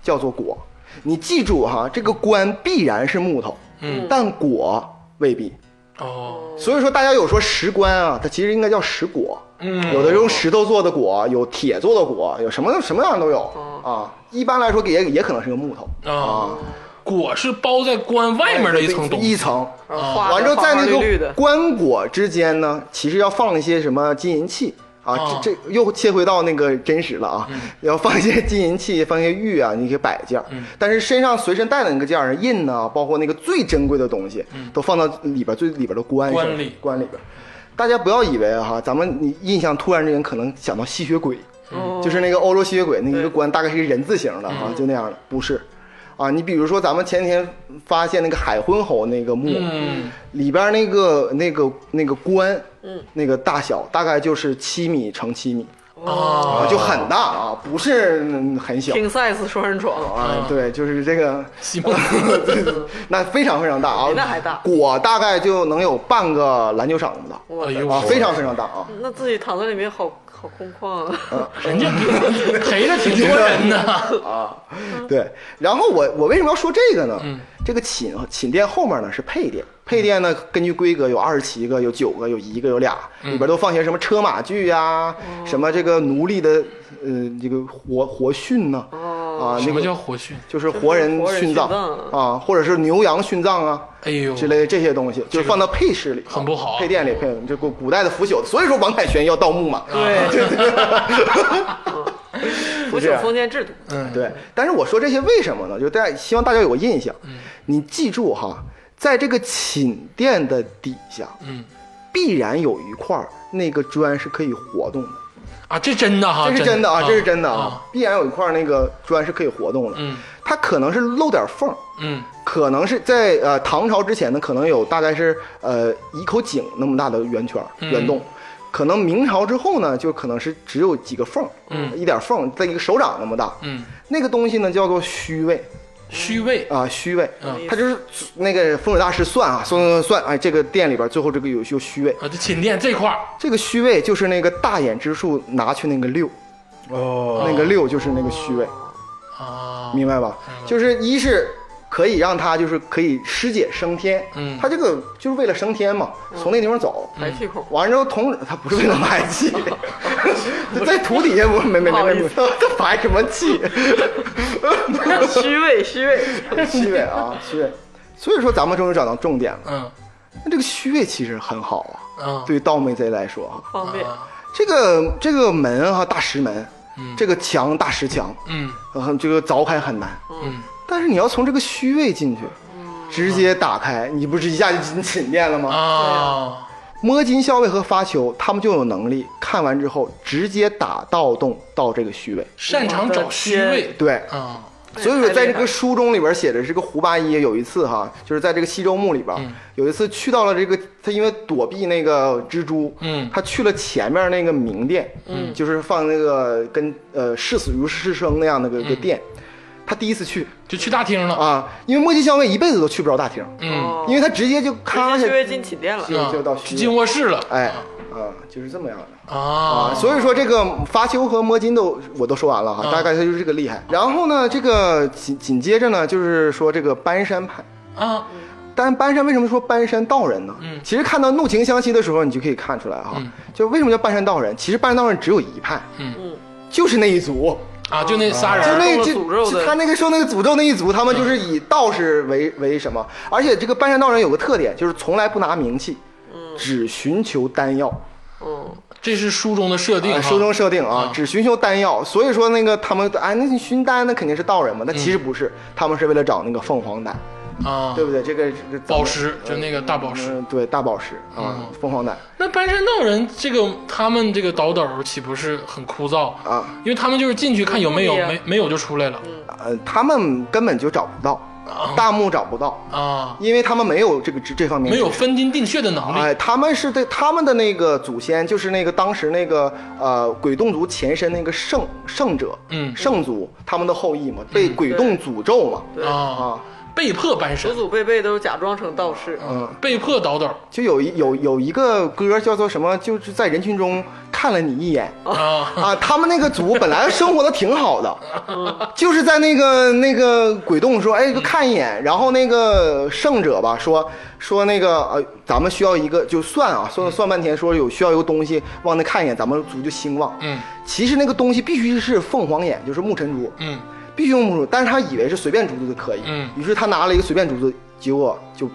D: 叫做椁，你记住哈，这个棺必然是木头，嗯，但椁未必。
A: 哦，
D: 所以说，大家有说石棺啊，它其实应该叫石椁。
A: 嗯
D: 有的用石头做的椁，有铁做的椁，有什么什么样的都有啊。一般来说也也可能是个木头
A: 啊，果是包在棺外面的一层东
D: 一
A: 西
D: 层。
B: 然后呃画
D: 完之
B: 着
D: 后，
B: 花
D: 在那
B: 花绿绿的
D: 个，棺椁之间呢，其实要放一些什么金银器
A: 啊
D: 啊，
B: 哦
D: 这这又切回到那个真实了啊，
B: 嗯
D: 要放一些金银器，放一些玉啊，你可以摆件儿。
B: 嗯
D: 但是身上随身带的那个件儿，印呐、包括那个最珍贵的东西，
B: 嗯
D: 都放到里边最里边的棺
A: 棺
D: 上
A: 里
D: 棺里边。大家不要以为啊哈、咱们你印象突然之间可能想到吸血鬼，
B: 哦
D: 就是那个欧洲吸血鬼那一个棺，大概是一个人字形的
B: 嗯
D: 哈、就那样的，不是。啊，你比如说咱们前几天发现那个海昏侯那个墓，
A: 嗯
D: 里边那个那个那个棺，嗯，那个大小大概就是七米乘七米，
A: 啊
B: 哦
D: 啊，就很大啊，不是嗯很小
B: ，king size 双人床，
D: 啊，对，就是这个，
A: 西蒙
D: 那非常非常大啊，
B: 比那还大
D: 果大概就能有半个篮球场那么大
B: 我
A: 哎
B: 的
A: 呦，
D: 啊，非常非常大啊。
B: 那自己躺在里面好好空旷 啊！
A: 人家陪着挺多人呢。
D: 对，然后我我为什么要说这个呢？这个寝寝殿后面呢是配殿，配殿呢根据规格有二十七个，有九个，有一个，有俩，里边都放些什么车马具呀、什么这个奴隶的呃这个活活殉呐、啊，
A: 什
D: 那
A: 么
D: 个
A: 叫活殉？
D: 就是活人
B: 活人
D: 殉葬
B: 殉葬
D: 啊，或者是牛羊殉葬啊。
A: 哎呦，
D: 之类的这些东西，就是放到配饰里，
A: 很不好
D: 配殿里配，这古古代的腐朽，所以说王凯旋要盗墓嘛。
B: 对，腐
D: 这
B: 朽
D: 样
B: 封建制度，
A: 嗯，
D: 对，但是我说这些为什么呢？就大家希望大家有个印象，你记住哈，在这个寝殿的底下，
A: 嗯，
D: 必然有一块儿那个砖是可以活动的，
A: 啊，这真的哈，
D: 这是真的啊，这是真的
A: 啊
D: 啊，，必然有一块儿那个砖是可以活动的，
A: 嗯
D: 它可能是漏点缝儿，
A: 嗯
D: 可能是在呃唐朝之前呢，可能有大概是呃一口井那么大的圆圈儿
A: 嗯
D: 圆洞。可能明朝之后呢，就可能是只有几个缝儿，
A: 嗯
D: 一点缝儿，在一个手掌那么大。
A: 嗯，
D: 那个东西呢，叫做虚位，
A: 虚位
D: 啊，虚位
A: 嗯，
D: 他就是那个风水大师算啊，算算算，哎，这个店里边最后这个有有虚位，
A: 啊，这寝殿这块儿
D: 这个虚位就是那个大眼之术拿去那个六，
C: 哦，
D: 那个六就是那个虚位，
A: 啊，
D: 明白吧？就是一是可以让他就是可以师姐升天，
A: 嗯
D: 他这个就是为了升天嘛，从那地方走。
B: 排气孔。
D: 完了之后，同他不是为了排气，在土底下不没没
B: 不好
D: 没
B: 意
D: 没，
B: 思
D: 他排什么气？
B: 虚伪，虚伪。
D: 虚伪啊，虚伪。所以说，咱们终于找到重点了。
A: 嗯
D: 那这个虚伪其实很好啊，
A: 嗯，
D: 对于盗墓贼来说啊，
B: 方便，
A: 啊
D: 这个这个门哈、大石门，这个墙大石墙，
A: 嗯
D: 呃，这个凿开很难。
A: 嗯，
D: 但是你要从这个虚位进去，直接打开，你不是一下就进寝殿了吗？
A: 啊，
D: 摸金校尉和发球他们就有能力看完之后直接打盗洞到这个虚位。
A: 擅长找虚位，
D: 对，
A: 啊，
D: 所以说，在这个书中里边写着，这个胡八一有一次哈，就是在这个西周墓里边，
A: 嗯
D: 有一次去到了这个，他因为躲避那个蜘蛛，
A: 嗯
D: 他去了前面那个明殿，嗯，就是放那个跟呃视死如是生那样的
A: 嗯
D: 个个殿，他第一次去
A: 就去大厅了，
D: 啊，因为墨迹校尉一辈子都去不着大厅，
A: 嗯，
D: 因为他直接就咔
B: 他
D: 下
B: 虚伪进寝殿了。
D: 就就到
A: 啊
D: 虚
A: 进
D: 位，
A: 卧室了，
D: 哎，啊，就是这么样的。啊，
A: 啊，
D: 所以说这个发丘和摸金都我都说完了哈，大概它就是这个厉害。然后呢，这个紧紧接着呢，就是说这个搬山派。
A: 啊，
D: 但搬山为什么说搬山道人呢？
A: 嗯
D: 其实看到《怒晴湘西》的时候，你就可以看出来哈，
A: 嗯
D: 就为什么叫搬山道人？其实搬山道人只有一派，
A: 嗯
B: 嗯
D: 就是那一族，
A: 啊，就那仨人
D: 就
A: 儿，
D: 那
B: 受了
D: 就
B: 诅咒的
D: 就他那个受那个诅咒那一族，他们就是以道士为为什么？而且这个搬山道人有个特点，就是从来不拿名气，
A: 嗯
D: 只寻求丹药。
B: 嗯，
A: 这是书中的设定
D: 啊，
A: 哈，
D: 书中设定啊，只寻求丹药，所以说那个他们哎，那你寻丹那肯定是道人嘛，那其实不是，他们是为了找那个凤凰丹，
A: 嗯啊
D: 对，不对？这个这个
A: 宝石就那个大宝石。嗯
D: 嗯，对，大宝石啊，凤凰丹
A: 那搬山道人这个他们这个倒斗岂不是很枯燥？
D: 啊，
A: 因为他们就是进去看有没有，嗯
B: 对呀
A: 没没有就出来了
D: 呃，他们根本就找不到，大墓找不到，
A: 啊，
D: 因为他们没有这个这这方面
A: 没有
D: 知识。
A: 分金定穴的能力
D: 哎，他们是对他们的那个祖先，就是那个当时那个呃鬼洞族前身那个圣圣者，
A: 嗯
D: 圣族他们的后裔嘛，被鬼洞诅咒嘛，
B: 嗯对
A: 啊，
D: 啊，
A: 被迫搬
B: 祖
A: 山，
B: 祖辈辈都假装成道士，
D: 嗯，
A: 被迫倒斗
D: 就有一有有一个歌叫做什么，就是在人群中看了你一眼。
A: 啊
D: 啊，他们那个族本来生活的挺好的，
A: 嗯
D: 就是在那个那个鬼洞说，哎，就看一眼，然后那个圣者吧说说那个呃，咱们需要一个，就算
A: 嗯
D: 啊，算算半天，说有需要一个东西，往那看一眼，咱们族就兴旺。
A: 嗯，
D: 其实那个东西必须是凤凰眼，就是木尘珠，
A: 嗯，
D: 必须用木尘珠，但是他以为是随便珠子就可以，
A: 嗯
D: 于是他拿了一个随便珠子，结果就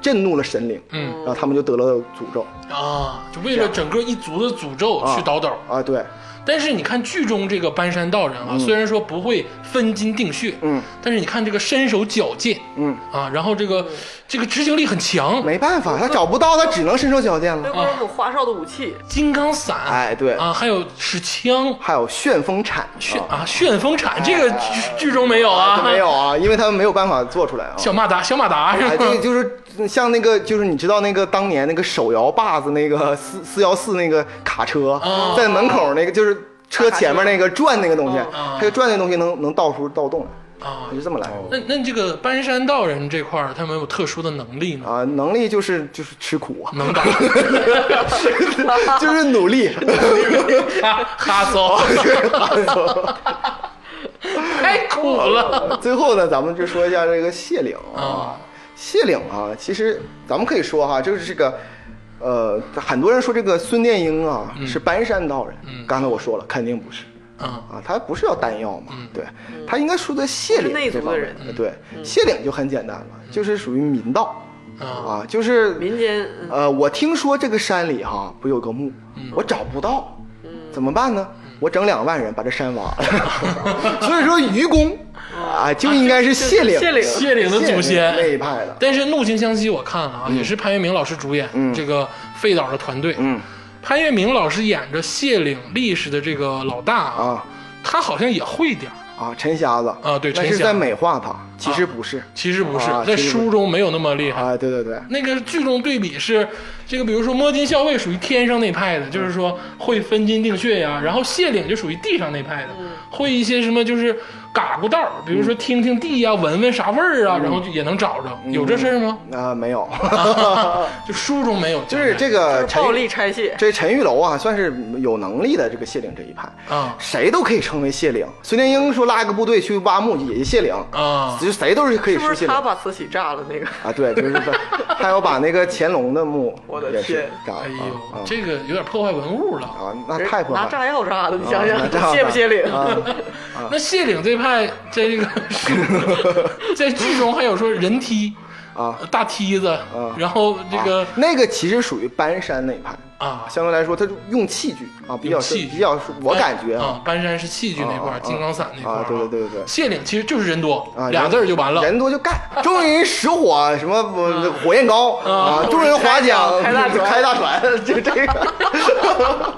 D: 震怒了神灵，
A: 嗯
D: 然后他们就得了诅咒。
A: 啊，就为了整个一族的诅咒去倒斗。
D: 啊，对，
A: 但是你看剧中这个搬山道人啊，虽然说不会分金定穴，
D: 嗯，
A: 但是你看这个身手矫健，
D: 嗯
A: 啊，然后这个这个执行力很强，
D: 没办法，他找不到，他只能伸手矫健
B: 对
A: 嗯
D: 了。
B: 过有种花哨的武器，
A: 金刚伞，
D: 哎，对，
A: 啊，还有使枪。
D: 还有旋风铲，
A: 旋
D: 啊
A: 啊，旋风铲这个剧剧中没有啊，
D: 这没有啊，因为他们没有办法做出来啊。
A: 小马达，小马达是
D: 哎，这个
A: 吧？
D: 就是像那个，就是你知道那个当年那个手摇把子那个四四幺四那个卡车
A: 哦，
D: 在门口那个就是车前面那个转那个东西，
A: 哦
D: 它就转那东西能能倒出倒动来，
A: 啊，
D: 就这么来
C: 哦
A: 那那这个搬山道人这块儿，他们有特殊的能力吗？
D: 啊。能力就是就是吃苦 啊，
A: 能打
D: 就是 努力。
A: 哈哈搜，太苦了
D: 最后呢，咱们就说一下这个谢岭啊
A: 啊，
D: 谢岭啊，其实咱们可以说哈，就是这个，呃，很多人说这个孙殿英啊、是搬山道人，刚才我说了，肯定不是
A: 啊！
D: 啊，他不是要丹药嘛，
A: 嗯
D: 对他应该说的谢岭
B: 嗯是内
D: 这
B: 族的
D: 方面
B: 人嗯
D: 呃对，谢岭就很简单了，就是属于民道
A: 啊
D: 啊，就是
B: 民间嗯
D: 呃，我听说这个山里哈、不有个墓，
A: 嗯
D: 我找不到，
B: 嗯
D: 怎么办呢？我整两万人把这山挖 了。所以说，愚公
B: 嗯
D: 啊，就应该是谢岭，
B: 啊谢岭
A: 谢岭的祖先
D: 那一派的。
A: 但是《怒晴湘西》我看了啊，也是潘粤明老师主演，这个费导的团队，
D: 嗯
A: 潘粤明老师演着谢岭历史的这个老大啊，
D: 啊
A: 他好像也会点儿
D: 啊，陈瞎子
A: 啊对
D: 那
A: 陈瞎
D: 是
A: 子
D: 在美化他其实不是
A: 其实不是
D: 啊，
A: 在
D: 其实不
A: 书中没有那么厉害。
D: 啊，对对对，
A: 那个剧中对比是，这个比如说摸金校尉属于天上那派的，就是说会分金定穴呀、然后谢岭就属于地上那派的，会一些什么就是嘎咕道儿，比如说听听地呀、闻闻啥味儿啊，然后就也能找着，有这事儿吗？
D: 啊、没有，
A: 就书中没有，
D: 就是这个呃陈
B: 暴力拆卸，
D: 这陈玉楼啊，算是有能力的这个谢岭这一派
A: 啊
D: 谁都可以成为谢岭。孙殿英说拉一个部队去挖墓也是谢岭，
A: 啊，
D: 就谁都是可以
B: 是不
D: 是谢
B: 是
D: 岭
B: 他把慈禧炸了那个？
D: 啊。对，就是 他还有把那个乾隆的 墓，
B: 我的
D: 也是
B: 天
D: 炸了
A: 哎
D: 啊
A: 呦，这个有点破坏文物了。
D: 啊，那太破
B: 拿
D: 了。
B: 炸药炸的，你想
D: 啊拿炸药
B: 想，谢不谢领？
D: 啊
A: 那谢岭这派在 这个在剧中还有说人梯呃
D: 啊，
A: 大梯子，然后 这个
D: 啊那个其实属于搬山那一派
A: 啊
D: 相对来说，他就用器具啊，比较
A: 用器具
D: 比较是，我感觉
A: 啊，搬山是器具那块儿，
D: 啊啊
A: 金刚伞那块儿
D: 啊对对对对对
A: 谢岭其实就是人多
D: 啊，
A: 俩字儿就完了。啊
D: 人多就干，众人拾火，什么呃火焰高啊，众人划桨，
B: 开大船
D: 开大船，就这 个。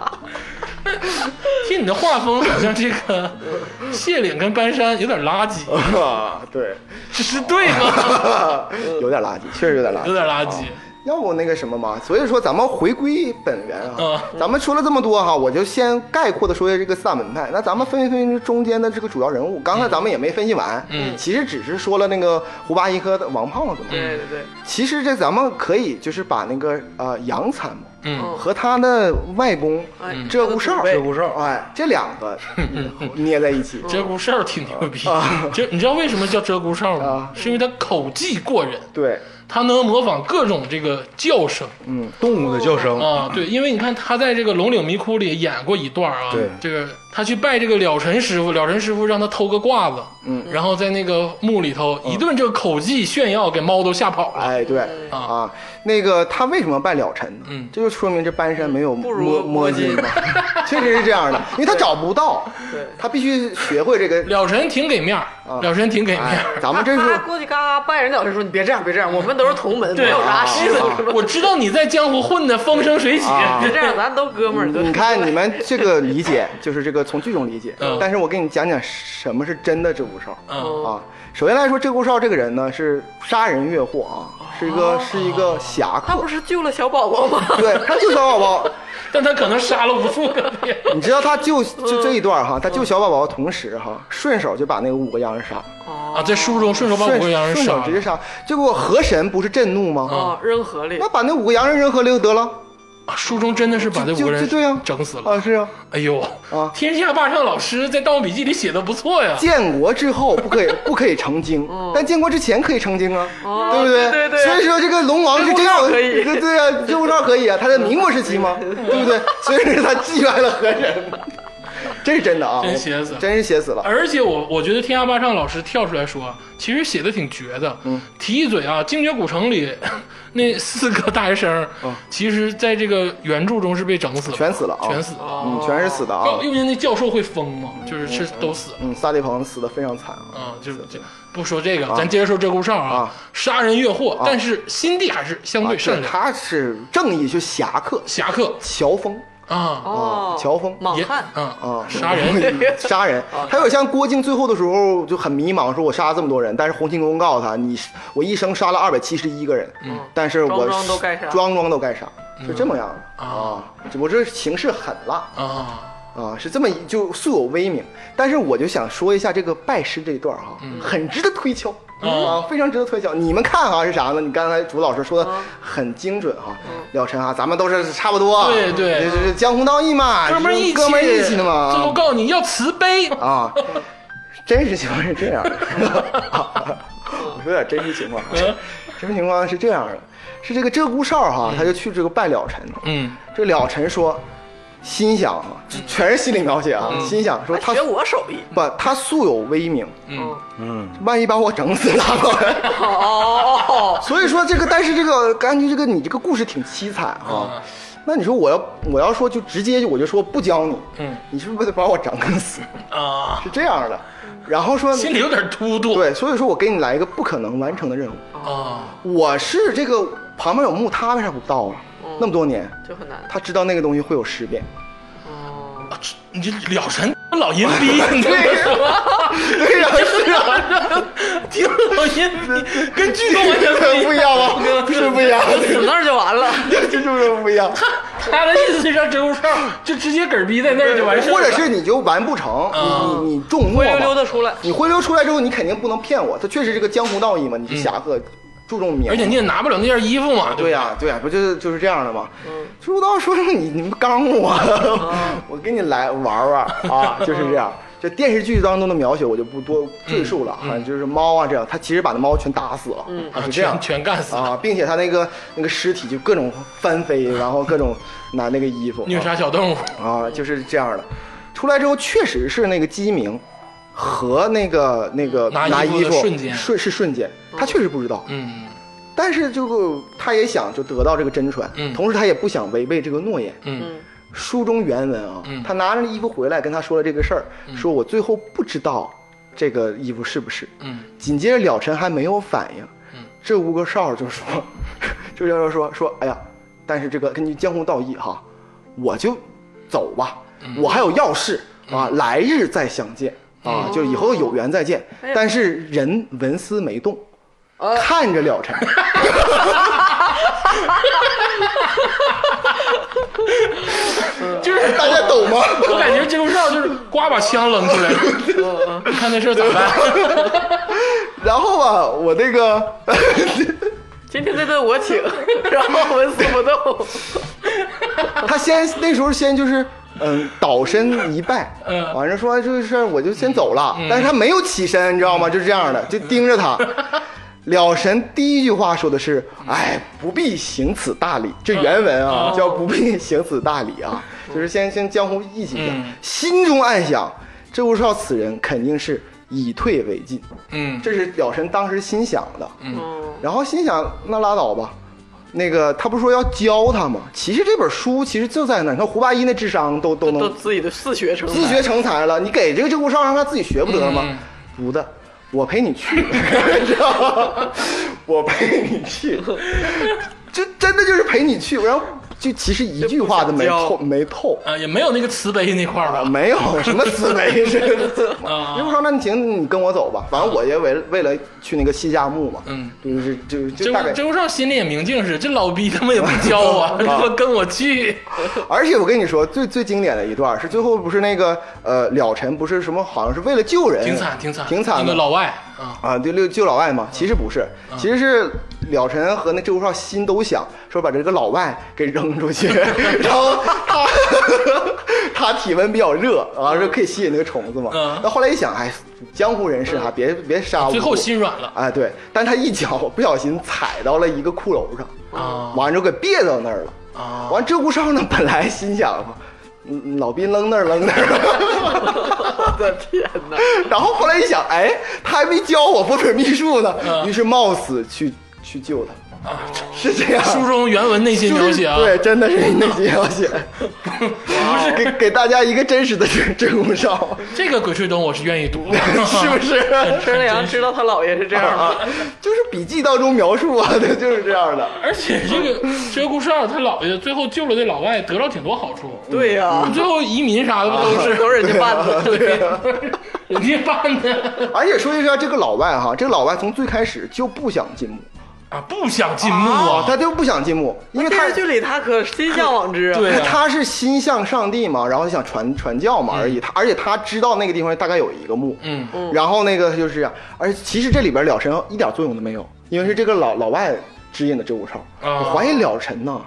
A: 听你的画风，好像这 个谢岭跟搬山有点垃圾，
D: 啊， 对，
A: 这是对吗？
D: 有点垃圾，确实有点垃
A: 有
D: 圾。
A: 点垃圾。
D: 要不那个什么嘛，所以说咱们回归本源啊
A: 啊。
D: 咱们说了这么多哈，我就先概括的说一下这个四大门派。那咱们分一分中间的这个主要人物，刚才咱们也没分析完，
A: 嗯
D: 其实只是说了那个胡八一和王胖子嘛。
B: 对对对，
D: 其实这咱们可以就是把那个呃杨参谋，
A: 嗯，
D: 和他的外公嗯
B: 哎
D: 鹧鸪哨，
B: 鹧
C: 鸪哨
D: 哎，这两个捏在一起，
B: 嗯
A: 鹧鸪哨挺牛逼，就你知道为什么叫鹧鸪哨吗
D: 啊？
A: 是因为他口技过人，
D: 对，
B: 哦
A: 他能模仿各种这个叫声。
C: 动物的叫声，
B: 哦
A: 啊，对，因为你看他在这个《龙岭迷窟》里演过一段啊，
C: 对
A: 这个他去拜这个了尘师傅，了尘师傅让他偷个褂子，嗯，然后在那个墓里头
D: 嗯
A: 一顿这个口技炫耀，给猫都吓跑了。
D: 哎，对
B: 哦
A: 啊
D: 啊，那个他为什么拜了尘呢？
A: 嗯
D: 这就说明这搬山没有
B: 不
D: 摸
B: 如摸
D: 摸
B: 金
D: 金嘛， 确实是 这样的，因为他找不到，
B: 对
D: 他必须学会 这个。
A: 了尘挺给面儿，了尘挺给面
D: 哎
A: 儿。，
D: 咱们这
B: 他
D: 是
B: 过去嘎嘎拜人老师说：“你别这样，别这样，我们都是同门，没有啥事的。是吧
A: 啊我知道你在江湖混的风生水起，
D: 啊
B: 别这样，咱都哥们儿。”
D: 你看你们这个理解， 就是这个从剧中理解
A: 嗯，
D: 但是我给你讲讲什么是真的鹧鸪哨。
A: 嗯
D: 啊，首先来说，鹧鸪哨这个人呢是杀人越货啊，是一个是一个侠
B: 哦他
D: 客
B: 不，是救了小宝宝
A: 嗯
B: 吗？
D: 对他救小宝宝，
A: 但他可能杀了无数个人。
D: 你知道他救就这一段哈，他救小宝宝的同时哈，顺手就把那个五个洋人杀了，
A: 啊，在书中顺手把
D: 顺
A: 五个洋人
D: 顺
A: 杀
D: 手直接
A: 了
D: 杀，结果河神不是震怒吗？
B: 啊，扔河里
D: 那把那五个洋人扔河里就得了
A: 啊，书中真的是把这五
D: 就
A: 个
D: 就对啊
A: 人整死了。
D: 啊，是啊，
A: 哎呦，
D: 啊
A: 天下霸唱老师在《盗墓笔记》里写的不错呀。
D: 建国之后 不可以不可以成精，但建国之前可以成精啊，
B: 嗯哦
D: 对不
B: 对对对
D: 所以说这个龙王是真有
B: 这个护照可以
D: 对对啊，这护照可以啊，他在民国时期 嘛，对不对？所以说他击败了何人，这是真的啊，
A: 真写死了
D: 真是写死了。
A: 而且我我觉得天下霸唱老师跳出来说，啊其实写的挺绝的。
D: 嗯
A: 提一嘴啊，《精绝古城》里 那四个大学生，其实在这个原著中是被整死了，
D: 嗯全死了啊
A: 全死了。
D: 嗯，全是死的啊
A: 哦，，因为那教授会疯嘛，就是是都死了。
D: 嗯，萨利鹏死的非常惨啊，
A: 啊，就是这不说这个，咱接着说鹧鸪哨啊
D: 啊，
A: 杀人越货，但是心地还是相
D: 啊
A: 对善
D: 是
A: 良。
D: 他是正义，就侠客
A: 侠客
D: 乔峰
A: 啊，
B: 哦，
D: 乔峰
B: 莽
A: 也
B: 汉
A: 啊
D: 啊，
A: 杀人啊
D: 杀人，还有像郭靖最后的时候就很迷茫，说我杀了这么多人，但是洪庆公告诉他，你我一生杀了二百七十一个人，
A: 嗯
D: 但是我
B: 庄庄都该杀
D: 庄庄都该杀，是这么样的
A: 啊
D: 啊。只不过这形势狠辣
A: 啊，
D: 啊，是这么一就素有威名。但是我就想说一下这个拜师这一段哈，
A: 嗯
D: 很值得推敲。
A: 哦
D: 啊，非常值得推敲。你们看哈是啥呢？你刚才朱老师说的很精准哈，了尘哈，咱们都是差不多，
A: 对对
D: 这这这江湖道义嘛，
A: 哥们儿一起，
D: 哥们儿一起的嘛，
A: 最后告诉你要慈悲，
D: 啊，真实情况是这样的。 我说点真实情况，啊
A: 嗯
D: 真实情况是这样的，是这个鹧鸪哨哈，他就去这个拜了尘，
A: 嗯，
D: 这了尘说，心想啊，这全是心理描写啊，心想说他
B: 学我手艺。
D: 不，他素有威名，
A: 嗯
D: 万一把我整死了。
B: 哦哦哦，
D: 所以说这个，但是这个感觉这个你这个故事挺凄惨
A: 嗯
D: 啊。那你说我要我要说就直接我就说不教你，
A: 嗯，
D: 你是不是得把我整死？
A: 啊，
D: 是这样的，然后说
A: 心里有点突突。
D: 对，所以说我给你来一个不可能完成的任务。
A: 啊，
D: 我是这个旁边有墓，他为啥不到啊？那么多年，
B: 就很难。
D: 他知道那个东西会有尸变，
B: 哦，
A: 啊你这了神老阴逼，你这
D: 对 对呀、 是啊，
A: 听着老阴逼，跟剧中完全不
D: 不
A: 一
D: 一
A: 样。
D: 样吗？ 是不一样，
B: 哦死那儿就完 了。
D: 这就是不一样。
A: 他的意思是让真无哨就直接嗝逼在那儿就完事儿了，
D: 或者是你就完不成，你你你中墨
B: 灰
D: 嘛
B: 溜溜的出来
D: 你灰溜出来之后，你肯定不能骗我，这确实是个江湖道义嘛，你是侠客，注重名嘛。
A: 而且你也拿不了那件衣服嘛，
D: 对
A: 呀、
D: 呀、对呀、不就是就是这样的吗？朱道说你你们刚我， 我跟你来玩玩啊， 就是这样。这电视剧当中的描写我就不多赘述了，好像就是猫啊这样，他其实把那猫全打死了，啊
A: 啊，
D: 是这样
A: 全。全干死，
D: 啊，并且他那个那个尸体就各种 翻飞，然后各种拿那个衣服，
A: 虐杀小动物，
D: 啊，就是这样的。出来之后确实是那个鸡鸣和那个那个
A: 拿
D: 拿
A: 衣服
D: 衣
A: 的
D: 服
A: 瞬间
D: 瞬是瞬间，他确实不知道，
A: 嗯
D: 但是这个他也想就得到这个真传，
A: 嗯
D: 同时他也不想违背这个诺言。
A: 嗯
D: 书中原文啊，
A: 嗯
D: 他拿着衣服回来跟他说了这个事儿，说我最后不知道这个衣服是不是。
A: 嗯
D: 紧接着了尘还没有反应，
A: 嗯
D: 这吴哥少就说， 这就说说说，哎呀，但是这个根据江湖道义哈，我就走吧，我还有要事啊，来日再相见啊，就以后有缘再见。但是人纹丝没动，看着了尘，
A: 就是
D: 大家懂吗？
A: 我感觉真无哨就是嗯刮把枪扔出来了，你看那事儿咋办？
D: 然后啊，我那个。
B: 今天这顿我请， 然后纹丝不动。
D: 他先那时候先就是嗯倒身一拜，
A: 嗯
D: 完了说这个事儿我就先走了，但是他没有起身，你知道
A: 嗯
D: 吗？就是这样的，就盯 着他。了神第一句话说的是：“哎，不必行此大礼。”这原文
A: 哦
D: 啊，叫“不必行此大礼”啊，就是先先江湖义气一下
A: 嗯。
D: 心中暗想，这吴少此人肯定是以退为进，
A: 嗯
D: 这是了神当时心想的。
B: 嗯
D: 然后心想那拉倒吧，那个他不是说要教他吗？其实这本书其实就在那儿，你看胡八一那智商都都
B: 嗯都
D: 能
B: 自己的自学啊成才
D: 自学成才了，你给这个这故上让他自己学不得吗
A: 嗯？
D: 不的，我陪你去， 你知道吗？我陪你去，这真的就是陪你去，然后就其实一句话都没
B: 这不想教
D: 透没透。
A: 啊，也没有那个慈悲那块儿
D: 啊，
A: 吧？
D: 没有什么慈悲，这个
A: 啊
D: 刘说那你行，你跟我走吧，反正我也为为了去那个西夏墓嘛，
A: 嗯，
D: 就是就就
A: 真
D: 大概
A: 无真无哨心里也明镜是，这老逼他妈 也不教我，他
D: 啊
A: 妈跟我去，
D: 而且我跟你说，最最经典的一段是最后不是那个呃，了尘不是什么，好像是为了救人，
A: 挺惨挺惨
D: 挺惨
A: 那
D: 的
A: 个老嗯外啊，
D: 啊，对，救救老外嘛。其实不是，其实是了尘和那周无少心都想说把这个老外给扔 出去，然后他他体温比较热啊，说可以吸引那个虫子嘛
A: 嗯。
D: 那后来一想，哎，江湖人士哈，别别杀我，
A: 最后心软了
D: 哎，对，但他一脚不小心踩到了一个骷髅上，
A: 啊
D: 完之后给别到那儿了。
A: 啊！
D: 完，鹧鸪哨呢，本来心想，嗯，老兵扔那儿扔那儿了，
B: 我的天哪！
D: 然后后来一想，哎，他还没教我封水秘术
A: 嗯
D: 呢，于是冒死去去救他，
A: 啊
D: 是这样。
A: 书中原文那些
D: 就是
A: 描写啊，
D: 对，真的是那些 描写，不是给给大家一个真实的鹧鹧 鸪哨，
A: 这个《鬼吹灯》我是愿意读 的，
D: 是不是？
B: 陈良知道他姥爷是这样
D: 啊
B: 的，，
D: 就是笔记当中描述啊，对，就是这样的。
A: 而且这个鹧鸪哨他姥爷最后救了这老外，得到挺多好处。
B: 对
D: 嗯
B: 呀，
A: 最后移民啥的不都
D: 啊
A: 是
B: 都是人家办 的。
A: 对，人家办的
D: 而且说句实话，这个老外哈，这个老外从最开始就不想进墓，
A: 啊，不想进墓啊，
D: 他就不想进墓，因为
B: 电
D: 他
B: 视剧里他可心向往之啊。
A: 对啊
D: 他是心向上帝嘛，然后想传传教嘛而已。他而且他知道那个地方大概有一个墓，
A: 嗯，
D: 然后那个就是这样。而其实这里边了尘一点作用都没有，因为是这个老老外指引的这五少，
A: 啊
D: 我怀疑了尘呐。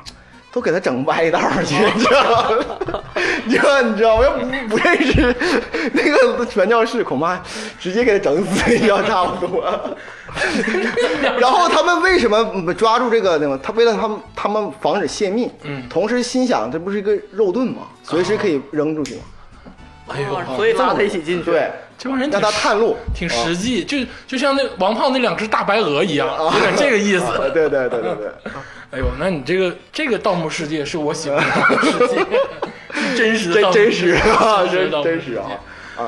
D: 都给他整歪道儿去，你知道吗？ 你知道你知道吗，我要不不认识那个传教士，恐怕直接给他整死，你知道差不多。 然后他们为什么抓住这个呢？他为了他们，他们防止泄密，
A: 嗯
D: 同时心想这不是一个肉盾吗？随时可以扔出去嘛，
A: 哎呦，
B: 啊所以拉他一起进去。嗯
D: 对，
A: 这帮人挺
D: 让他探 路，
A: 挺实际，就就像那王胖那两只大白鹅一样，
D: 哦
A: 有点这个意思。
D: 啊，对对对对对，
A: 哎呦，那你这个这个《盗墓世界》是我喜欢的《盗 墓世界》，是真实的盗
D: 真
A: 墓
D: 真
A: 世
D: 实
A: 界，
D: 啊，
A: 真实的
D: 真
A: 盗墓
D: 真
A: 世
D: 实
A: 界
D: 啊。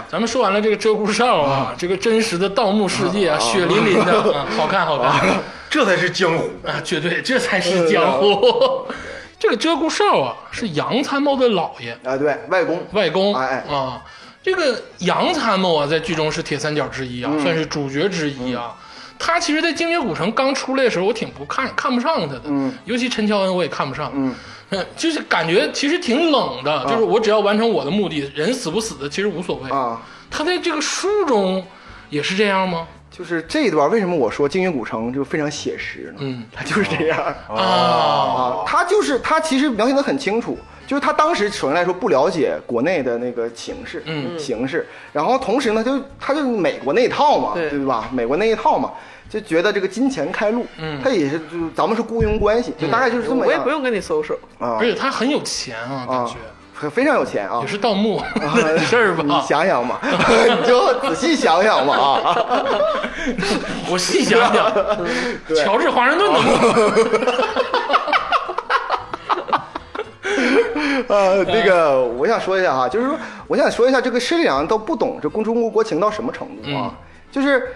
A: 咱们说完了这个鹧鸪哨啊，这个真实的盗墓世界啊，血淋淋 的，啊好看好看。
C: 这才是江湖。
A: 啊，绝对，这才是江湖。 这个鹧鸪哨啊是杨参谋的姥爷
D: 啊，对外公，
A: 外公，
D: 哎
A: 啊，这个杨参谋啊，在剧中是铁三角之一
D: 嗯
A: 啊，算是主角之一啊。他其实，在精绝古城刚出来的时候，我挺不看看不上他的，
D: 嗯
A: 尤其陈乔恩我也看不上，
D: 嗯
A: 嗯，就是感觉其实挺冷的，就是我只要完成我的目的，人死不死的其实无所谓。
D: 啊，
A: 他在这个书中也是这样吗？
D: 就是这一段为什么我说《京运古城》就非常写实呢？
A: 嗯
D: 他就是这样
A: 啊，
D: 啊，他就是他其实描写的很清楚，就是他当时首先来说不了解国内的那个情势，
A: 嗯
D: 形势，然后同时呢，就他就是美国那一套嘛，
B: 对
D: 对吧？美国那一套嘛，就觉得这个金钱开路，
A: 嗯
D: 他也是就咱们是雇佣关系，就大概就是这么
B: 我也
D: 样
B: 不用跟你收手，
D: 啊
A: 而且他很有钱啊，感
D: 啊
A: 觉、，
D: 很非常有钱啊
A: 也，是盗墓 的事儿
D: 你
A: 吧？
D: 想想吧，你就仔细想想吧啊。
A: 我细想 想，乔治华盛顿的
D: 啊
A: 墓，
D: 呃，这个
A: 嗯
D: 我想说一下哈，就是说，我想说一下这个施里昂都不懂这中国国情到什么程度
A: 嗯
D: 啊，就是。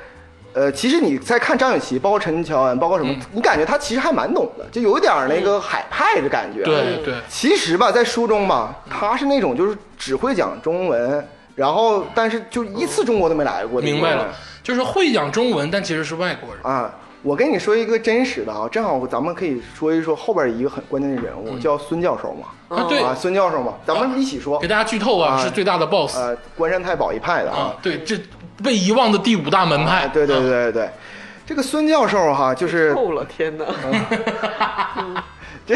D: 呃，其实你在看张雨绮，包括陈乔恩，包括什么，
A: 嗯
D: 你感觉他其实还蛮懂的，就有点儿那个海派的感觉。啊
A: 对嗯对
D: 其实吧，在书中吧，他是那种就是只会讲中文，然后但是就一次中国都没来过的一个
A: 明
D: 人。
A: 白了，就是会讲中文，但其实是外国人。
D: 啊，我跟你说一个真实的啊，正好咱们可以说一说后边一个很关键的人物，叫孙教授嘛。
A: 嗯啊，对，
D: 啊，孙教授嘛，咱们一起说。
A: 给大家剧透啊，
D: 啊
A: 是最大的 boss
D: 呃，关山太保一派的
A: 啊，对，这被遗忘的第五大门派，
D: 啊对对
A: 啊
D: 对对对，这个孙教授哈、就是嗯
B: 够了，天哪！
D: 这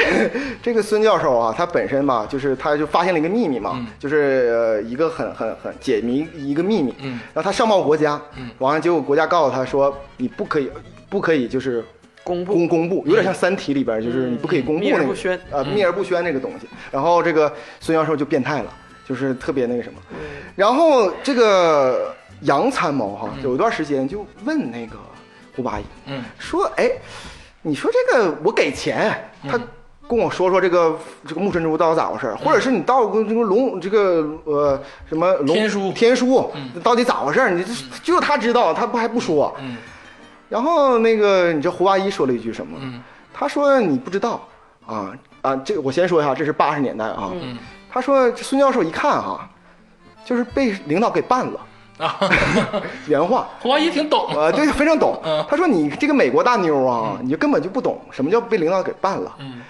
D: 这个孙教授啊，他本身吧，就是他就发现了一个秘密嘛，就是呃一个很很很解谜一个秘密，
A: 嗯
D: 然后他上报国家，完了结果国家告诉他说你不可以不可以就是
B: 公布嗯
D: 公公布，有点像《三体》里边就是你不可以公布
B: 秘而
D: 那
B: 不
D: 个
B: 宣嗯
D: 呃秘而不宣这个东西。然后这个孙教授就变态了，就是特别那个什么。然后这个杨参谋哈，
B: 嗯
D: 有一段时间就问那个胡八一，
A: 嗯，
D: 说哎，你说这个我给钱，
A: 嗯
D: 他跟我说说这个这个木珍珠到底咋回事儿，或者是你到底这个龙这个呃什么龙
A: 天书
D: 天书到底咋回事儿？你这只有他知道，他不还不说。
A: 嗯
D: 然后那个你知道胡八一说了一句什么？
A: 嗯
D: 他说你不知道啊啊，这我先说一下，这是八十年代啊。
A: 嗯
D: 他说这孙教授一看啊，就是被领导给办了，
A: 啊，
D: 原话。
A: 胡八一挺懂，
D: 呃，对，非常懂
A: 嗯。
D: 他说你这个美国大妞啊，你就根本就不懂什么叫被领导给办了。
A: 嗯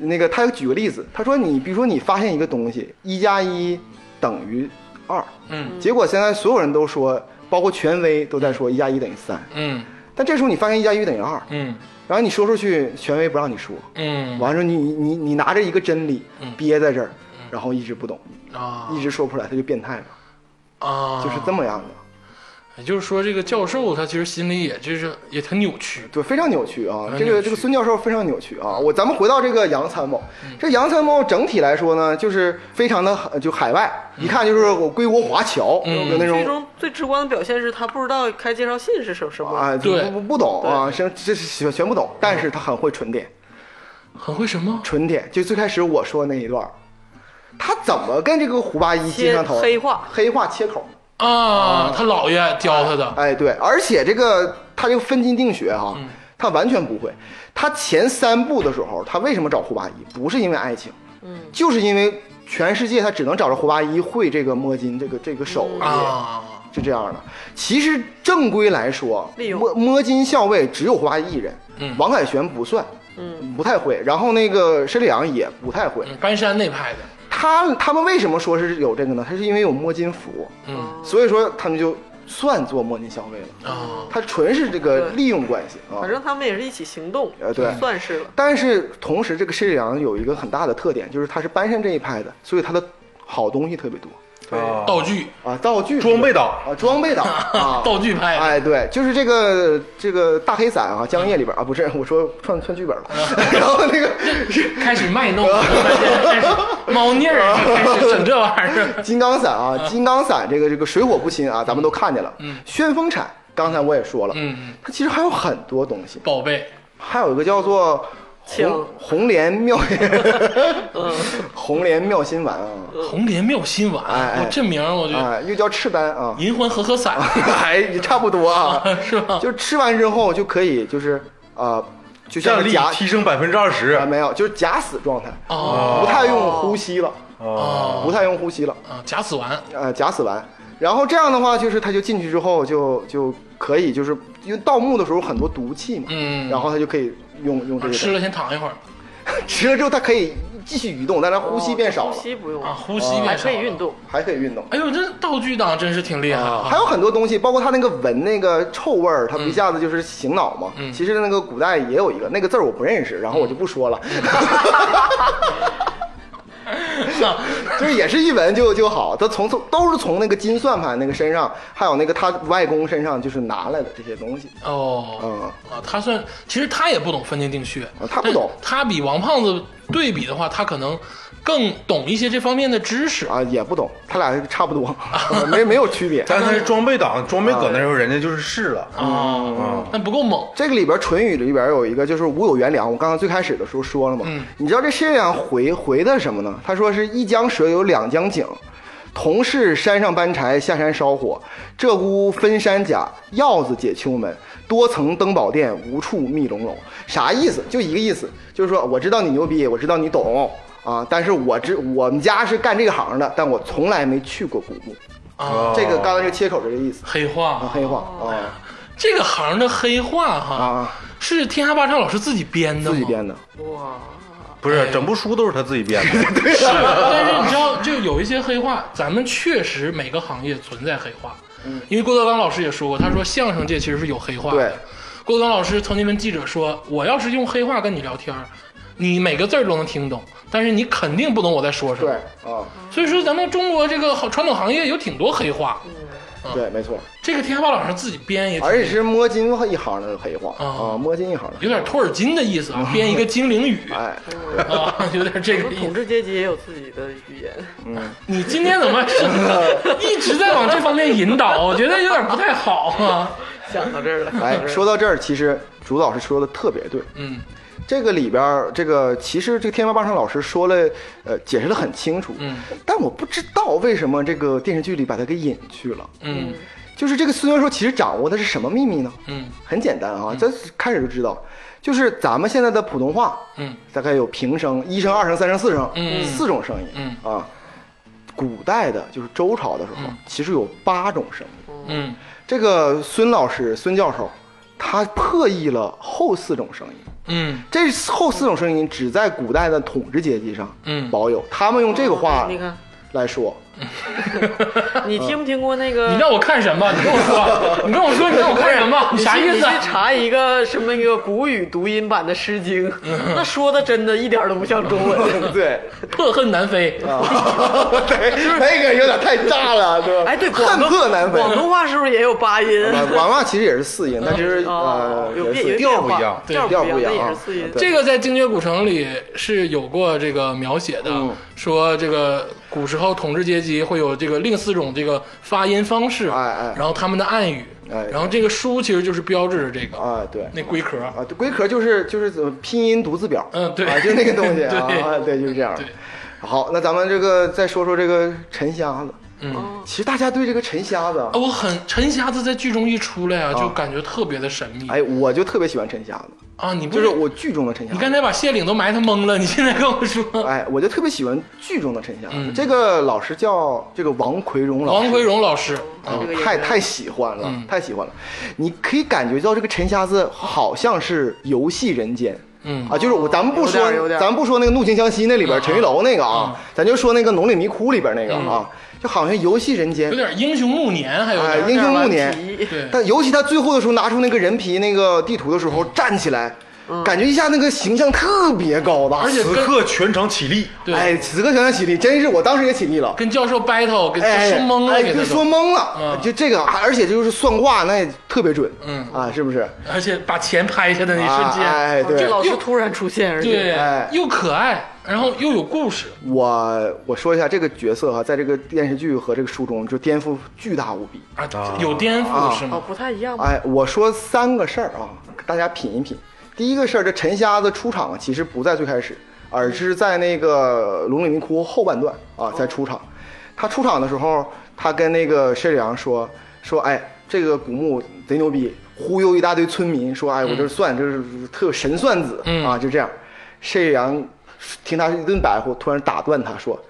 D: 那个他又举个例子，他说你比如说你发现一个东西，一加一等于二，
A: 嗯
D: 结果现在所有人都说，包括权威都在说一加一等于三，
A: 嗯
D: 但这时候你发现一加一等于二，
A: 嗯
D: 然后你说出去，权威不让你说，
A: 嗯
D: 完了之后你你你拿着一个真理
A: 嗯
D: 憋在这儿，然后一直不懂，
A: 啊
D: 一直说不出来，他就变态了，
A: 啊，
D: 就是这么样的，
A: 也就是说，这个教授他其实心里也就是也挺扭曲，
D: 对，非常扭曲啊，
A: 很
D: 这
A: 扭
D: 个
A: 曲
D: 这个孙教授非常扭曲啊。我咱们回到这个杨参谋，
A: 嗯
D: 这杨参谋整体来说呢，就是非常的呃就海外，一看就是我归国华侨
A: 嗯
D: 有那
B: 最
D: 种
B: 终最直观的表现是他不知道开介绍信是什什么，
D: 啊，
A: 对嗯
D: 不不不懂啊，是这是全全不懂，但是他很会纯点，
A: 很会什么？
D: 纯点就最开始我说那一段儿，他怎么跟这个胡八一接上头？
B: 切黑化
D: 黑化切口。
A: 啊，他姥爷教他的，
D: 哎，对，而且这个他这个分金定学哈、
A: 嗯
D: 他完全不会。他前三部的时候，他为什么找胡八一？不是因为爱情，嗯，就是因为全世界他只能找着胡八一会这个摸金这个这个手艺。
A: 啊，
D: 是这样的，其实正规来说
B: 利，用
D: 摸摸金校尉只有胡八一一人，
A: 嗯
D: 王凯旋不算，嗯，不太会。然后那个申里昂也不太会。
A: 嗯搬山那派的，
D: 他他们为什么说是有这个呢？他是因为有摸金符，
A: 嗯
D: 所以说他们就算做摸金校尉了。
A: 啊，
D: 他纯是这个
B: 对
D: 利用关系啊
B: 反。正他们也是一起行动，
D: 呃对
B: 算是了。
D: 但是同时，这个施里昂有一个很大的特点，就是他是搬山这一派的，所以他的好东西特别多
C: 啊
A: 道具
D: 啊，道具
C: 装备党
D: 啊，装备党啊，
A: 道具派的，
D: 哎，对，就是这个这个大黑伞啊，江夜里边啊，不是我 说串串 剧本了，然后那个 是
A: 开始卖弄，开始猫腻儿，
D: 啊
A: 开始整这玩意儿，
D: 金刚伞啊，金刚伞这个这个水火不侵啊，咱们都看见了，
A: 嗯
D: 旋风铲，刚才我也说了，
A: 嗯，
D: 它其实还有很多东西，
A: 宝贝，
D: 还有一个叫做红
B: 枪
D: 红 莲妙，嗯
A: 嗯
D: 红莲妙心丸啊，
A: 红莲妙心丸，
D: 哎哎
A: 我这名儿我觉得
D: 啊，又叫赤丹啊，
A: 银魂和合散
D: 哎，也差不多啊，
A: 是吧？
D: 就吃完之后就可以就是啊、呃就像
C: 战
D: 是
C: 力
D: 假
C: 提升百分之二十
D: 啊，没有，就是假死状态，
A: 哦
D: 不太用呼吸了，
C: 啊，
D: 不太用呼吸了，
A: 啊，假死丸
D: 呃，假死完。然后这样的话，就是他就进去之后就就可以，就是因为盗墓的时候很多毒气嘛，
A: 嗯
D: 然后他就可以用用这
A: 啊
D: 个
A: 吃了先躺一会儿
D: 吃了之后，它可以继续移动，但它呼吸变少了，
B: 哦呼吸不用
A: 啊，呼
D: 哦
A: 吸
B: 还
A: 变少
B: 可
A: 了
B: 以运。动。
D: 还可以运动。
A: 哎呦，这道具党真是挺厉害
D: 还
A: 啊！
D: 有很多东西，包括它那个闻那个臭味儿，它
B: 嗯
D: 不一下子就是醒脑嘛。
A: 嗯
D: 其实那个古代也有一个那个字儿我不认识，
B: 嗯
D: 然后我就不说了，
A: 啊
D: 就是也是一闻就就好。它从从都是从那个金算盘那个身上，还有那个他外公身上就是拿来的这些东西。
A: 哦，
D: 嗯，
A: 啊，他算其实他也不懂分界定穴
D: 啊，他不懂
A: 但他比王胖子对比的话，他可能更懂一些这方面的知识。
D: 啊，也不懂，他俩差不多， 没没有区别。
C: 但是装备
D: 啊
C: 党装备搁那时候人家就是试了
A: 啊，
D: 哦
A: 但不够猛。
D: 这个里边《唇语》里边有一个就是无有原良，我刚刚最开始的时候说了嘛，
A: 嗯
D: 你知道这谢亮回回的什么呢？他说是一江水有两江景，同是山上搬柴，下山烧火，这屋分山甲，鹞子解秋门，多层登宝殿，无处觅龙楼。啥意思？就一个意思，就是说我知道你牛逼，我知道你懂。啊！但是我知我们家是干这个行的，但我从来没去过古墓。
A: 啊
D: 这个刚才这个切口这个意思
A: 黑
D: 啊，
A: 话，
D: 黑话啊
A: 这个行的黑话哈，
D: 啊，
A: 是天下霸唱老师自己编的吗，
D: 自己编的。
B: 哇，
C: 不是整部书都是他自己编 的，
A: 是， 但是你知道，就有一些黑话，咱们确实每个行业存在黑话。因为郭德纲老师也说过，他说相声界其实是有黑话的。
D: 嗯对
A: 郭德纲老师曾经跟记者说：“我要是用黑话跟你聊天儿，你每个字儿都能听懂，但是你肯定不懂我在说什
D: 对
A: 么。
D: 啊，”
A: 所以说，咱们中国这个好传统行业有挺多黑话，
D: 嗯啊对，没错。
A: 这个天下霸老师自己编也挺
D: 而且是摸金一行的黑话
A: 哎啊
D: 啊，摸金一行的
A: 有点托尔金的意思 啊，编一个精灵语
D: 哎，
A: 啊， 有点这个意
B: 统
A: 思。
B: 治阶级也有自己的语言，
A: 你今天怎么 一直在往这方面引导？我觉得有点不太好啊。
B: 想到这儿了。
D: 哎， 说到这儿，其实朱老师说的特别对。
A: 嗯，
D: 这个里边儿，这个其实这个天霸霸上老师说了，呃，解释的很清楚。
A: 嗯，
D: 但我不知道为什么这个电视剧里把他给引去了。
A: 嗯
D: 就是这个孙元硕其实掌握的是什么秘密呢？
A: 嗯
D: 很简单啊，这开始就知道，就是咱们现在的普通话，
A: 嗯，
D: 大概有平声、一声、二声、三声、四声，
A: 嗯
D: 四种声音，
A: 嗯
D: 啊。古代的，就是周朝的时候，其实有八种声音。
A: 嗯
D: 这个孙老师、孙教授，他破译了后四种声音。
A: 嗯
D: 这后四种声音只在古代的统治阶级上
A: 嗯
D: 保有，他们用这个话
B: 你看，
D: 来说，
B: 你听没听过那个？
A: 你让我看什么？你跟我说， 你跟我说，你让我看什么？
B: 你
A: 啥
B: 去
A: 意
B: 你
A: 思
B: 去
A: 啊？
B: 查一个什么一个古语读音版的《诗经》，
A: 嗯
B: 那说的真的一点儿都不像中文。
D: 对，
A: 破恨南飞，
D: 啊 对，那个有点太炸了，对吧？
B: 哎，对，广
D: 恨
B: 东
D: 破南非。
B: 广东话是不是也有八音？
D: 呃广话其实也是四音，但其实
B: 哦
D: 呃，
B: 有
D: 也是
B: 变
D: 四
B: 有
D: 音
B: 变
C: 调
B: 化
C: 不一样
B: 调
D: 调
B: 不
D: 不一
B: 一样，
D: 样
B: 那也
D: 啊
B: 是四音。
D: 对
A: 这个在《精绝古城》里是有过这个描写的，
D: 嗯
A: 说这个古时候统治阶级会有这个另四种这个发音方式，
D: 哎哎
A: 然后他们的暗语，
D: 哎
A: 然后这个书其实就是标志着这个、
D: 啊，对
A: 那龟壳，
D: 啊，对龟壳就是就是怎么拼音读字表，
A: 嗯对
D: 啊，就那个 东西啊
A: 对
D: 啊，对，就是这样。
A: 对
D: 好，那咱们这个再说说这个陈瞎子。
A: 嗯，
D: 其实大家对这个陈瞎子啊
A: 啊，，我很陈瞎子在剧中一出来啊，就感觉特别的神秘，
D: 哎，我就特别喜欢陈瞎子，
A: 啊，你不
D: 就是我剧中的陈瞎
A: 你
D: 子。
A: 刚才把谢岭都埋汰懵了，你现在跟我说，
D: 哎，我就特别喜欢剧中的陈瞎子。
A: 嗯
D: 这个老师叫这个王奎荣老师。
A: 王奎荣老师，
D: 啊
B: 这个演员
D: 太太喜欢了，
A: 嗯
D: 太喜欢了。你可以感觉到这个陈瞎子好像是游戏人间。
A: 嗯
D: 啊，就是我，咱们不说
B: 有点有，点
D: 咱们不说那个《怒晴湘西》那里边陈玉楼那个啊，
A: 嗯
D: 咱就说那个《农里迷窟》里边那个啊，就好像游戏人
A: 嗯
D: 间
A: 有，点英雄暮年，还有
D: 哎，
A: 点
D: 英雄暮
B: 有点顽
D: 年
B: 皮。
A: 对
D: 但尤其他最后的时候拿出那个人皮那个地图的时候，站起来，感觉一下那个形象特别高大，
A: 嗯而且
C: 此刻全场起立，
A: 对
D: 哎，此刻想想起立，真是我当时也起立了。
A: 跟教授 battle，给
D: 哎，
A: 说懵了，
D: 哎，
A: 给他都
D: 就说懵了，
A: 嗯
D: 就这个，而且就是算卦那也特别准，
A: 嗯
D: 啊，是不是？
A: 而且把钱拍下的那一瞬间，哦
D: 啊哎，对
B: 这，老师突然出现，而且
A: 对、
D: 哎
A: 又可爱，然后又有故事，
D: 我我说一下这个角色哈、在这个电视剧和这个书中就颠覆巨大无比。
A: 啊
C: 啊，
A: 有颠覆、
D: 啊
A: 是
B: 哦
A: 吗？
B: 不太一样吧？
D: 哎，我说三个事儿啊，大家品一品。第一个事儿，这陈瞎子出场啊其实不在最开始，而是在那个《龙岭迷窟》后半段啊才出场。他出场的时候，他跟那个谢里昂说说，哎，这个古墓贼牛逼，忽悠一大堆村民说，哎，我这算这是特神算子、
A: 嗯
D: 啊，就这样。沈阳听他一顿白活，突然打断他说，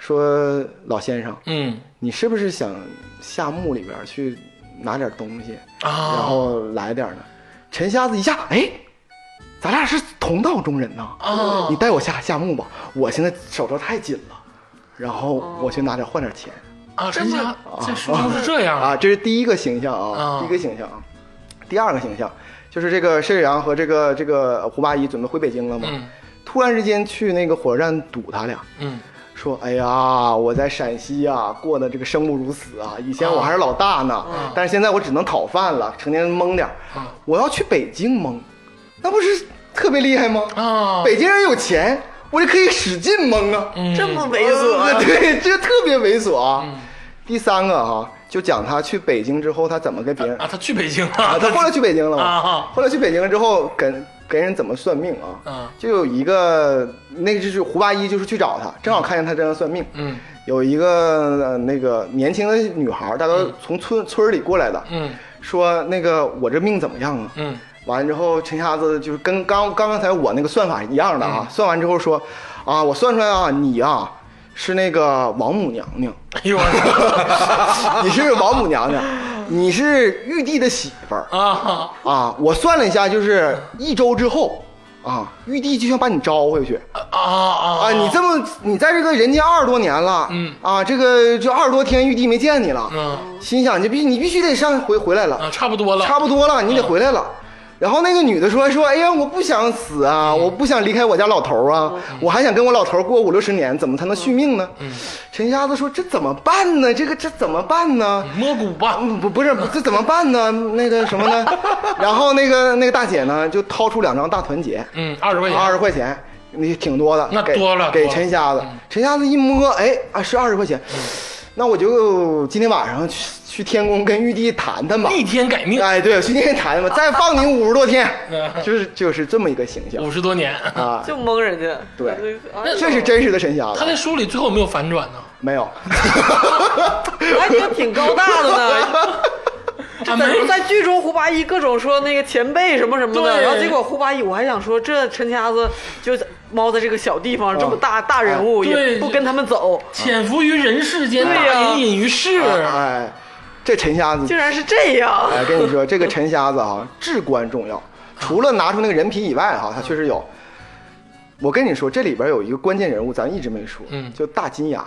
D: 说老先生，
A: 嗯
D: 你是不是想下墓里边去拿点东西，然
A: 啊
D: 后来点呢？陈瞎子一下，哎，咱俩是同道中人呐！
A: 啊
D: 你带我下下墓吧，我现在手头太紧了，然后
A: 哦
D: 我去拿点换点钱
A: 啊！陈霞这书中是这样
D: 啊，这是第一个形象啊
A: 啊，
D: 第一个形象啊。第二个形象就是这个沈阳和这个这个胡八一准备回北京了嘛，
A: 嗯
D: 突然之间去那个火车站堵他俩，
A: 嗯
D: 说：“哎呀，我在陕西啊，过得这个生不如死啊！以前我还是老大呢，但是现在我只能讨饭了，成天蒙点儿。
A: 啊
D: 我要去北京蒙，那不是特别厉害吗？
A: 啊，
D: 北京人有钱，我就可以使劲蒙啊！
A: 嗯
B: 这么猥琐啊、
D: 对，这特别猥琐啊。第三个啊，就讲他去北京之后，他怎么跟别人
A: 啊，他去北京了，
D: 啊，他后来去北京了嘛？
A: 啊
D: 后来去北京了之后，跟跟人怎么算命啊？
A: 啊
D: 就有一个那个就是胡八一，就是去找他，正好看见他在那算命。
A: 嗯，
D: 有一个、呃那个年轻的女孩，大概从村、村里过来的，
A: 嗯
D: 说那个我这命怎么样啊？
A: 嗯
D: 完之后，陈瞎子就是跟刚刚刚才我那个算法一样的啊，
A: 嗯
D: 算完之后说，啊，我算出来啊，你啊是那个王母娘娘。
A: 哎呦我
D: 你是王母娘娘，你是玉帝的媳妇儿
A: 操嗯啊
D: 啊！我算了一下，就是一周之后啊，玉帝就想把你招回去
A: 啊啊
D: 啊！你这么你在这个人间二十多年了，
A: 嗯
D: 啊，这个就二十多天，玉帝没见你了，
A: 嗯
D: 心想你必你必须得上回回来了，
A: 啊，差不多了，嗯
D: 差不多了，你得回来了。然后那个女的说说，哎呀，我不想死啊，
A: 嗯
D: 我不想离开我家老头啊，我还想跟我老头过五六十年，怎么才能续命呢？
A: 嗯
D: 陈瞎子说这怎么办呢？这个这怎么办呢？
A: 摸骨吧，
D: 嗯，不不是，这怎么办呢？那个什么呢？ 然后那个那个大姐呢，就掏出两张大团结，
A: 嗯，二十块钱，
D: 二十块钱，你挺多的，
A: 那
D: 给
A: 多了
D: 给
A: 多了嗯
D: 陈瞎子，陈瞎子一摸，哎啊，是二十块钱，那我就今天晚上去去天宫跟玉帝谈谈吧。
A: 逆天改命，
D: 哎，对，去天 坛吧，再放你五十多天
A: 嗯，
D: 就是就是这么一个形
B: 嗯
D: 象
A: 五十多年。
D: 啊，
B: 就蒙人家。
D: 对
B: 哎呦，
D: 这是真实的陈瞎
A: 他在
D: 子，
A: 书里最后有没有反转呢？
D: 没有，
B: 还挺哎挺高大的呢。
A: 啊，没
B: 在在剧中，胡八一各种说那个前辈什么什么的，
A: 对
B: 然后结果胡八一，我还想说这陈瞎子就猫在这个小地
D: 啊
B: 方，这么大大人物
A: 哎对
B: 也不跟他们走，
A: 潜伏于人世间，
B: 对呀
A: 大隐隐于市。
D: 哎，这陈瞎子
B: 竟然是这样。
D: 哎，跟你说，这个陈瞎子啊，至关重 要。除了拿出那个人皮以外，哈，他确实有。我跟你说，这里边有一个关键人物，咱一直没说，
A: 嗯
D: 就大金牙。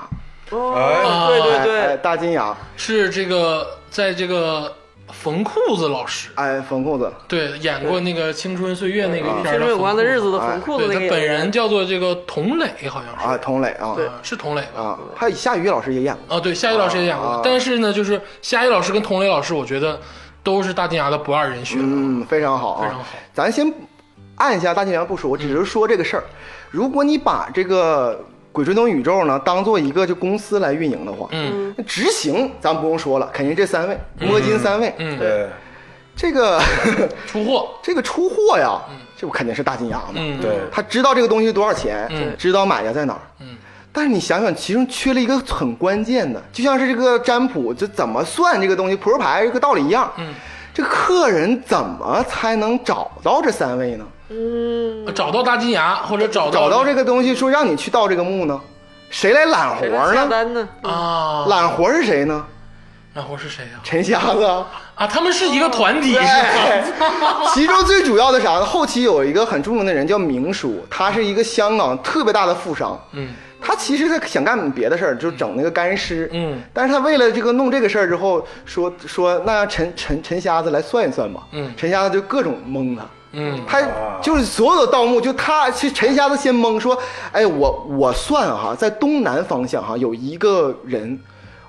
B: 哦， 对对
D: 哎哎
B: 对，
D: 大金牙，
A: 是这个，在这个冯裤子老师
D: 哎，冯裤子，
A: 对演过那个《青春岁月》那个片儿
B: 青春有关的日
A: 子，
B: 子的
D: 哎
B: 红裤子那
A: 对
B: 个
A: 他本人叫做这个童磊，好像是
D: 啊，佟磊啊，
A: 啊是童磊吧？
D: 啊，还有夏雨老师也演过，
A: 啊，对，夏雨老师也演过
D: 啊，
A: 但是呢，就是夏雨老师跟童磊老师，我觉得都是大金牙的不二人选。
D: 嗯，非常好啊，
A: 非常好嗯
D: 咱先按下大金牙不说，我只是说这个事儿。如果你把这个《鬼吹灯》宇宙呢当做一个就公司来运营的话，
A: 嗯，
D: 那执行咱不用说了，肯定这三位摸金三位，
A: 嗯
C: 对
D: 这个
A: 出货，
D: 这个出货呀，这不肯定是大金牙嘛？
A: 嗯，
C: 对，
D: 他知道这个东西多少钱，
A: 嗯
D: 知道买家在哪儿。
A: 嗯
D: 但是你想想，其中缺了一个很关键的，就像是这个占卜，就怎么算这个东西，扑克牌这个道理一样。
A: 嗯，
D: 这客人怎么才能找到这三位呢？
A: 呃找到大金牙或者找
D: 找到
A: 这
D: 这个东西，说让你去盗这个墓呢？谁来揽
B: 谁来
D: 活
B: 下
D: 呢？
B: 单呢？
A: 啊，
D: 揽活是谁呢？
A: 然后是谁呀？
D: 陈瞎子啊。
A: 啊，他们是一个团体，是
D: 哎
A: 吧？
D: 其中最主要的啥呢？后期有一个很著名的人叫明叔，他是一个香港特别大的富商。
A: 嗯，
D: 他其实他想干别的事儿，就整那个干尸。
A: 嗯，
D: 但是他为了这个弄这个事儿之后，说说那让陈陈陈瞎子来算一算吧。
A: 嗯
D: 陈瞎子就各种蒙他。
A: 嗯
D: 他就是所有的盗墓，就他其实陈瞎子先蒙说，哎，我我算哈、在东南方向哈、有一个人，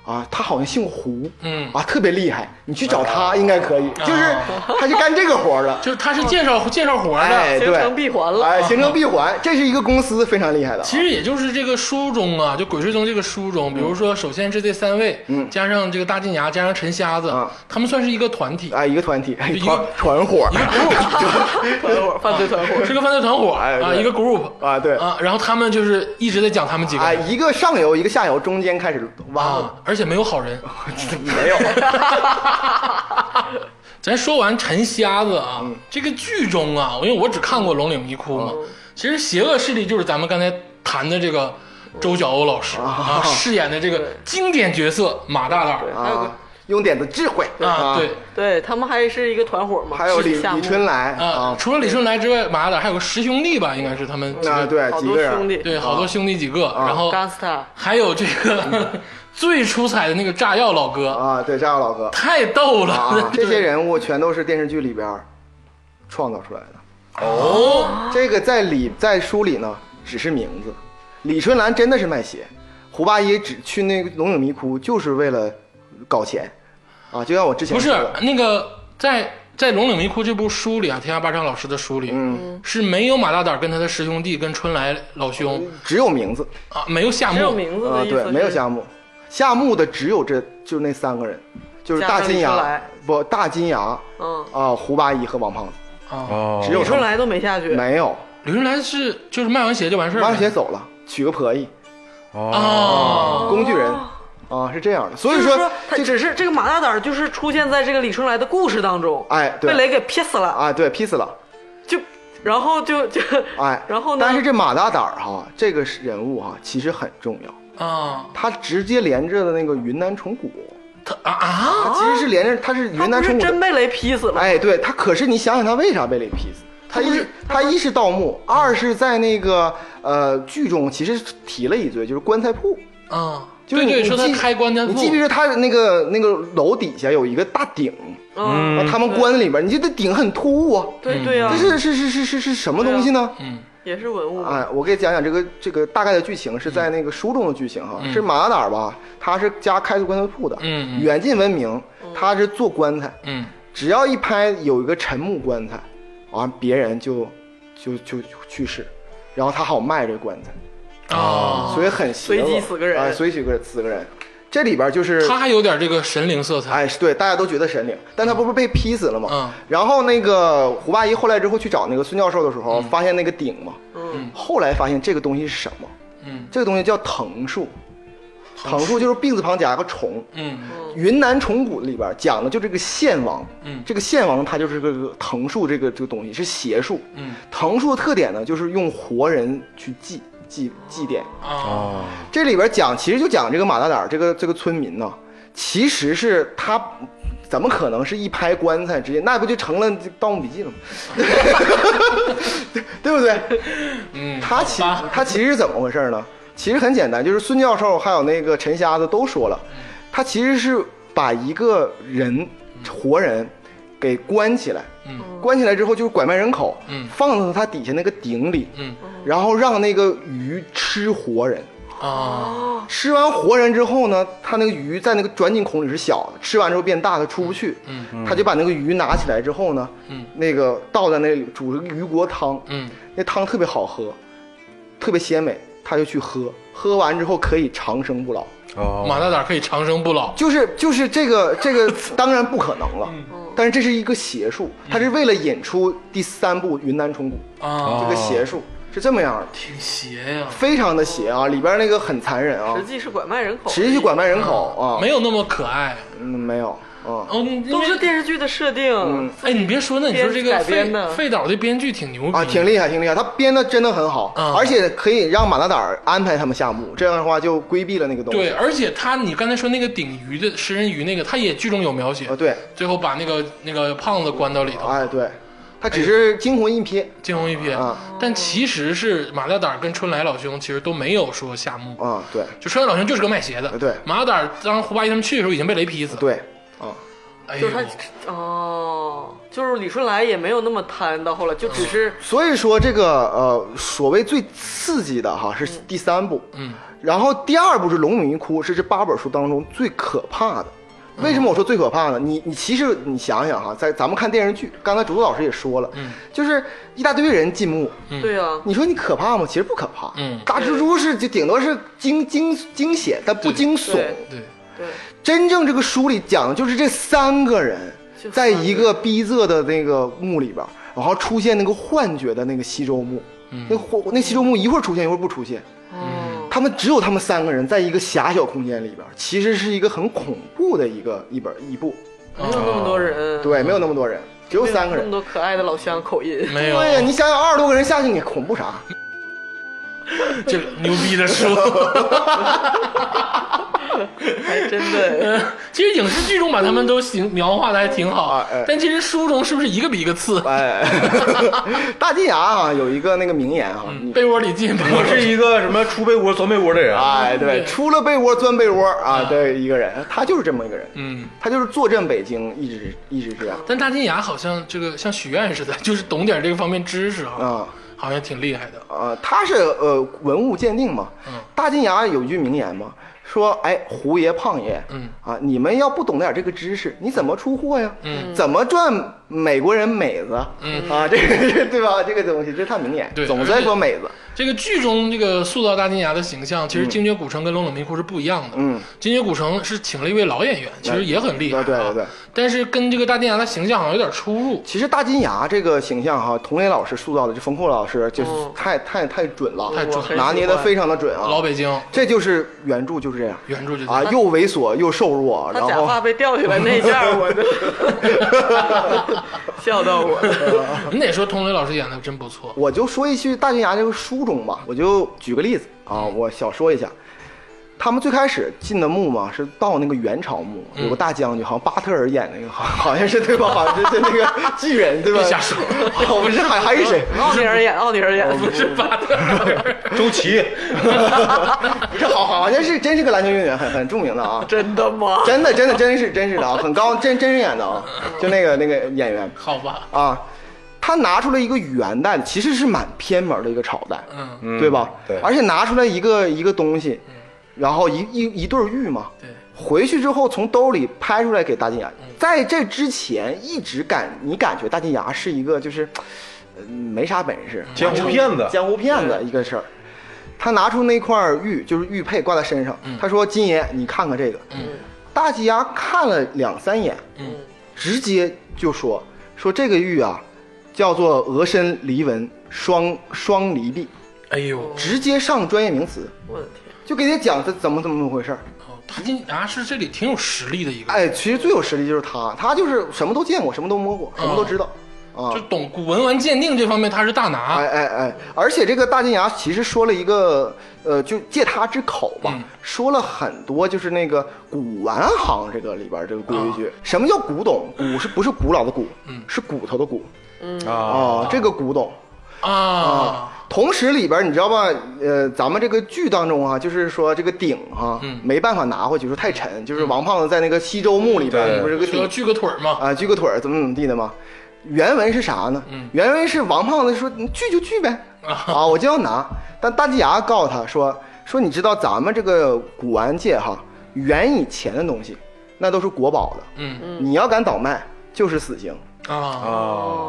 D: 啊，他好像姓胡，
A: 嗯
D: 啊，特别厉害，你去找他应该可以， 就是他就干这个活儿 了，
A: 就是他是介绍介绍活儿的，
D: 哎，
B: 形
D: 对，
B: 成闭环了
D: 哎，形 成闭环，这是一个公司非常厉害的啊，
A: 其实也就是这个书中啊，就《鬼吹灯》这个书中，比如说，首先是这三位，
D: 嗯
A: 加上这个大金牙，加上陈瞎子
D: 啊，
A: 他们算是一个团体，
D: 哎，一个哎团体，哎
A: 一个
D: 团团伙
A: 一个 group，
B: 团伙，犯罪团伙。
A: 是个犯罪团伙
D: 哎
A: 啊，
D: 对
A: 一个 group
D: 啊，对，
A: 啊，然后他们就是一直在讲他们几个
D: 哎，
A: 人
D: 一个上游，一个啊
A: 啊
D: 下游，中间开始挖了，
A: 啊，而且没有好人，
D: 没有，
A: 咱说完陈瞎子啊，
D: 嗯
A: 这个剧中啊，因为我只看过《龙岭迷窟》嘛，其实邪恶势力就是咱们刚才谈的这个周晓鸥老师
D: 哦
A: 啊饰演的这个经典角色马大胆
B: 对，还有
D: 啊
B: 个，
D: 用点子智慧
A: 啊，对。
B: 对他们还是一个团伙嘛，
D: 还有李
B: 是夏
D: 李
B: 目
D: 春来
A: 啊
D: 啊，，
A: 除了李春来之外，马大胆还有个十兄弟吧，应该是他们几
D: 啊
A: 个
D: 对啊
B: 好
D: 几
B: 多
D: 个
B: 兄
D: 人，
B: 弟，
A: 对，好多兄弟几个，然后
B: Gangsta
A: 还有这个 最出彩的那个炸药老哥，
D: 嗯啊，对，这样老哥
A: 太逗了
D: 啊，，这些
A: 对
D: 人物全都是电视剧里边儿创造出来的。
A: 哦，
D: 这个在里在书里呢，只是名字。李春兰真的是卖血，胡八一只去那个龙岭迷窟就是为了搞钱，啊，就像我之前
A: 不是
D: 说的
A: 那个在在《龙岭迷窟》这部书里啊，田家八丈老师的书里，
D: 嗯，
A: 是没有马大胆跟他的师兄弟跟春来老兄
D: 只有名字
A: 啊，没有夏
B: 只有
A: 目，
B: 名字
D: 啊、
B: 的意思
D: 对，
B: 是，
D: 没有夏目，夏目的只有这就那三个人，就是
B: 加
D: 大
B: 上
D: 金
B: 李春
D: 牙
B: 来
D: 不大金牙啊、
B: 嗯，
D: 胡八一和王胖子，
C: 哦，
D: 啊只有
B: 李
D: 他
B: 春
D: 们
B: 来都没下去，
D: 没有，
A: 李春来是就是卖完血就完事儿了，
D: 王雪走了，娶个婆姨，
C: 哦
A: 啊，
D: 工具人啊，是这样的，所以
B: 就是
D: 说
B: 说他
D: 这
B: 只是这个马大胆儿就是出现在这个李春来的故事当中，
D: 哎对
B: 被雷给劈死了，
D: 啊，对，劈死了。
B: 就然后就就
D: 哎，
B: 然后呢？
D: 但是这马大胆儿哈，这个是人物哈，其实很重要。
A: 啊，
D: 他直接连着的那个云南虫谷，
A: 他啊啊，
D: 他其实是连着，他是
B: 哦他
D: 云
B: 不
D: 南
B: 是
D: 虫谷
B: 真
D: 的。
B: 被雷劈死了，
D: 哎，对他，可是你想想他为啥被雷劈死？他
B: 不
D: 一
B: 是
D: 他一是盗墓，二是在那个呃剧中其实提了一嘴，就是棺材铺，
A: 啊，
D: 就是
A: 对
D: 你
A: 对，说他
D: 你记
A: 开棺材
D: 你记不
A: 铺
D: 记，得他那个那个楼底下有一个大顶，
B: 嗯，
D: 他们棺里边，你这这顶很突兀啊，
B: 对对呀啊
D: 这，是是是是是是什么东西呢？
A: 嗯
B: 也是文物嘛，
D: 哎，我给讲讲这个这个大概的剧情是在那个书中的剧情哈，
B: 嗯
D: 是马达尔吧，他是家开棺材铺的，
A: 嗯嗯
D: 远近闻名，
B: 哦
D: 他是做棺材，
A: 嗯，
D: 只要一拍有一个沉木棺材，完、别人就就就就去世，然后他好卖这棺材，哦
A: 啊，
D: 所以很邪恶
B: 哦随机死个人
D: 哎，随机死个人死个人，这里边就是
A: 他还有点这个神灵色彩，
D: 哎，是对，大家都觉得神灵，但他不是被劈死了吗？
A: 嗯
D: 然后那个胡八一后来之后去找那个孙教授的时
A: 嗯
D: 候，发现那个鼎嘛，
B: 嗯，
D: 后来发现这个东西是什么？
A: 嗯
D: 这个东西叫藤树，藤树就是病字旁加个虫。
A: 嗯
D: 云南虫谷里边讲的就是这个献王，
A: 嗯
D: 这个献王它就是这个藤树这个这个东西是邪术，
A: 嗯，
D: 藤树的特点呢就是用活人去祭祭祭奠，
A: 啊，
C: 哦，
D: 这里边讲，其实就讲这个马大胆儿这个这个村民呢，其实是他怎么可能是一拍棺材直接，那不就成了《盗墓笔记》了吗？ 对对不对？
A: 嗯，
D: 他其
A: 好吧
D: 他其实是怎么回事呢？其实很简单，就是孙教授还有那个陈瞎子都说了，
A: 嗯
D: 他其实是把一个人活人给关起来，
A: 嗯
D: 关起来之后就是拐卖人口，
A: 嗯
D: 放到他底下那个井里，
A: 嗯
D: 然后让那个鱼吃活人。
A: 啊，
D: 吃完活人之后呢，他那个鱼在那个转进孔里是小的，吃完之后变大，它出不去。
A: 嗯，
D: 他就把那个鱼拿起来之后呢，
A: 嗯，
D: 那个倒在那里煮了个鱼锅汤，
A: 嗯
D: 那汤特别好喝，特别鲜美，他就去喝，喝完之后可以长生不老。
C: 哦，
A: 马大胆可以长生不老，
D: 就是就是这个这个当然不可能了，
A: 嗯
D: 但是这是一个邪术，它是为了引出第三部《云南虫谷》
A: 啊，
D: 这个邪术是这么样的，
A: 挺邪呀、
D: 非常的邪啊，里边那个很残忍啊
B: 实，际是拐卖人口，
D: 持续拐卖人口啊，
A: 没有那么可爱。
D: 嗯，没有，嗯，
A: 哦，你
B: 都是
A: 电。
B: 电视剧的设定，
A: 哎，你别说，那你说这个
B: 改
A: 费
B: 编的
A: 费导的编剧挺牛逼
D: 啊，挺厉害，挺厉害，他编的真的很好，
A: 嗯
D: 而且可以让马大胆儿安排他们下墓，这样的话就规避了那个东西。
A: 对，而且他你刚才说那个顶鱼的食人鱼那个，他也剧中有描写
D: 啊，，对，
A: 最后把那个那个胖子关到里头，
D: 哎，对，他只是惊魂一瞥
A: 惊鸿一瞥
D: 啊。
A: 但其实是马大胆跟春来老兄其实都没有说下墓，
D: 啊，对，
A: 就春来老兄就是个卖鞋的。
D: 对
A: 马大胆当胡八一他们去的时候已经被雷劈死了。，
D: 对，啊，
A: 哎
B: 就
A: 呦
B: 是，他哦，就是李春来也没有那么贪，到后来就只是
D: 所以说这个呃，所谓最刺激的哈是第三部，
A: 嗯，
D: 然后第二部是《龙女一窟》，是这八本书当中最可怕的。为什么我说最可怕
A: 嗯
D: 呢？你你其实你想想哈，在咱们看电视剧，刚才竹子老师也说了，嗯，就是一大堆人进墓，
B: 对呀，
D: 你说你可怕吗？其实不可怕，
A: 嗯
D: 大蜘蛛是就顶多是惊惊惊险，但不惊悚。
B: 对
A: 对，
B: 对，
D: 真正这个书里讲的就是这三个人
B: 就，
D: 在一个逼仄的那个墓里边，然后出现那个幻觉的那个西周墓，
A: 嗯
D: 那幻那西周墓一会儿出现一会儿不出现，
B: 哦，
D: 他们只有他们三个人在一个狭小空间里边，其实是一个很恐怖的一个一本一部。
B: 哦没有那么多人，
D: 哦对，没有那么多人，只有三
B: 那么
D: 个人。
B: 多可爱的老乡口音，
A: 没有，
D: 对呀，你想想二十多个人下去，你恐怖啥？
A: 这个牛逼的 说，
B: 还真 的。
A: 其实影视剧中把他们都形描画的还挺好
D: 啊哎，
A: 但其实书中是不是一个比一个次？
D: 哎， 大金牙好像有一个那个名言哈，你
A: 被窝里进，被窝
C: 我
A: 里
C: 是一个什么出被窝钻被窝的人，啊
D: 哎，对，出了被窝钻被窝啊，对，一个人，他就是这么一个人，
A: 嗯，
D: 他就是坐镇北京，一直一直这样
A: 但大金牙好像这个像许愿似的， 就是懂点这个方面知识啊，
D: 啊。
A: 好像挺厉害的。
D: 呃，他是呃文物鉴定嘛，
A: 嗯
D: 大金牙有一句名言嘛，说哎胡爷胖爷，
A: 嗯
D: 啊，你们要不懂点这个知识，你怎么出货呀？嗯，怎么赚美国人美子？嗯啊，这个对吧？这个东西这是他名言，
A: 对
D: 总在说美子，
A: 这个剧中这个塑造大金牙的形象，其实精绝古城跟冷冷迷窟是不一样的。
D: 嗯，
A: 精绝古城是请了一位老演员，其实也很厉害、啊。
D: 对对对。
A: 但是跟这个大金牙的形象好像有点出入。
D: 其实大金牙这个形象哈，佟磊老师塑造的，这冯巩老师就是
B: 嗯
D: 太、太太准了，
A: 太准
B: 我很喜欢
D: 拿捏的非常的准啊。
A: 老北京
D: 这就是原著就是这样
A: 原著就
D: 啊，又猥琐又瘦弱，
B: 他
D: 然
B: 假
D: 后
B: 发被掉下来那一下，我 都 笑到我 了。
A: 你得说佟磊老师演的真不错。
D: 我就说一句《大金牙》这个书中吧，我就举个例子啊，
B: 嗯
D: 我小说一下。他们最开始进的墓嘛，是盗那个元朝墓，有个大将军，好像巴特尔演那个，好好像是对吧？好像是是那个巨人对吧？
A: 别瞎说，
D: 我不是还还是谁？
B: 奥尼尔演，奥尼尔演，不是吧？
D: 啊
C: 周琦，
D: 不是好好好像是真是个篮球运动员，很很著名的啊，
B: 真的吗？
D: 真的真的真是真是的啊，很高，真真是演的 啊，就那个那个演员
A: 好吧，
D: 啊，他拿出了一个元代，其实是蛮偏门的一个朝代，
A: 嗯，
C: 嗯
D: 对吧？
C: 对，嗯
D: 而且拿出来一个一个东西，然后一一一对儿玉嘛，
A: 对，
D: 回去之后从兜里拍出来给大金牙。
C: 嗯
D: 在这之前，一直感你感觉大金牙是一个就是，呃，没啥本事，
C: 嗯江湖骗子嗯
D: 江湖骗子一个事儿。他拿出那块儿玉，就是玉佩挂在身上，
C: 嗯
D: 他说：“金爷，你看看这个。”大金牙看了两三眼，
A: 嗯
D: 直接就说：“说这个玉啊，叫做鹅身离纹双双离璧。”
A: 哎呦，
D: 直接上专业名词，
B: 我的天，
D: 就给你讲他怎么怎么回事儿。
A: 哦大金牙是这里挺有实力的一个，
D: 哎，其实最有实力就是他，他就是什么都见过，什么都摸过，什么都知道啊
A: 哦就。懂古文玩鉴定这方面他是大拿。
D: 哎哎哎！而且这个大金牙其实说了一个，呃，就借他之口吧，
A: 嗯
D: 说了很多就是那个古玩行这个里边这个规矩。什么叫古董？古是不是古老的古？
A: 哦嗯
D: 是骨头的骨
C: 啊，
D: 啊，这个古董。
A: 啊，
D: 同时里边儿你知道吧？呃，咱们这个剧当中啊，就是说这个鼎哈、
A: 嗯
D: 没办法拿回去，说太沉。就是王胖子在那个西周墓里边儿，
C: 对
D: 不是有个
A: 说
D: 鼎
A: 锯个腿儿嘛，
D: 啊，锯个腿儿怎么怎么地的吗？原文是啥呢？原文是王胖子说你锯就锯呗，啊，我就要拿。但大金牙告诉他说说你知道咱们这个古玩界哈，元以前的东西那都是国宝的，
A: 嗯
D: 你要敢倒卖就是死刑。
A: 啊，
C: 啊，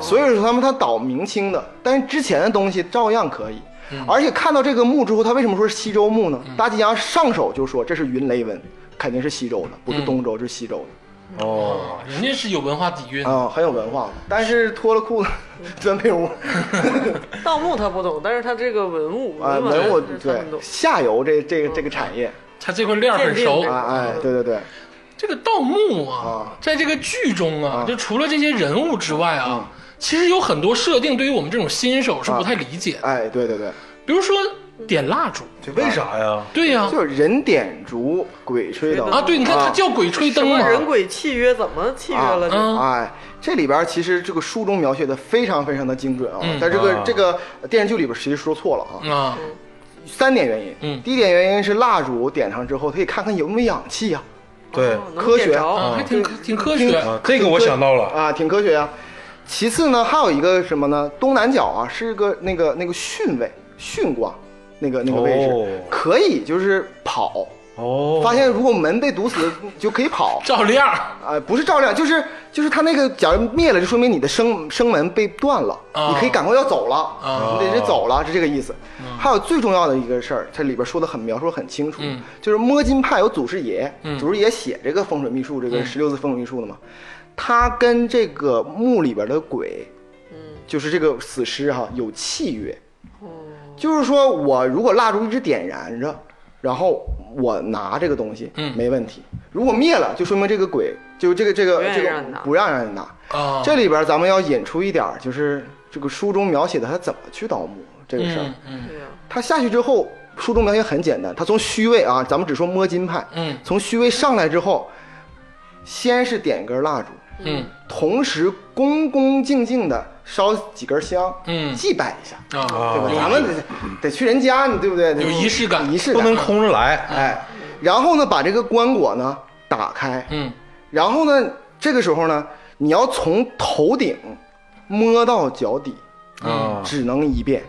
D: 所以说他们他倒明清的，但是之前的东西照样可以。
A: 嗯
D: 而且看到这个墓之后，他为什么说是西周墓呢？大吉阳上手就说这是云雷纹，肯定是西周的，不是东周，这是西周的
C: 哦，
A: 人家是有文化底蕴。
D: 啊、很有文化。但是脱了裤子
A: 嗯
D: 钻被窝，
B: 盗墓他不懂，但是他这个文物
D: 啊，文物
B: 物是他
D: 对
B: 们
A: 嗯
B: 懂。
D: 下游这这个这个产业
A: 他这块料很熟
B: 鉴定，
D: 啊，哎，对对对，
A: 这个盗墓啊
D: 啊，
A: 在这个剧中啊，就除了这些人物之外啊，其实有很多设定对于我们这种新手是不太理解的，
D: 哎，对对对，
A: 比如说点蜡烛，
C: 这为啥呀？
A: 对呀，
D: 就是人点烛，鬼吹灯
A: 啊，对，你看它叫鬼吹
B: 什
A: 灯
B: 么
A: 嘛，
B: 人鬼契约怎么契约了？这
A: 啊嗯
D: 哎，这里边儿其实这个书中描写的非常非常的精准啊，
A: 嗯
D: 但这个、
C: 啊嗯
D: 这个电视剧里边儿其实说错了啊，
A: 啊，
D: 三点原因。
A: 嗯
D: 第一点原因是蜡烛点上之后，可以看看有没有氧气啊呀、
C: 对
B: 哦能
D: 科学
B: 点着
A: 啊还挺挺科学
C: 啊，这个我想到
D: 啊，
C: 了，
D: 挺科学呀、其次呢，还有一个什么呢？东南角啊，是个那个那个巽位，巽卦那个那个位置，
C: 哦
D: 可以就是跑。
C: 哦，
D: 发现如果门被堵死，就可以跑。
A: 照亮，
D: 啊、不是照亮，就是就是它那个，假如灭了，就说明你的生生门被断了，
A: 啊
D: 你可以赶快要走了，
A: 啊
D: 你得是走了，是这个意思。
A: 嗯
D: 还有最重要的一个事儿，它里边说的很描述得很清楚，
A: 嗯
D: 就是摸金派有祖师爷，
A: 嗯
D: 祖师爷写这个风水秘术，这个
A: 嗯
D: 十六字风水秘术的嘛，他跟这个墓里边的鬼，就是这个死尸哈、有契约，
B: 哦
D: 就是说我如果蜡烛一直点燃着，然后我拿这个东西，
A: 嗯
D: 没问题。如果灭了，就说明这个鬼就这个这个
B: 不愿意
D: 这个
B: 让你拿
D: 不让让你拿。
A: 啊，
D: 这里边咱们要引出一点儿，就是这个书中描写的他怎么去盗墓这个事儿。
A: 嗯嗯
B: 对呀，
D: 他下去之后，书中描写很简单，他从虚位啊，咱们只说摸金派，
A: 嗯
D: 从虚位上来之后，先是点根蜡烛，
A: 嗯
D: 同时恭恭敬敬的烧几根香，
A: 嗯
D: 祭拜一下，对吧
A: 啊，？
D: 咱们得得去人家，你对不对？
A: 有仪式感
D: 仪式
C: 不
D: 感
C: 能空着来。
D: 哎，然后呢，把这个棺椁呢打开，
A: 嗯
D: 然后呢，这个时候呢，你要从头顶摸到脚底，
C: 啊，
D: 嗯只能一遍，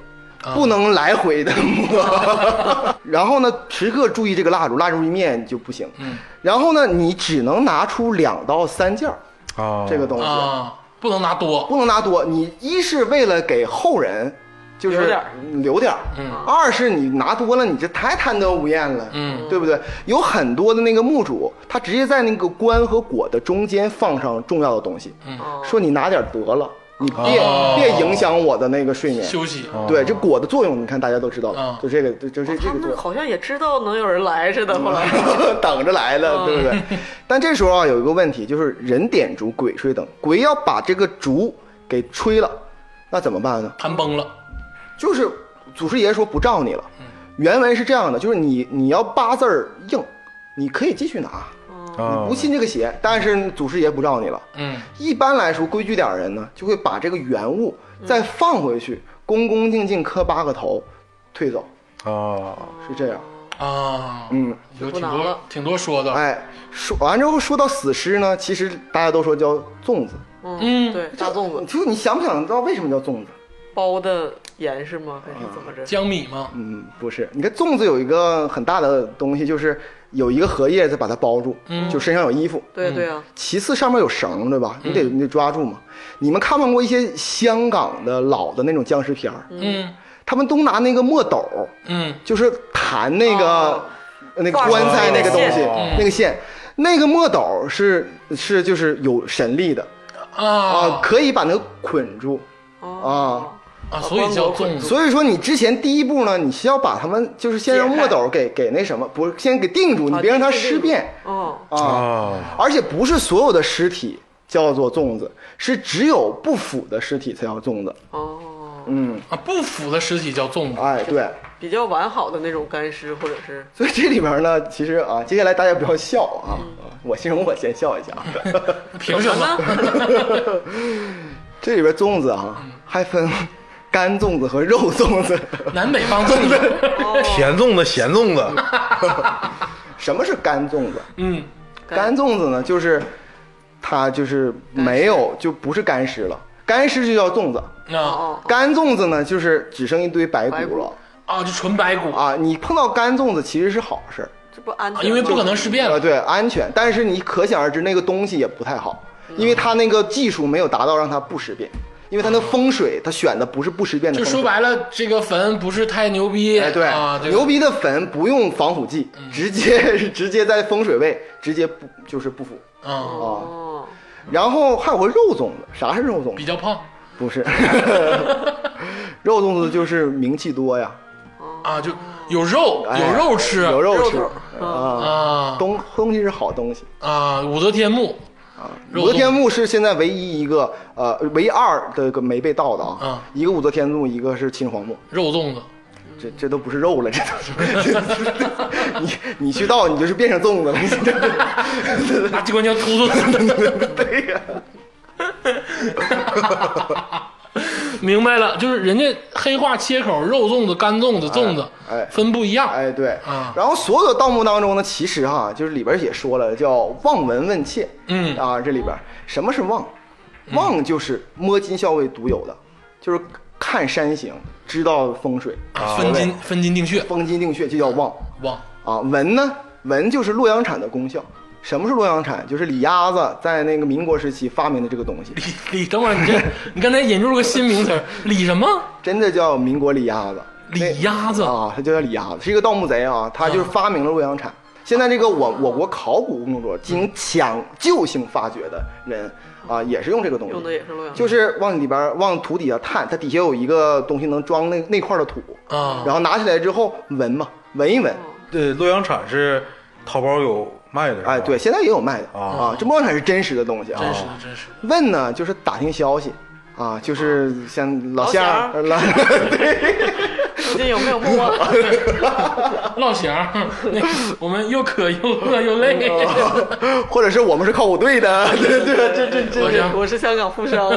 A: 啊
D: 不能来回的 摸。然后呢，时刻注意这个蜡烛，蜡烛一灭就不行。
A: 嗯
D: 然后呢，你只能拿出两到三件儿
C: 啊，
D: 这个东西，
A: 啊，不能拿多，
D: 哦不能拿多。你一是为了给后人，就是
B: 留点儿
D: 留点儿
A: 嗯
D: 二是你拿多了，你这太贪得无厌了，
A: 嗯
D: 对不对？有很多的那个墓主，他直接在那个棺和椁的中间放上重要的东西，
A: 嗯
B: 哦
D: 说你拿点儿得了，你别、
A: 哦
D: 别影响我的那个睡眠。
A: 休息
D: 对，这椁的作用，你看大家都知道了，
A: 啊
D: 就这个，就就嗯这
B: 哦
D: 这
B: 他
D: 个作
B: 们
D: 用。
B: 好像也知道能有人来似的，后来
D: 等着来了，对不对？但这时候啊，有一个问题，就是人点烛，鬼吹灯，鬼要把这个烛给吹了，那怎么办呢？
A: 盘崩了，
D: 就是祖师爷说不照你了。原文是这样的，就是你你要八字儿硬，你可以继续拿，
C: 啊
D: 你不信这个邪，但是祖师爷不照你了。
A: 嗯
D: 一般来说，规矩点儿的人呢，就会把这个原物再放回去，恭恭敬敬磕八个头，退走，
C: 啊，
D: 是这样。
A: 啊，
D: 嗯，
A: 有挺
B: 不拿
A: 多
B: 了
A: 挺多说的，
D: 哎，说完之后说到死尸呢，其实大家都说叫粽子，
A: 嗯
B: 对，大粽子
D: 就你想不想知道为什么叫粽子？
B: 包的严是吗？还是怎么着？
A: 江米嘛，
D: 嗯，不是，你看粽子有一个很大的东西，就是有一个荷叶再把它包住，就身上有衣服。
B: 对对啊，
D: 其次上面有绳，对吧？你得你得抓住嘛。你们看没看过一些香港的老的那种僵尸片儿？
A: 嗯
D: 他们都拿那个墨斗，
A: 嗯
D: 就是弹那个、
B: 哦
D: 那个棺材那个东西，
C: 挂上
D: 那个线，那个墨斗是是就是有神力的啊，
A: 啊
D: 可以把那个捆住
B: 哦
D: 啊。
A: 啊，所以叫粽子，
D: 所以说，你之前第一步呢，你是要把他们就是先让墨斗给给那什么，不是先给定住，你
B: 啊
D: 别让它
B: 定住
D: 尸变
B: 哦，
D: 啊！
C: 啊
D: 而且不是所有的尸体叫做粽子，是只有不腐的尸体才叫粽子。
B: 哦，
D: 嗯，
A: 啊，不腐的尸体叫粽子，
D: 哎，对，
B: 比较完好的那种干尸，或者是
D: 所以这里边呢，其实啊，接下来大家不要笑
B: 嗯
D: 啊，我形容我先笑一下。
A: 凭什么？
B: 啊
D: 这里边粽子啊，还分干粽子和肉粽子。
A: 南北方粽子，
B: 哦
C: 甜粽子、咸粽子，
D: 什么是干粽子？
A: 嗯
D: 干粽子呢，就是它就是没有，就不是干尸了。干尸就叫粽子，
A: 啊
B: 哦
D: 干粽子呢就是只剩一堆白
B: 白
D: 骨
B: 骨
D: 了
A: 啊，就纯白骨，
D: 啊。你碰到干粽子其实是好事儿，
B: 这不安
A: 啊
B: 全
A: 因
B: 吗，
A: 为不可能尸变
D: 呃，
A: 了，
D: 对，安全。但是你可想而知，那个东西也不太好，
A: 嗯
D: 因为它那个技术没有达到让它不尸变，因为它那风水它选的不是不尸变的
A: 就
D: 风水。
A: 说白了，这个坟不是太牛逼，
D: 哎，对，
A: 啊，这个嗯
D: 牛逼的坟不用防腐剂，直接 直接在风水位直接不就是不腐
A: 啊，
D: 啊。
B: 哦，
D: 然后还有个肉粽子，啥是肉粽
A: 比
D: 子？
A: 较胖
D: 不是， 肉粽子就是名气多呀，
A: 啊，就有肉
D: 哎
A: 有肉吃，
D: 有肉吃
B: 肉
D: 啊，
A: 啊
D: 东东西是好东西。
A: 啊，武则天墓肉粽
D: 武则天墓是现在唯一一个呃唯二的一个没被盗的
A: 嗯
D: 啊，一个武则天墓，一个是秦皇墓，
A: 肉粽子，
D: 这这都不是肉了，这都是 你你去盗你就是变成粽子了，你这
A: 拿啊 机关枪突突突，
D: 对呀。
A: 明白了，就是人家黑化切口肉粽子、干粽子、粽子
D: 哎哎
A: 分不一样，
D: 哎，对
A: 啊
D: 然后所有的盗墓当中呢，其实哈，就是里边也说了，叫望闻问切。
A: 嗯
D: 啊，这里边什么是望？望就是摸金校尉独有的，就是看山形，知道风水，
A: 啊分金分金定穴，
D: 封金定穴就叫望
A: 忘
D: 啊。闻呢，闻就是洛阳铲的功效。什么是洛阳铲？就是李鸭子在那个民国时期发明的这个东 西，
A: 李李，等会儿你这你刚才引入了个新名词儿，李什么？
D: 真的叫民国李鸭子。那
A: 李鸭子
D: 啊，他就叫李鸭子，是一个盗墓贼啊，他就是发明了洛阳铲。现在这个我我国考古工作者进行抢救性发掘的人啊，也是用这个东西，
B: 用的也是洛阳铲
D: 就是往里边儿往土底下探，它底下有一个东西能装那那块儿的土
A: 啊
B: 哦
D: 然后拿起来之后闻嘛，闻一闻，
C: 对，洛阳铲是淘宝有卖的是吧
D: 哎，对，现在也有卖
C: 啊
D: 的啊，这梦想是真实的东西啊。
A: 真是的，真是的。
D: 问呢，就是打听消息啊，就是像老乡
B: 老乡
D: 儿，老
B: 附近有没有 陌陌？
A: 老乡，那个我们又渴又饿又 累。
D: 或者是我们是考古队的， 对对对，这这
A: 老
D: 这，
A: 乡，
B: 我是香港富 商，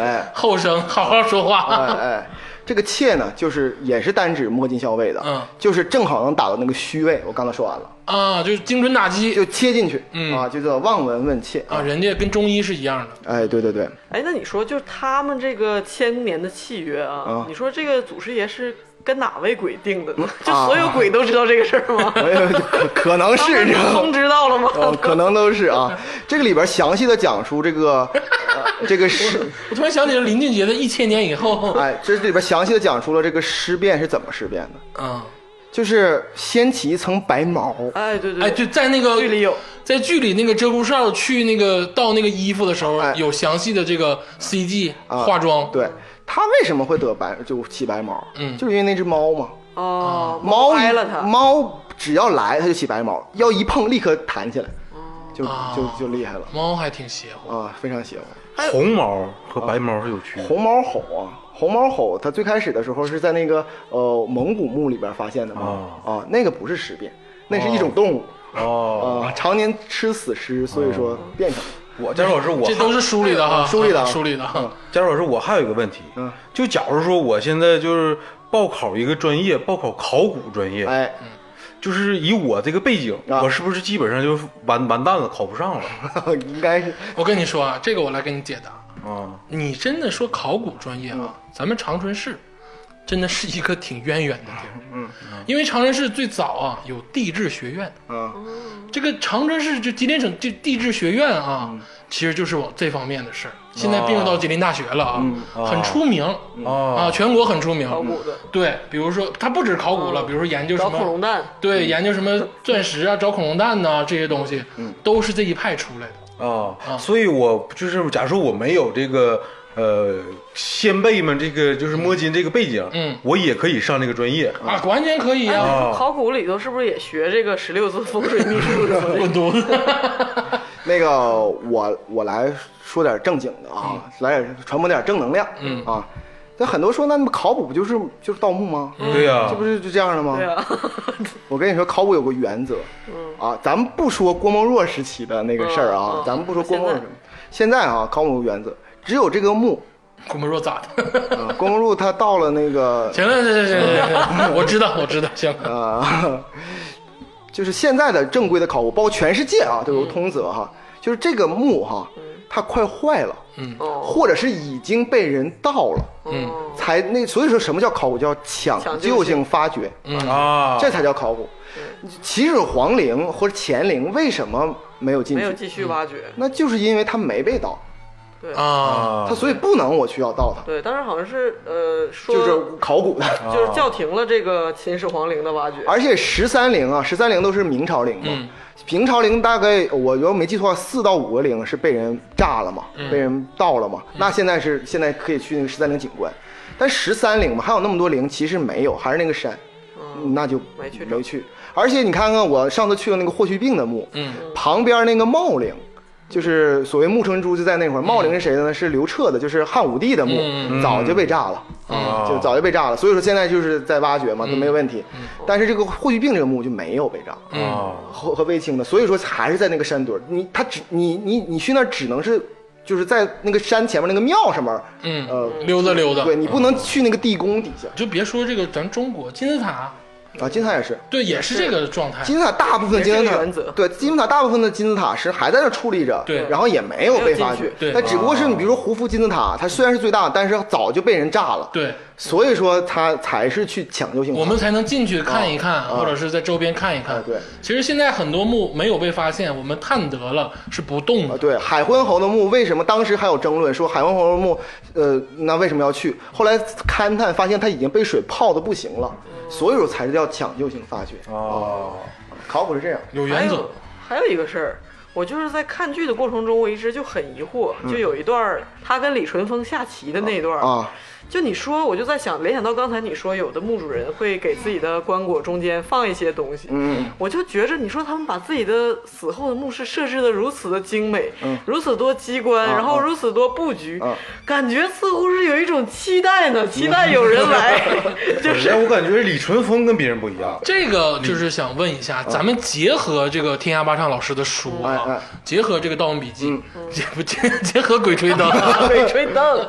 D: 哎
A: 后生，好好说
D: 哎
A: 话。
D: 哎，这个妾呢，就是也是单指摸金校尉的，
A: 嗯
D: 就是正好能打到那个虚位，我刚才说完了，
A: 啊，就是精准打击
D: 就切进去，
A: 嗯
D: 啊，就叫望闻问切
A: 啊，，人家跟中医是一样的。
D: 哎，对对对，
B: 哎，那你说，就是他们这个千年的契约啊
D: 啊，
B: 你说这个祖师爷是跟哪位鬼定的呢？就
D: 啊
B: 所有鬼都知道这个事儿吗？
D: 我也可可
B: 当
D: 能 是
B: 时
D: 你知道
B: 祖
D: 吗
B: 宗知道了
D: 哦
B: 吗？，
D: 可能都是啊。这个里边详细的讲述这个，呃这个尸，
A: 我突然想起了林俊杰的《一千年以后》。
D: 哎，这里边详细的讲述了这个尸变是怎么尸变的，
A: 啊，
D: 就是掀起一层白毛，
B: 哎，对对，
A: 哎，就在那个
B: 剧里有，
A: 在剧里那个鹧鸪哨去那个倒那个衣服的时候，
D: 哎
A: 有详细的这个 CG
D: 啊
A: 化妆。
D: 对，它为什么会得白就起白毛？
A: 嗯
D: 就是因为那只猫嘛，
A: 啊
B: 哦，
D: 猫
B: 掰
D: 一
B: 了他，
D: 猫只要来它就起白毛，要一碰立刻弹起来，
B: 哦
D: 就就就厉害了
A: 猫还挺邪乎。
D: 啊，非常邪乎。
C: 红毛和白毛是有区别。
D: 红毛吼啊，红毛吼，它最开始的时候是在那个呃蒙古墓里边发现的嘛，啊，那个不是尸变，那是一种动物。
C: 哦，
D: 啊，常年吃死尸，所以说变成了。
C: 我假如说是我
A: 这都是书里的哈，
D: 书里 嗯的
A: 书里的哈。
C: 贾老师，我还有一个问题，
D: 嗯
C: 就假如说我现在就是报考一个专业，报考考古专业，
D: 哎，
C: 就是以我这个背景，
D: 啊
C: 我是不是基本上就完完蛋了，考不 上了
D: 应该是
A: 我跟你说啊，这个我来给你解答。
C: 啊？
A: 你真的说考古专业啊，咱们长春市真的是一个挺渊源的地儿。嗯，因为长春市最早啊有地质学院，
D: 啊，
A: 这个长春市就吉林省地地质学院啊，其实就是往这方面的事儿。现在并入到吉林大学了啊，很出名、
C: 哦
A: 啊，全国很出名。
B: 考古的
A: 对，比如说它不止考古了，比如说研究什
B: 找恐龙
A: 么，
B: 蛋，
A: 对，研究什么钻石啊，找恐龙蛋呐、这些东西，都是这一派出来的。
C: 啊，所以我就是假如说我没有这个呃先辈们这个就是摸金这个背景，
A: 嗯
C: 我也可以上这个专业。
A: 啊，完全可以
B: 哎
A: 啊，
C: 哦
B: 考古里头是不是也学这个十六字风水秘术的？
A: 滚犊子！
D: 那个我我来说点正经的啊，来点传播点正能量，嗯啊。但很多说，那你们考古不就是就是盗墓吗？
C: 对呀、
D: 这不是就这样的吗？
B: 对啊，
D: 我跟你说，考古有个原则，啊，咱们不说郭沫若时期的那个事儿
B: 嗯
D: 啊
B: 嗯，
D: 咱们不说郭沫若什么，现在啊，考古有个原则，只有这个墓，
A: 郭沫若咋的？
D: 啊，郭沫若他到了那个
A: 行了，行行行行
D: 呃
A: 行， 我知道，我知道，行。
D: 啊，就是现在的正规的考古，包括全世界啊都
B: 嗯
D: 有通则哈，就是这个墓哈，它快坏了，
B: 哦，
D: 或者是已经被人盗了，
A: 嗯
D: 才那所以说什么叫考古？叫抢
B: 抢
D: 救
B: 救
D: 性
B: 性
D: 发掘，
C: 啊，
D: 嗯这才叫考古。秦始皇陵或者乾陵为什么没有进
B: 没有
D: 去？
B: 继续挖掘，
D: 那就是因为它没被盗，呃
B: 对
A: 啊，
C: 啊
D: 它，所以不能我去要盗它，
B: 对，当时好像是呃说
D: 就是考古的。
B: 就是叫停了这个秦始皇陵的挖掘，
D: 而且十三陵啊，十三陵都是明朝陵嘛。
A: 嗯
D: 明朝陵大概我如果没记错，四到五个陵是被人炸了嘛，
A: 嗯
D: 被人盗了嘛。那现在是现在可以去那个十三陵景观，但十三陵嘛，还有那么多陵其实没有，还是那个山，
A: 嗯
D: 那就
B: 没去整
D: 没去。而且你看看我上次去了那个霍去病的墓，
A: 嗯，
D: 旁边那个茂陵。就是所谓木城珠就在那块儿，茂陵是谁的呢？是刘彻的，就是汉武帝的墓，
A: 嗯
D: 早就被炸了。
C: 啊
D: 嗯就早就被炸了，所以说现在就是在挖掘嘛，都
A: 嗯
D: 没有问题。但是这个霍去病这个墓就没有被炸，
C: 啊，
D: 和和卫青的，所以说还是在那个山墩儿。你他只你你你去那儿只能是就是在那个山前面那个庙上面，
A: 嗯
D: 呃，
A: 溜达溜达
D: 对。你不能去那个地宫底下
A: 就别说这个，咱中国金字塔，
D: 啊。金字塔也是，
A: 对，也是这个状态。
D: 金字塔大部分金字
B: 也是
D: 塔
B: 个原则
D: 对金字塔大部分的金字塔是还在那儿矗立着，
A: 对
D: 然后也没有被发
B: 没有
D: 掘
B: 进，
A: 对
D: 但只不过是你比如说胡夫金字塔，它虽然是最大，但是早就被人炸了，，
A: 对，
D: 所以说它才是去抢救性发掘。
A: 我们才能进去看一看，或者是在周边看一看
D: 啊。对，
A: 其实现在很多墓没有被发现，我们探得了是不动
D: 啊，
A: 的。
D: 对，海昏侯的墓为什么当时还有争论，说海昏侯的墓，呃，那为什么要去？后来勘探发现它已经被水泡的不行了，所以说才叫抢救性发掘。
C: 哦，
D: 考古是这样，
A: 有
B: 还
A: 原则
B: 有，还有一个事儿，我就是在看剧的过程中，我一直就很疑惑，就有一段儿他跟李淳风下棋的那段儿
D: 嗯啊，
B: 就你说，我就在想，联想到刚才你说，有的墓主人会给自己的棺椁中间放一些东西，
D: 嗯，
B: 我就觉着你说他们把自己的死后的墓室设置的如此的精美，
D: 嗯
B: 如此多机关，然后
D: 啊
B: 如此多布局，
D: 啊嗯
B: 感觉似乎是有一种期待呢，期待有人来， 就是
C: 哎，我感觉李淳风跟别人不一样。
A: 这个就是想问一下，咱们结合这个天涯八唱老师的书
D: 哎嗯
A: 啊
D: 哎，
A: 结合这个《盗墓笔记》，结不结结合《鬼吹 灯》，
B: 鬼吹灯，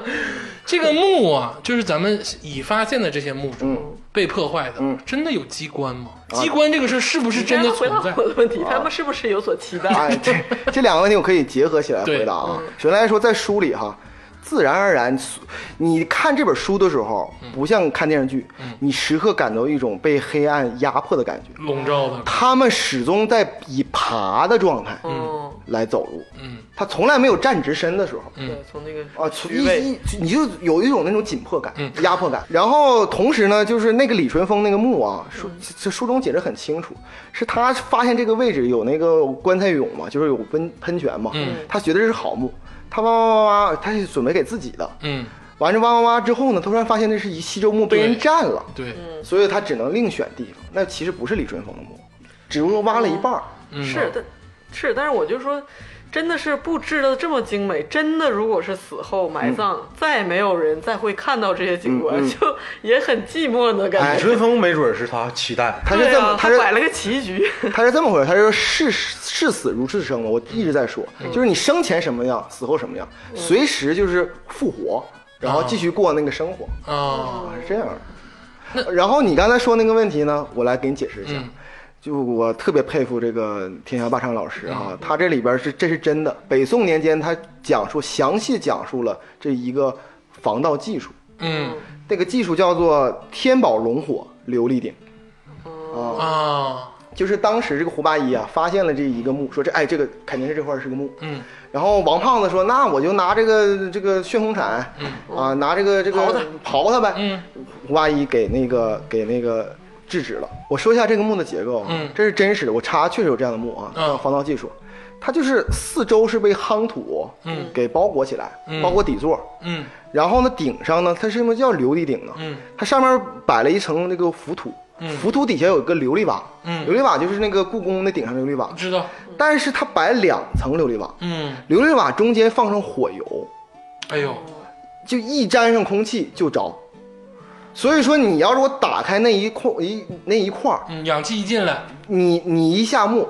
A: 这个墓啊，就是咱们已发现的这些墓
D: 嗯
A: 中被破坏的，真的有机关吗？
D: 啊
A: 机关这个事儿是不是真的
B: 回
A: 存
B: 答
A: 在？
B: 我的问题，他们是不是有所期待？
D: 哎，这这两个问题我可以结合起来
A: 对
D: 回答啊。首先来说，在书里哈，自然而然，你看这本书的时候，不像看电视剧，你时刻感到一种被黑暗压迫的感觉。
A: 笼罩的，
D: 他们始终在以爬的状态
B: 嗯，
D: 来走路，
A: 嗯，
D: 他从来没有站直身的时候。
B: 对，从那个
D: 啊，从
B: 虚
D: 一
B: 位，
D: 一你就有一种那种紧迫感、压迫感。然后同时呢，就是那个李淳风那个墓啊，书
B: 嗯
D: 这书中解释很清楚，是他发现这个位置有那个棺材俑嘛，就是有喷喷泉嘛，他觉得这是好墓，他挖挖挖挖，他是准备给自己的。
A: 嗯，
D: 完了挖挖挖之后呢，突然发现那是一西周墓被人
A: 对
D: 占了，
A: 对，
B: 嗯
D: 所以他只能另选地方。那其实不是李淳风的墓，只不过挖了一
B: 哦
D: 半儿。
A: 嗯
B: 是，但是，但是我就说，真的是布置的这么精美，真的如果是死后埋
D: 嗯
B: 葬，再没有人再会看到这些景观， 就也很寂寞呢，感
D: 哎
C: 李
B: 觉。
C: 淳风没准是他期待，
D: 他是
B: 对
D: 这么，
B: 啊，
D: 他
B: 他
D: 是
B: 摆了个棋局，
D: 他是这么回事，他说视视死如视生嘛，我一直在说，就是你生前什么样，死后什么样，随时就是复活，然后继续过那个生活，
B: 嗯
A: 啊，
D: 是这样的。然后你刚才说那个问题呢，我来给你解释一下。就我特别佩服这个天下霸唱老师哈、他这里边是这是真的。北宋年间，他讲述详细讲述了这一个防盗技术，
A: 嗯
D: 这个技术叫做天宝龙火琉璃鼎。
A: 啊，
D: 就是当时这个胡八一啊，发现了这一个墓，说这哎，这个肯定是这块儿是个墓。
A: 嗯，
D: 然后王胖子说，那我就拿这个这个旋风铲，啊，拿这个这个
B: 刨它
D: 刨它呗。
A: 嗯，
D: 胡八一给那个给那个制止了。我说一下这个墓的结构啊，
A: 嗯
D: 这是真实的，我查确实有这样的墓啊，
A: 嗯
D: 黄道技术。它就是四周是被夯土，
A: 嗯，
D: 给包裹起来，
A: 嗯
D: 包裹底座，
A: 嗯
D: 然后呢，顶上呢，它是什么叫琉璃顶呢？
A: 嗯，
D: 它上面摆了一层那个浮土，浮土底下有一个琉璃瓦，
A: 嗯
D: 琉璃瓦就是那个故宫那顶上琉璃瓦，
A: 知道，
D: 但是它摆两层琉璃瓦，
A: 嗯，
D: 琉璃瓦中间放上火油，
A: 哎呦，
D: 就一沾上空气就着。所以说，你要如果打开那一块一那一块儿，
A: 嗯，氧气一进来，
D: 你你一下墓，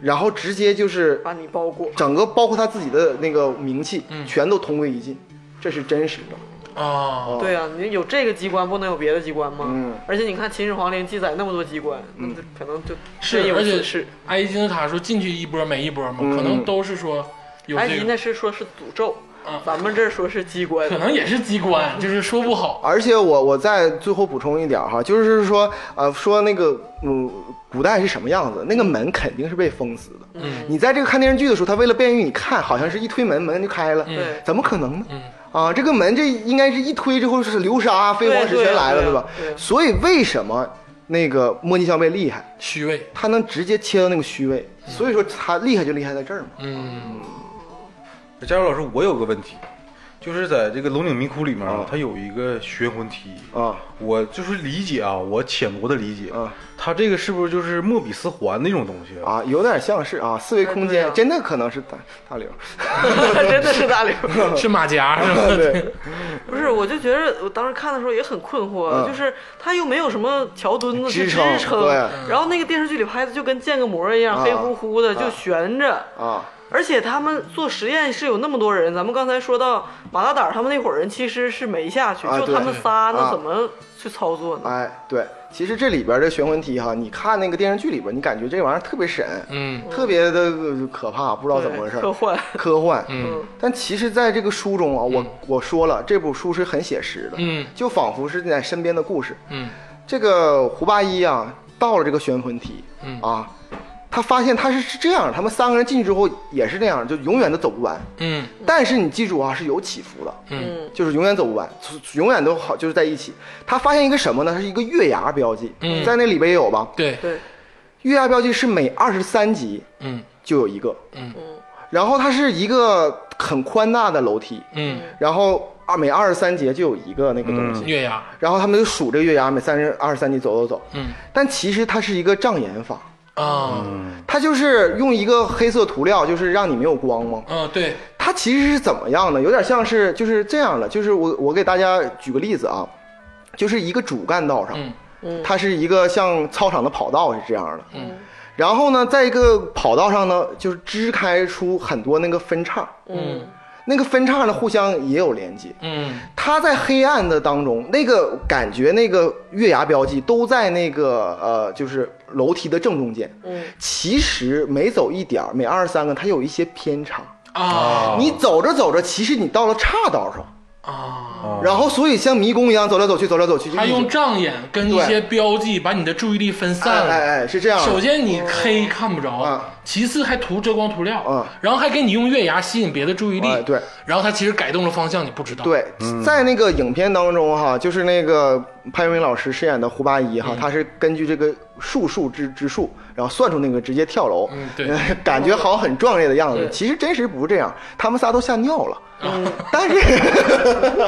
D: 然后直接就是
B: 把你包裹。
D: 整个包括他自己的那个名气，
A: 嗯
D: 全都同归于尽，这是真实的。
A: 啊，
B: 对啊，你有这个机关，不能有别的机关吗？
D: 嗯
B: 而且你看《秦始皇陵》记载那么多机关，那就可能就是真有
A: 而且
B: 此事。
A: 埃及金字塔说进去一波没一波嘛，
D: 嗯
A: 可能都是说有
B: 埃
A: 这
B: 及
A: 个，
B: 那是说是诅咒
A: 嗯，
B: 咱们这儿说是机 关
A: 可。能也是机
B: 嗯
A: 关，就是说不好，
D: 而且我我再最后补充一点儿哈，就是说呃说那个嗯古代是什么样子，那个门肯定是被封死的。嗯，你在这个看电视剧的时候，他为了便于你看，好像是一推门门就开了，
B: 对
D: 怎么可能呢？
B: 嗯
D: 啊，这个门这应该是一推之后是流沙飞黄石
B: 对对
D: 全来了，
B: 对
D: 对吧？
B: 对
D: 所以为什么那个莫逆香贝厉害？
A: 虚伪，
D: 他能直接切到那个虚位，
B: 嗯
D: 所以说他厉害就厉害在这儿嘛。
A: 嗯
C: 佳茹老师，我有个问题，就是在这个《龙岭迷窟》里面啊，它有一个悬魂梯
D: 啊。
C: 我就是理解啊，我浅薄的理解
D: 啊，
C: 它这个是不是就是莫比斯环那种东西？
D: 啊，有点像是啊，四维空间、
B: 哎对啊
D: 真的可能是大大刘，
B: 真的是大 刘。
A: 是马甲是吧？
D: 嗯对，
B: 不是，我就觉得我当时看的时候也很困惑，
D: 嗯
B: 就是他又没有什么桥墩子去
D: 支撑对嗯
B: 然后那个电视剧里拍的就跟建个模一样，
D: 啊
B: 黑乎乎的、就悬着。
D: 啊，
B: 而且他们做实验是有那么多人，咱们刚才说到马大胆儿他们那伙人其实是没下去，
D: 啊
B: 就
D: 对
B: 他们仨，那
D: 啊
B: 怎么去操作呢？
D: 哎，对，其实这里边的悬魂梯哈，你看那个电视剧里边，你感觉这玩意儿特别神，
A: 嗯
D: 特别的可怕，不知道怎么回事，
B: 对科幻
D: 科幻。
A: 嗯
D: 但其实，在这个书中啊，我我说了，这部书是很写实的，
A: 嗯
D: 就仿佛是在身边的故事。
A: 嗯
D: 这个胡八一啊，到了这个悬魂梯，
A: 嗯
D: 啊，他发现他是是这样，他们三个人进去之后也是这样，就永远都走不完。
A: 嗯
D: 但是你记住啊，是有起伏的，
A: 嗯
D: 就是永远走不完，永远都好，就是在一起。他发现一个什么呢？它是一个月牙标记，
A: 嗯
D: 在那里边也有吧？
A: 对，
B: 对，
D: 月牙标记是每二十三级
A: 嗯
D: 就有一个，
A: 嗯
D: 然后它是一个很宽大的楼梯，
A: 嗯
D: 然后啊每二十三节就有一个那个东西，
A: 月牙
D: 然后他们就数这个月牙每三十二十三节走走走。
A: 嗯，
D: 但其实它是一个障眼法，
A: 啊，
D: 它就是用一个黑色涂料，就是让你没有光嘛。
A: 嗯，对，
D: 它其实是怎么样呢？有点像是就是这样的，就是我我给大家举个例子啊，就是一个主干道上，
A: 嗯
D: 它是一个像操场的跑道是这样的，嗯，然后呢，在一个跑道上呢，就是支开出很多那个分叉，
A: 嗯
D: 那个分叉呢互相也有连接。
A: 嗯
D: 它在黑暗的当中，那个感觉，那个月牙标记都在那个呃，就是楼梯的正中间。
B: 嗯，
D: 其实每走一点儿，每二十三个，它有一些偏差。
A: 啊
D: 你走着走着，其实你到了岔道上，
A: 啊，
C: 啊
D: 然后所以像迷宫一样走来走去，走来走去。就
A: 他
D: 一直
A: 用障眼跟一
D: 对
A: 些标记把你的注意力分
D: 哎
A: 散
D: 哎
A: 了。
D: 哎，是这样的。
A: 首先你黑看不着
D: 啊，
A: 其次还涂遮光涂料
D: 啊，
A: 然后还给你用月牙吸引别的注意力
D: 哎，对，
A: 然后他其实改动了方向，你不知道。，
D: 对，在那个影片当中哈，就是那个潘粤明老师饰演的胡八一
A: 嗯
D: 哈，他是根据这个术数之之术，然后算出那个直接跳楼，
A: 嗯对
D: 呃， 感觉好像很壮烈的样子
B: 对，
D: 其实真实不是这样，他们仨都吓尿了。
A: 嗯
D: 但是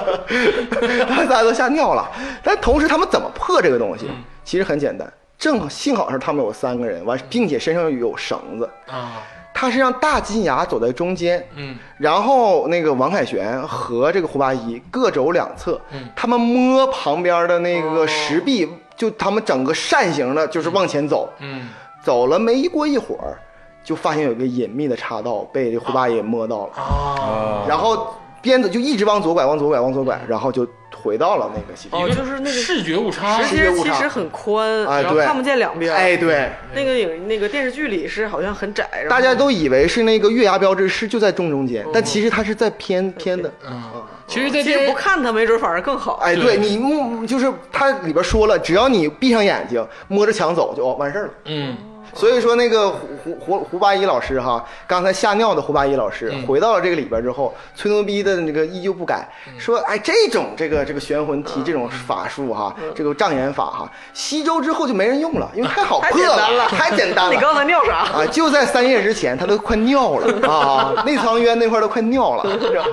D: 他们仨都吓尿了，但同时他们怎么破这个东西？
A: 嗯
D: 其实很简单，正好幸好是他们有三个人，完，并且身上有绳子，
A: 啊，
D: 他是让大金牙走在中间，
A: 嗯，
D: 然后那个王凯旋和这个胡八一各走两侧，
A: 嗯
D: 他们摸旁边的那个石壁，就他们整个扇形的，就是往前走，
A: 嗯，
D: 走了没过一会儿，就发现有一个隐秘的岔道被这胡八一摸到了，
A: 啊，
B: 哦
C: 啊
D: 然后边走就一直往左拐，往左拐，往左拐，然后就回到了那个西
B: 哦
A: 一
B: 就是那个
A: 视觉误差
B: 其，
D: 视觉
B: 实
D: 啊误
B: 其
D: 差
B: 实很宽，
D: 哎
B: 然后
D: 对
B: 看不见两边。
D: 哎，，对，
B: 那个影那个电视剧里是好像很窄，然后哦
D: 大家都以为是那个月牙标志是就在正中间，但其实它是在偏偏的。
A: 嗯，其实在
B: 其实
A: 电
B: 不看它没准反而更好。
D: 哎，
A: 对
D: 对你目就是它里边说了，只要你闭上眼睛，摸着墙走就哦完事儿了。
A: 嗯，
D: 所以说那个胡胡胡胡八一老师哈，刚才吓尿的胡八一老
B: 嗯
D: 师、回到了这个里边之后，吹牛逼的那个依旧不改，
B: 嗯
D: 说哎这种这个这个玄魂踢这种法术哈，
B: 嗯
D: 这个障眼法哈，西周之后就没人用了，因为太好
B: 太
D: 破
B: 简单了
D: 太简单了。
B: 你刚才尿啥？
D: 啊，就在三夜之前，他都快 尿了啊，内藏渊那块儿都快尿了，是吧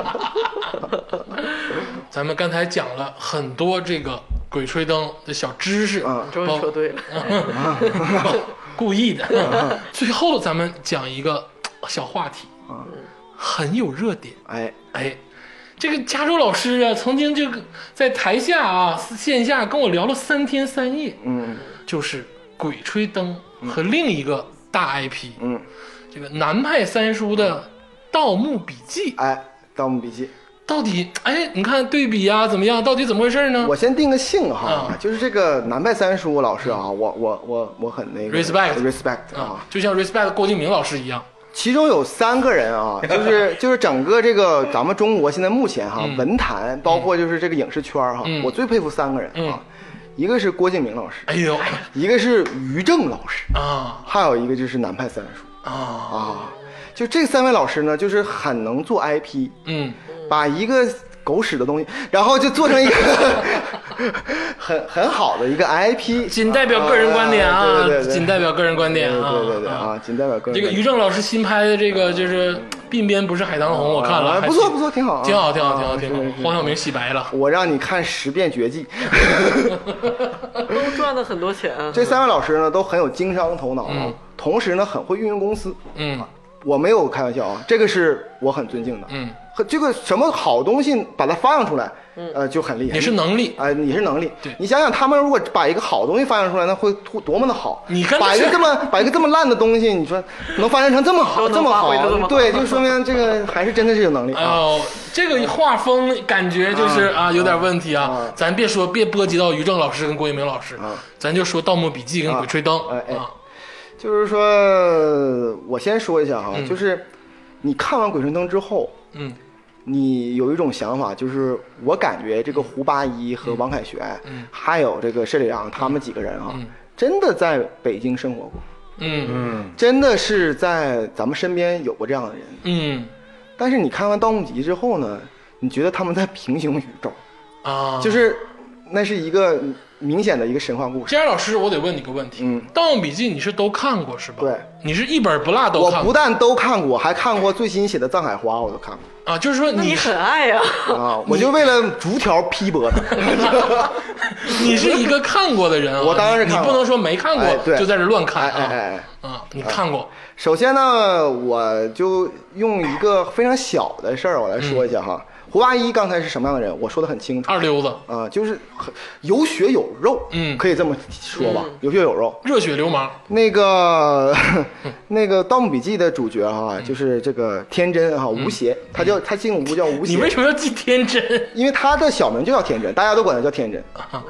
A: 咱们刚才讲了很多这个鬼吹灯的小知识，
D: 嗯
B: 终于说对了，
A: 故意
D: 嗯
A: 的。 最后咱们讲一个小话题，
D: 嗯
A: 很有热点。
D: 哎，
A: 哎，这个加州老师啊，曾经就在台下啊线下跟我聊了三天三夜，
D: 嗯
A: 就是《鬼吹灯》和另一个大 IP，、
D: 嗯，
A: 这个南派三叔的《盗墓笔记》
D: 哎，《盗墓笔记》。
A: 到底哎，你看对比啊，怎么样？到底怎么回事呢
D: 我先定个性哈
A: 嗯，
D: 就是这个南派三叔老师啊，我我我我很那个
A: Respect
D: respect
A: 啊
D: 啊，，
A: 就像 respect 郭敬明老师一样，
D: 其中有三个 人啊，就是就是整个这个咱们中国现在目前哈
A: 嗯
D: 文坛，包括就是这个影视圈哈
A: 嗯，
D: 我最佩服三个人
A: 嗯
D: 啊，一个是郭敬明老师，
A: 哎呦
D: 一个是于正老师，
A: 啊
D: 还有一个就是南派三叔
A: 啊，
D: 啊，就这三位老师呢，就是很能做 IP，
A: 嗯
D: 把一个狗屎的东西，然后就做成一个 很很好的一个 IP，
A: 仅代表个人观点啊，
D: 对对对，
A: 仅代表个人观点啊，
D: 对对对对啊，仅代表个人观
A: 这个
D: 点。
A: 于正老师新拍的这个就是《鬓边不是海棠红》，我看了，
D: 啊
A: 还
D: 不错
A: 行
D: 不错挺好啊
A: 挺好，挺好，
D: 啊
A: 挺好，挺好。黄晓明洗白了，
D: 我让你看十遍绝技。
B: 都 赚了很多钱。啊
D: 这三位老师呢都很有经商头脑啊，
A: 嗯
D: 同时呢很会运营公司。
A: 嗯
D: 我没有开玩笑啊，这个是我很尊敬的。
A: 嗯，
D: 和这个什么好东西把它发扬出来，呃，就很厉害。
A: 也是能力，
D: 啊、你是能力。
A: 对
D: 你想想，他们如果把一个好东西发扬出来，那会多多么的好。
A: 你看
D: 把一
A: 这
D: 个这么把一个这么烂的东西，你说能发展成这么好，
B: 都能
D: 么
B: 发
D: 好
B: 挥得这么好，哦
D: 对，就说明这个还是真的是有 能力
A: 哎
D: 啊。
A: 呦，这个画风感觉就是啊有点问题啊
D: 啊，
A: 咱别说别波及到于正老师跟郭敬明老师，咱就说《盗墓笔记》跟《鬼吹灯》
D: 哎哎
A: 啊，
D: 就是说，我先说一下哈，
B: 嗯
D: 就是你看完《鬼吹灯》之后，
A: 嗯
D: 你有一种想法，就是我感觉这个胡八一和
B: 嗯
D: 王凯旋，还有这个谢里昂他们几个人
B: 嗯
D: 啊，真的在北京生活过，
A: 嗯
C: 嗯
D: 真的是在咱们身边有过这样的人。
A: 嗯
D: 但是你看完《盗墓笔记》之后呢，你觉得他们在平行宇宙，
A: 啊，
D: 就是那是一个明显的一个神话故事。
A: 佳老师，我得问你个问题，
D: 嗯
A: 《盗墓笔记》你是都看过是吧？
D: 对，
A: 你是一本不落都
D: 我
A: 看
D: 不
A: 过
D: 但都看过，还看过最新写的《藏海花》，我都看过
A: 啊，就是说
B: 那
A: 你
B: 你
A: 是
B: 很爱 呀、
D: 啊！我就为了逐条批驳他。
A: 你是一个看过的人啊，
D: 我当然是
A: 你
D: 看
A: 你
D: 过
A: 不能说没看过、
D: 哎对
A: 就在这乱看
D: 哎
A: 啊
D: 哎哎！
A: 啊，你看过，
D: 首先呢，我就用一个非常小的事儿我来说一下
A: 嗯
D: 哈。胡八一刚才是什么样的人，我说的很清楚。
A: 二溜子，
D: 啊、就是很有血有肉，
A: 嗯
D: 可以这么说吧，有血有肉。
A: 热血流氓，
D: 那个那个《盗墓笔记》的主角哈、
A: 嗯
D: 就是这个天真哈、吴邪，他叫他姓吴叫吴邪，
A: 你为什么要记天真？
D: 因为他的小名就叫天真，大家都管他叫天真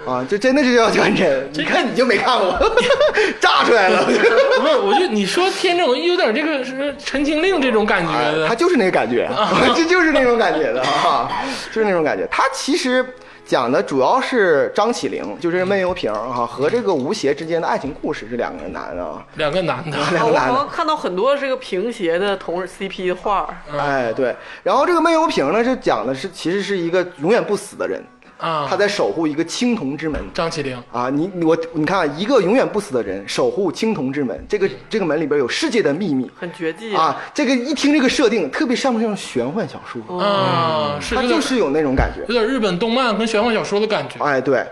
D: 啊，就真的是叫天真。你看你就没 看过， 炸出来了。
A: 不是，我就你说天真，我有点这个是《陈情令》这种感觉的。
D: 哎他就是那个 感觉， 这就是那种感觉的啊，就是那种感觉。他其实讲的主要是张起灵，就是闷油瓶哈、和这个吴邪之间的爱情故事，这两个男的啊。
A: 两个男的，
D: 两
B: 啊
D: 个
B: 我
D: 男
B: 好
D: 的
B: 像看到很多这个平斜的同 CP 的画儿，
D: 哎，对。然后这个闷油瓶呢，就讲的是其实是一个永远不死的人，
A: 啊
D: 他在守护一个青铜之门。
A: 张起灵，
D: 啊，你你我你看啊，一个永远不死的人守护青铜之门，这个这个门里边有世界的秘密
B: 很绝技！
D: 啊！这个一听这个设定，特别像不像玄幻小说？
A: 啊，是
D: 它
A: 有点
D: 嗯就是有那种感觉
A: 有。点日本动漫跟玄幻小说的感觉。
D: 哎，对。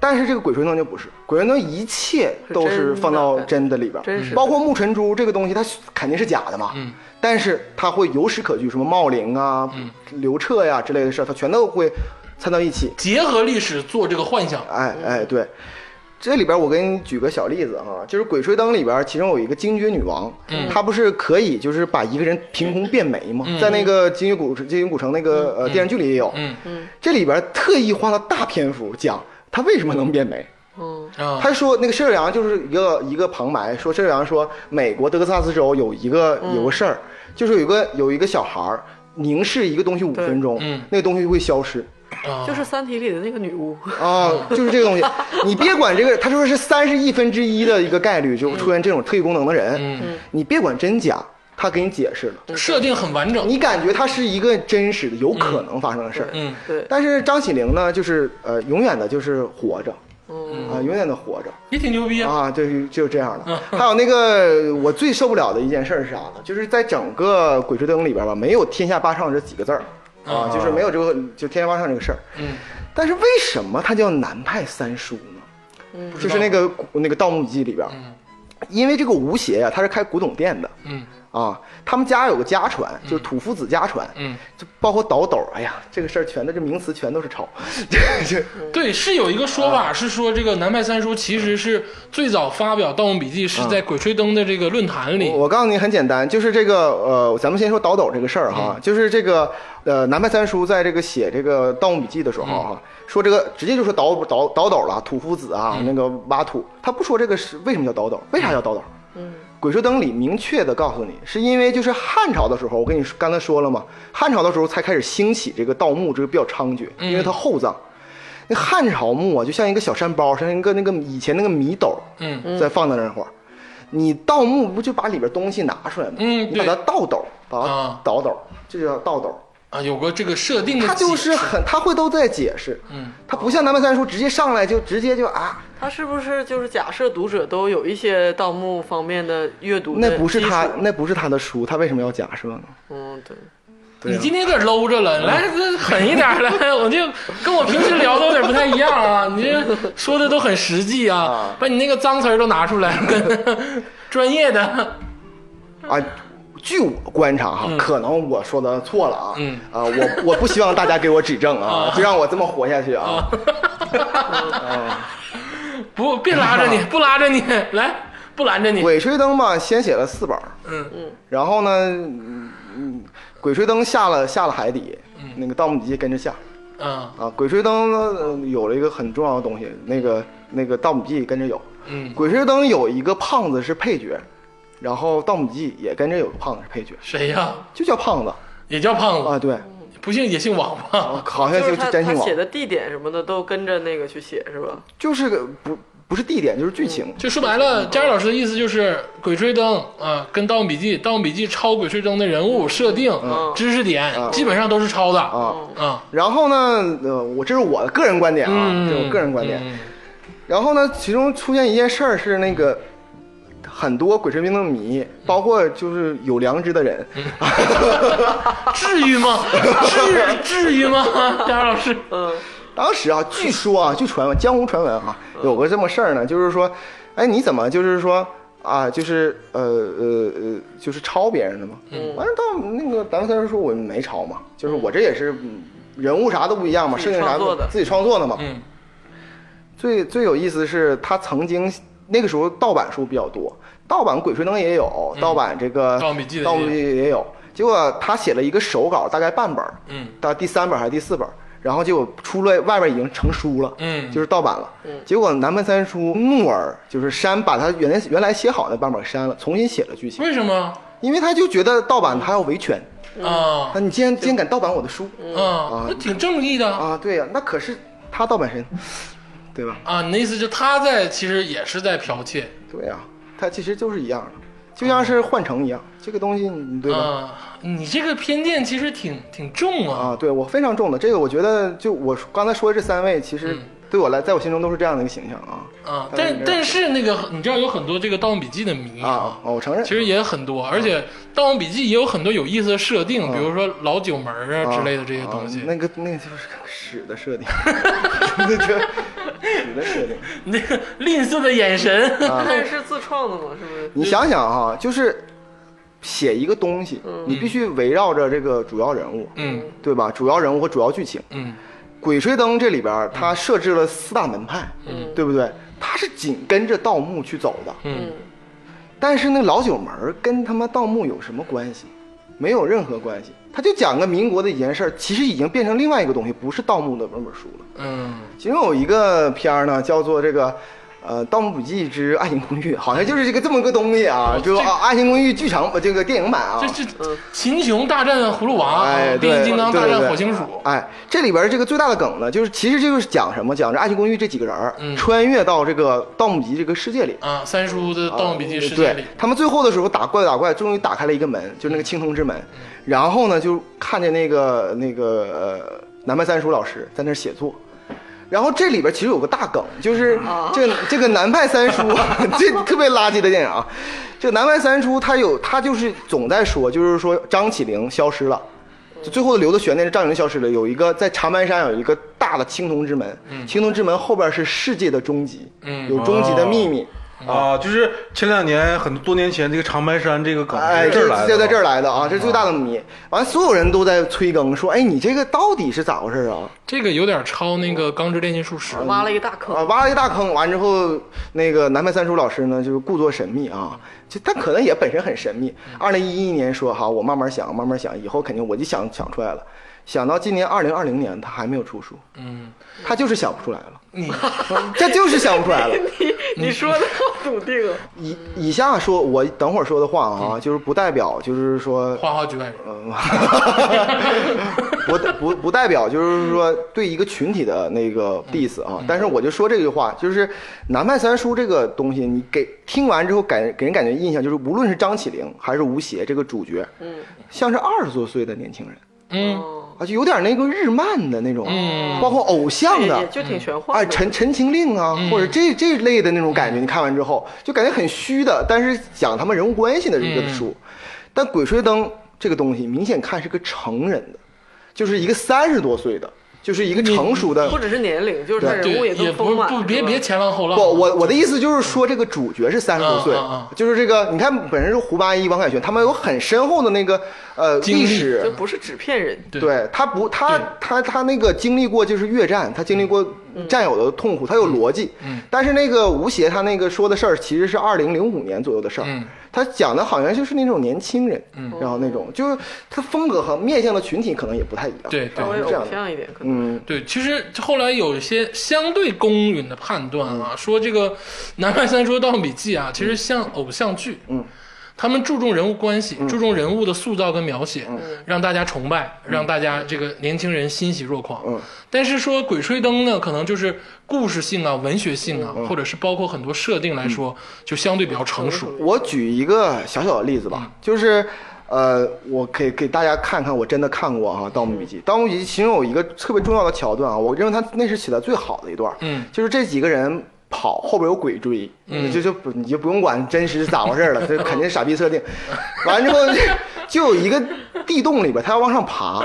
D: 但是这个《鬼吹灯》就不是，《鬼吹灯》一切都是放到真的里边，
B: 真是的
D: 包括木尘珠这个东西，它肯定是假的嘛。
A: 嗯。
D: 但是它会有史可据，什么茂陵啊、刘彻呀、之类的事儿，它全都会掺到一起。
A: 结合历史做这个幻想，
D: 哎哎，对，这里边我给你举个小例子啊，就是《鬼吹灯》里边，其中有一个精绝女王，
A: 嗯
D: 她不是可以就是把一个人凭空变美吗？在那个精绝古精绝古城那个、呃电视剧里也有，
A: 嗯
D: 这里边特意花了大篇幅讲她为什么能变美。
B: 嗯，
A: 啊，
D: 他说那个施尔阳就是一个一个旁白，说施尔阳说美国德克萨斯州有一个有
A: 嗯
D: 个事儿，就是有个有一个小孩儿凝视一个东西五分钟，
A: 嗯
D: 那个东西会消失。
A: 啊
B: 就是《三体》里的那个女巫，
D: 啊，就是这个 东西，你别管这个，他说是三十亿分之一的一个概率，就出现这种特异功能的人，
A: 嗯
D: 你别管真假，他给你解释了，
A: 设定很完整。
D: 你感觉它是一个真实的、有可能发生的事儿。
A: 嗯
B: 对，
D: 但是张起灵呢，就是呃，永远的就是活着，
B: 嗯
D: 啊、永远的活着。
A: 也挺牛逼啊。嗯
D: 啊，对，就这样的。还有那个我最受不了的一件事儿是啥呢？就是在整个《鬼吹灯》里边吧，没有“天下霸唱”这几个字儿啊，就是没有这个就“天下霸唱”这个事儿。
A: 嗯，
D: 但是为什么它叫南派三叔呢？
A: 嗯
D: 就是那个古那个《盗墓笔记》里边，因为这个吴邪呀、他是开古董店的。
A: 嗯
D: 啊，他们家有个家传，就是土夫子家传，
A: 嗯，
D: 就包括倒斗，哎呀，这个事儿全都是名词，全都是 抄，这
A: 对，是有一个说
D: 啊
A: 法是说，这个南派三叔其实是最早发表《盗墓笔记》是在《鬼吹灯》的这个论坛里
D: 我。我告诉你很简单，就是这个呃，咱们先说倒斗这个事儿哈，就是这个呃，南派三叔在这个写这个《盗墓笔记》的时候哈，说这个直接就说倒倒倒斗了，土夫子啊，那个挖土，他不说这个是为什么叫倒斗，为啥叫倒斗？嗯。鬼吹灯》里明确的告诉你，是因为就是汉朝的时候，我跟你说刚才说了嘛，汉朝的时候才开始兴起这个盗墓，这个比较猖獗，因为它厚葬。那汉朝墓啊，就像一个小山包，像一个那个以前那个米斗，
A: 嗯，
D: 再放在那会儿。你盗墓不就把里边东西拿出来吗？
A: 嗯
D: 你把它
A: 对
D: 倒斗，把它
A: 啊
D: 倒斗，这就叫倒斗。
A: 啊，有个这个设定的
D: 他
A: 解
D: 就是
A: 释
D: 很，他会都在解释，
A: 嗯，
D: 他不像南派三叔直接上来就直接就啊，
B: 他是不是就是假设读者都有一些盗墓方面的阅读的
D: 那不是
B: 基础
D: 他，那不是他的书，他为什么要假设呢？
B: 嗯，对，
A: 你今天有点搂着
D: 嗯
A: 了，来狠一点， 来，我就跟我平时聊的有点不太一样啊。你这说的都很实际啊
D: 啊，
A: 把你那个脏词儿都拿出来， 跟专业的
D: 啊，据我观察哈，可能我说的错了啊，
A: 嗯
D: 啊，我我不希望大家给我指正啊，就让我这么活下去
A: 哦
D: 啊，
A: 不别拉着
D: 啊
A: 你，不拉着你，来不拦着你，
D: 鬼吹灯嘛，先写了四本儿，
A: 嗯
D: 然后呢，嗯，嗯鬼吹灯下了下了海底，
A: 嗯
D: 那个盗墓笔记跟着下，
A: 啊
D: 啊，《鬼吹灯呢》呃有了一个很重要的东西，那个那个《盗墓笔记》跟着有，
A: 嗯
D: 《鬼吹灯》有一个胖子是配角，然后《盗墓笔记》也跟着有个胖子是配角，
A: 谁呀、
D: 就叫胖子
A: 也叫胖子，
D: 啊，对，
A: 不姓也姓王吧？
D: 好
B: 嗯
D: 像
B: 就是
D: 就
B: 他
D: 真
B: 他
D: 姓王
B: 写，的地点什么的都跟着那个去写是吧？
D: 就是个不不是地点就是剧情。
A: 就说白了，佳瑞老师的意思就是，《鬼吹灯》啊，跟《盗墓笔记》，《盗墓笔记》抄《鬼吹灯》的人物设定、
D: 嗯
A: 知识点，基本上都是抄的啊啊，
D: 然后呢，呃，我这是我的个人观点啊，这是我个人观点。然后呢，其中出现一件事儿是那个很多鬼吹灯的迷，包括就是有良知的人，
A: 至于 吗？至至于吗？佳瑞老师，
D: 嗯当时啊，据说啊，据传闻，江湖传闻啊，有个这么事儿呢，就是说，哎，你怎么就是说啊，就是呃呃呃，就是抄别人的嘛？完了到那个咱们三人说我没抄嘛，就是我这也是嗯人物啥都不一样嘛，
B: 自
D: 设
B: 己
D: 定啥
B: 创作的
D: 自己创作的嘛。
A: 嗯
D: 最最有意思是，他曾经那个时候盗版书比较多，盗版《鬼吹灯》也有，盗版这个《
A: 盗墓笔记的也有
D: 盗墓笔记也有。结果他写了一个手稿，大概半本儿，
A: 嗯，
D: 到第三本儿还是第四本儿，然后结果出了外边已经成书了，
A: 嗯
D: 就是盗版了。结果南门三叔怒而就是删，把他原来原来写好那半本儿删了，重新写了剧情，
A: 为什么
D: 因为他就觉得盗版他要维权，
A: 啊
D: 啊，你竟然竟然敢盗版我的书，嗯
A: 啊？那挺正义的
D: 啊，对呀、那可是他盗版神，对吧？
A: 啊！你的意思就是他在其实也是在剽窃
D: 对呀、它其实就是一样的，就
A: 嗯
D: 像是换乘一样，这个东西你对吧？
A: 啊？你这个偏见其实挺挺重啊
D: 啊，对我非常重的这个，我觉得就我刚才说的这三位，其
A: 嗯
D: 实对我来，在我心中都是这样的一个形象啊
A: 啊！
D: 当然
A: 但
D: 没有
A: 但是那个你知道有很多这个《盗墓笔记》的迷
D: 啊啊，我承认
A: 其实也很多，而且《盗墓笔记》也有很多有意思的设定，比如说老九门儿啊
D: 啊
A: 之类的这些东西
D: 嗯啊。那个那个就是个屎的设定， 那个屎的设定。
A: 那个吝啬的眼神，
D: 啊
B: 但是自创的嘛，是不是？
D: 你想想哈、就是写一个东西，你必须围绕着这个主要人物，
A: 嗯
D: 对吧？主要人物和主要剧情，
A: 嗯
D: 《鬼吹灯》这里边儿它设置了四大门派，嗯，对不对？它是紧跟着盗墓去走的，
A: 嗯
D: 但是那老九门儿跟他妈盗墓有什么关系？没有任何关系，他就讲个民国的一件事儿，其实已经变成另外一个东西，不是盗墓的那本书了。
A: 嗯
D: 其中有一个片儿呢，叫做这个。呃，《盗墓笔记之爱情公寓》好像就是这个这么个东西啊，就啊，《爱情公寓》剧场呃这个电影版
A: 哦
D: 啊，
A: 这是秦琼大战葫芦娃，
D: 哎，对
A: 变形金刚大
D: 对对
A: 战
D: 对
A: 火星鼠，
D: 哎，这里边这个最大的梗呢，就是其实这就是讲什么？讲这《爱情公寓》这几个人儿、
A: 嗯
D: 穿越到这个盗墓笔记这个世界里。
A: 啊，三叔的《盗墓笔记》世界里
D: 呃啊对，他们最后的时候打怪打怪，终于打开了一个门，就是那个青铜之门。
A: 嗯
D: 然后呢，就看见那个那个呃南派三叔老师在那儿写作。然后这里边其实有个大梗，就是
A: 啊
D: 这个、这个南派三 叔，这特别垃圾的电影啊。这个南派三叔他有他就是总在说，就是说张起灵消失了。就最后留的悬念是张起灵消失了，有一个在长白山有一个大的青铜之门，青铜之门后边是世界的终极，
A: 嗯
D: 有终极的秘密。
C: 啊，就是前两年很多年前这个长白山这个梗
D: 哎，
C: 是这儿来的，
D: 就在这儿。来的啊，这是最大的谜。完，所有人都在催更，说：“哎，你这个到底是咋回事啊
A: 这个有点抄那个《钢之炼金术师》？”
B: 挖了一个大
D: 啊，
B: 坑，
D: 挖了一大坑，完之后，那个南派三叔老师呢，就是故作神秘啊，就但可能也本身很神秘。二零一一年说哈，我慢慢想，慢慢想，以后肯定我就想想出来了。想到今年二零二零年，他还没有出书，
A: 嗯，
D: 他就是想不出来了，
A: 你
D: 这就是想不出来了。
B: 你说的好笃定啊！
D: 以以下说我等会儿说的话
A: 嗯
D: 啊，就是不代表，就是说
A: 花花局外人，
D: 不不不代表就是说对一个群体的那个 diss 啊，但是我就说这句话，就是南派三叔这个东西，你给听完之后感给人感觉印象就是，无论是张起灵还是吴邪这个主角，嗯，像是二十多岁的年轻人
A: 嗯
D: 啊，就有点那个日漫的那种，
A: 嗯
D: 包括偶像
B: 也
D: 的
B: 也，就挺玄幻的。
D: 哎，陈陈情令啊，
A: 嗯
D: 或者这这类的那种感觉，你看完之后就感觉很虚的，但是讲他们人物关系的一个
A: 嗯
D: 书。但《鬼吹灯》这个东西，明显看是个成人的，就是一个三十多岁的，就是一个成熟的。
B: 不只是年龄，就是他
D: 对
B: 人物
A: 对，也
B: 更
A: 不
B: 丰满。
A: 不别
B: 是吧
A: 别前浪后浪，
D: 不，我我的意思就是说，这个主角是三十多岁
A: 嗯嗯嗯，
D: 就是这个，你看本身是胡八一、王凯旋，他们有很深厚的那个呃
A: 经历
D: 历史，
B: 这不是纸片人，
A: 对
D: 对他不，
A: 对
D: 他
A: 嗯
D: 他他那个经历过就是越战，他经历过战友的痛苦，他有逻辑。但是那个吴邪他那个说的事儿，其实是二零零五年左右的事儿。
A: 嗯
D: 他讲的好像就是那种年轻人，然后那种就是他风格和面向的群体可能也不太一样。
A: 对对
B: 稍
D: 啊
B: 微
D: 是这样
B: 偶
D: 的。
B: 像一点，可能。
D: 嗯，
A: 对，其实后来有一些相对公允的
D: 嗯
A: 判断啊，说这个《南派三叔盗墓笔记》啊，其实像偶像剧，
D: 嗯，
A: 他们注重人物关系，注重人物的塑造跟描写，
D: 嗯
A: 让大家崇拜，让大家这个年轻人欣喜若狂。
D: 嗯
A: 但是说《鬼吹灯》呢，可能就是故事性啊、文学性
D: 嗯
A: 啊，或者是包括很多设定来说，就相对比较成熟。
D: 我举一个小小的例子吧，就是，呃，我可以给大家看看，我真的看过哈、啊《盗墓笔记》。《盗墓笔记》其中有一个特别重要的桥段啊，我认为它那是写的最好的一段，
A: 嗯，
D: 就是这几个人。跑后边有鬼追，嗯、就就不你就不用管真实是咋回事了，这肯定是傻逼设定。完之后就就有一个地洞里边，他要往上爬，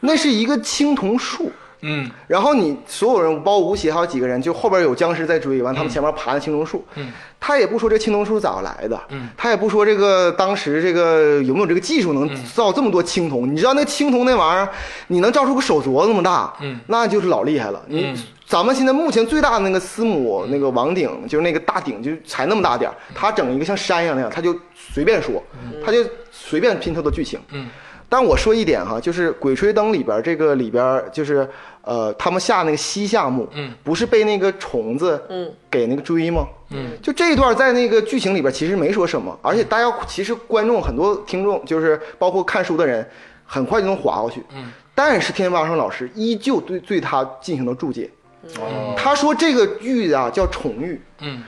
D: 那是一个青铜树，
A: 嗯
D: 然后你所有人，包括吴邪还有几个人，就后边有僵尸在追，完他们前面爬的青铜树，
A: 嗯
D: 他也不说这青铜树咋来的，
A: 嗯
D: 他也不说这个当时这个有没有这个技术
A: 嗯
D: 能造这么多青铜，你知道那青铜那玩意儿，你能造出个手镯子那么大，
A: 嗯
D: 那就是老厉害了，你。
A: 嗯
D: 咱们现在目前最大的那个司母那个王鼎，就是那个大鼎，就才那么大点儿，
A: 嗯
D: 他整一个像山一样那样，他就随便说，他就随便拼凑的剧情。
A: 嗯
D: 但我说一点哈，就是《鬼吹灯》里边儿这个里边儿就是呃，他们下那个西夏墓，
A: 嗯，
D: 不是被那个虫子
B: 嗯
D: 给那个追吗？
A: 嗯，
D: 就这一段在那个剧情里边儿其实没说什么，而且大家其实观众很多听众就是包括看书的人，很快就能划过去。
A: 嗯，
D: 但是天霸生老师依旧对对他进行了注解。
C: 哦，
D: 他说这个玉啊叫虫玉，
A: 嗯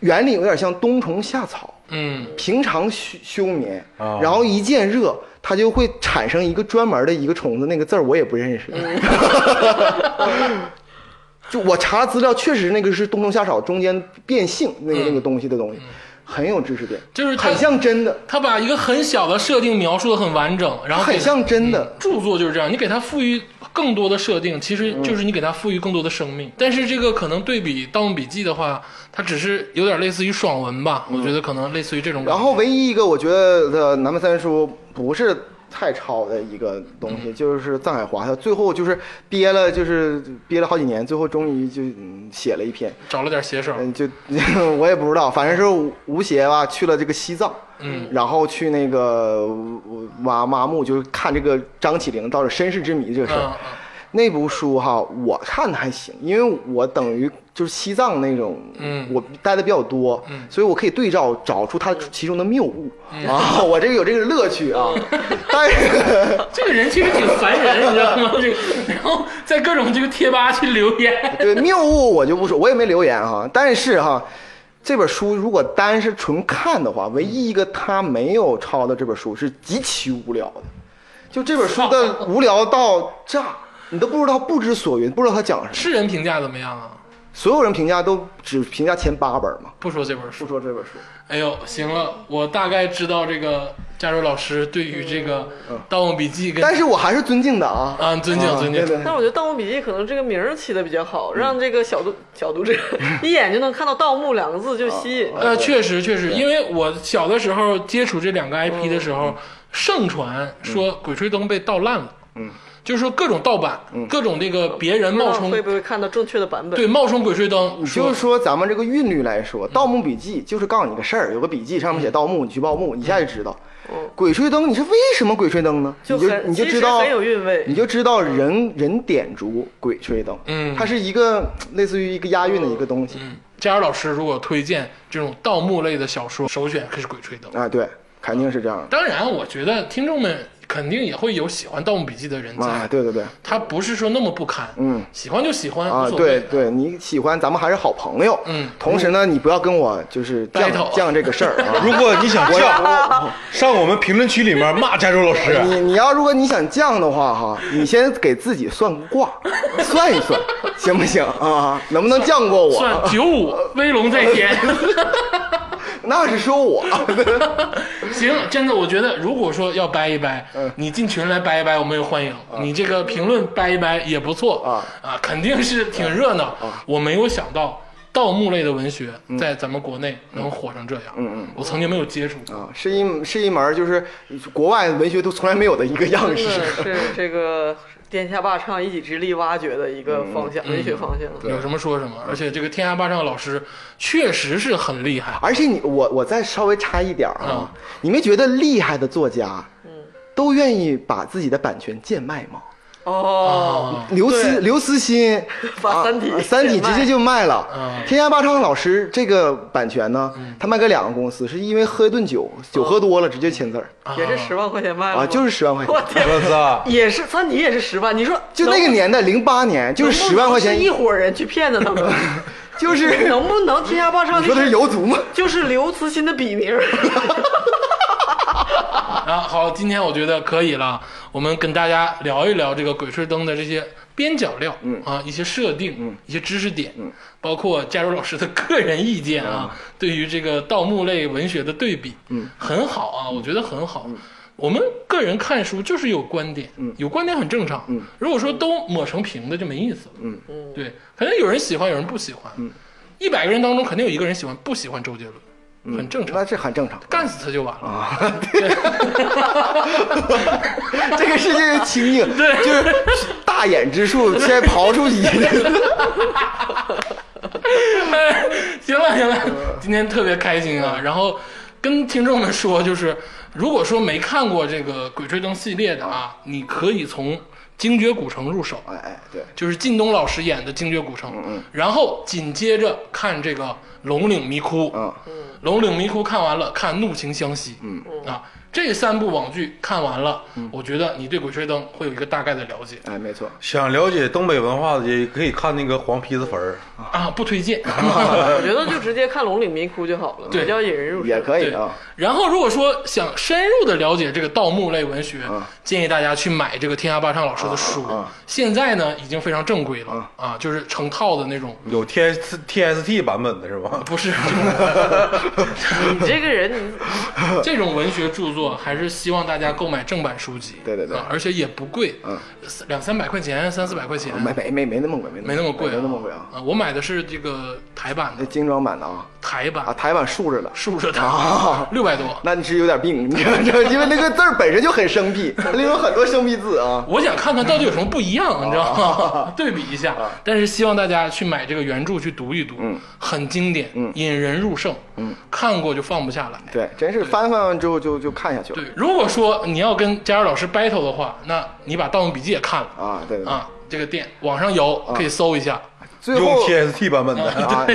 D: 原理有点像冬虫夏草。
A: 嗯
D: 平常休休眠，
C: 哦
D: 然后一见热，它就会产生一个专门的一个虫子，那个字儿我也不认识。
A: 嗯
D: 就我查资料，确实那个是冬虫夏草中间变性那个那个东西的东西，很有知识点，
A: 嗯就是它
D: 很像真的，
A: 他把一个很小的设定描述的很完整，然后给
D: 很
A: 它
D: 像真的。
A: 著作就是这样，你给它赋予更多的设定，其
D: 嗯
A: 实就是你给它赋予更多的生命。但是这个可能对比《盗墓笔记》的话，它只是有点类似于爽文吧，我觉得可能类似于这种感
D: 嗯然
A: 觉。
D: 后唯一一个我觉得的南派三叔不是太超的一个东
A: 嗯
D: 西，就是臧海华，他最后就是憋了，就是憋了好几年，最后终于就嗯写了一篇。
A: 找了点写手，
D: 嗯，就 我也不知道，反正是吴吴邪吧，去了这个西藏，
A: 嗯，
D: 然后去那个挖麻木，就是看这个张起灵到底身世之谜这个事儿。
A: 嗯
D: 那部书哈，我看的还行，因为我等于就是西藏那种，
A: 嗯
D: 我待的比较多，
A: 嗯
D: 所以我可以对照找出它其中的谬误、啊，我这个有这个乐 趣啊，但是。
A: 这个人其实挺烦人，你知道吗？这个，然后在各种这个贴吧去留言，
D: 对谬误我就不说，我也没留言哈。但是哈，这本书如果单是纯看的话，唯一一个他没有抄的这本书是极其无聊的，就这本书的无聊到炸，你都不知道不知所云，不知道他讲什么。
A: 世人评价怎么样啊？
D: 所有人评价都只评价前八本嘛，
A: 不说这本
D: 不
A: 书，
D: 说这本书。
A: 哎呦，行了，我大概知道这个加州老师对于这个《盗墓笔记》跟，
D: 嗯但是我还是尊敬的啊，
A: 啊，尊敬
D: 啊
A: 尊敬
D: 对，对
B: 但我觉得《盗墓笔记》可能这个名儿起的比较好，
D: 嗯
B: 让这个小读小 读者一眼就能看到“盗墓”两个字就吸
D: 哦
B: 引。
A: 呃，确实确实，因为我小的时候接触这两
D: 嗯
A: 个 IP 的时候，盛传说《鬼吹灯》被盗烂了，嗯，就是说各种盗版，
D: 嗯
A: 各种那个别人
B: 不知
A: 冒
B: 道
A: 充
B: 会，不会看到正确的版本？
A: 对，冒充《鬼吹灯》，
D: 你就是说咱们这个韵律来说，《盗墓笔记》就是告诉你个事儿，有个笔记上面写盗墓，你去报墓，你一下就知道。鬼吹灯，你是为什么鬼吹灯呢？
B: 就
D: 你就
B: 很
D: 你就
B: 其
D: 知
B: 实
D: 道
B: 很有韵味
D: 你就知道人人点烛鬼吹灯，
A: 嗯
D: 它是一个类似于一个押韵的一个东西
A: 佳儿老师如果推荐这种盗墓类的小说，首选还是《鬼吹灯》。
D: 啊，对，肯定是这样
A: 当然，我觉得听众们肯定也会有喜欢《盗墓笔记》的人
D: 的啊，
A: 在，
D: 对对对
A: 他不是说那么不堪，
D: 嗯，
A: 喜欢就喜欢，
D: 啊
A: 无，所
D: 对
A: 谓。
D: 对，你喜欢咱们还是好朋友，
A: 嗯
D: 同时呢，你不要跟我就是犟
A: Battle
D: 犟这个事儿 啊，
C: 如果你想犟，上我们评论区里面骂加州 老师。
D: 你你要如果你想降的话哈，你先给自己算个卦，算一算，行不行啊？能不能降过
A: 算
D: 我？
A: 九五威龙在天。
D: 那是说我，
A: 行，真的，我觉得如果说要掰一掰，你进群来掰一掰，我们也欢迎。你这个评论掰一掰也不错
D: 啊
A: 肯定是挺热闹。我没有想到盗墓类的文学在咱们国内能火成这样，嗯嗯，我曾经没有接触过。
D: 啊，是一是一门儿就是国外文学都从来没有的一个样
B: 真
D: 式
B: 的。是这个天下霸唱一己之力挖掘的一
D: 嗯
B: 个方向，文学方向。
A: 有什么说什么，而且这个天下霸唱老师确实是很厉害，
D: 而且你我我再稍微插一点儿啊，你没觉得厉害的作家，都愿意把自己的版权贱卖吗？
A: 嗯啊
B: 哦，
D: 刘
B: 对
D: 慈刘 慈欣
B: 把
D: 啊
B: 三体
D: 啊三体》
B: 也卖嗯
D: 直接就卖了。
A: 啊
D: 天下霸唱老师这个版权呢，他卖给两个公司，是因为喝一顿酒，酒喝多了直接签字儿
B: 也是十万块钱卖了吗
D: 啊，就是十万块
B: 嗯我
D: 钱。
B: 天，
C: 我操！
B: 也是三体也是十万，你说
D: 就那个年代，零八年就是十万块钱
B: 是一，伙人去骗的 他们，
D: 就 是
B: 能不能天下霸唱？
D: 你说的是游族吗？
B: 就是刘慈欣的笔 名。
A: 啊，好，今天我觉得可以了，我们跟大家聊一聊这个《鬼吹灯》的这些边角料，嗯啊，一些设定，嗯，一些知识点，嗯，包括加入老师的个人意见啊，对于这个盗墓类文学的对比，嗯，很好啊，我觉得很好。我们个人看书就是有观点，嗯，有观点很正常，嗯，如果说都抹成平的就没意思了，嗯嗯，对，可能有人喜欢，有人不喜欢，嗯，一百个人当中肯定有一个人喜欢不喜欢周杰伦，很正常，
D: 那这很正常。
A: 干死他就完了，
D: 这个世界的清净，
A: 对
D: 就是大眼之处先刨出一。
A: 行了行了，今天特别开心啊！然后跟听众们说，就是如果说没看过这个《鬼吹灯》系列的啊，你可以从《精绝古城》入手，
D: 哎哎，对，
A: 就是靳东老师演的《精绝古城》，然后紧接着看这个《龙岭迷窟》
D: 嗯，
A: 龙岭迷窟》看完了，看《怒晴湘西》，啊嗯啊，这三部网剧看完了，我觉得你对《鬼吹灯》会有一个大概的了解
D: 哎，没错，
C: 想了解东北文化的，也可以看那个黄皮子坟儿。
A: 啊，不推 荐。
B: 我觉得就直接看《龙岭迷窟》就好了，
A: 对
B: 比较引人入胜。
D: 也可以
A: 对
D: 啊。
A: 然后，如果说想深入的了解这个盗墓类文学，
D: 嗯
A: 建议大家去买这个天下霸唱老
D: 啊
A: 师的书。现在呢，已经非常正规了啊
D: 嗯
A: 就是成套的那种，
C: 有 T S T S T 版本的是吧？
A: 不是
B: 你这个人，你
A: 这种文学著作，还是希望大家购买正版书籍。
D: 对对对嗯
A: 啊而且也不贵，两三百块钱，三四百块钱，
D: 啊没没没没那么贵，
A: 没那么贵、啊，
D: 没那么贵啊。
A: 我买的是这个台版
D: 那
A: 的，
D: 精装版的啊，
A: 台版
D: 啊，台版竖着的，
A: 竖着的
D: 啊，
A: 六百多。
D: 那你是有点病，你知道这因为那个字儿本身就很生僻，里面有很多生僻字 啊。
A: 我想看看到底有什么不一样，你知道吗？ 对比一下。但是希望大家去买这个原著去读一读，很经典，引人入胜，看过就放不下来。
D: 对，真是翻翻完之后就就看下去了
A: 对，如果说你要跟佳茹老师 battle 的话，那你把《盗墓笔记》也看了
D: 啊。对对，对
A: 啊，这个店网上有，可以搜一下。
D: 最
C: 用
D: 后
C: T S T 版本的。
D: 啊，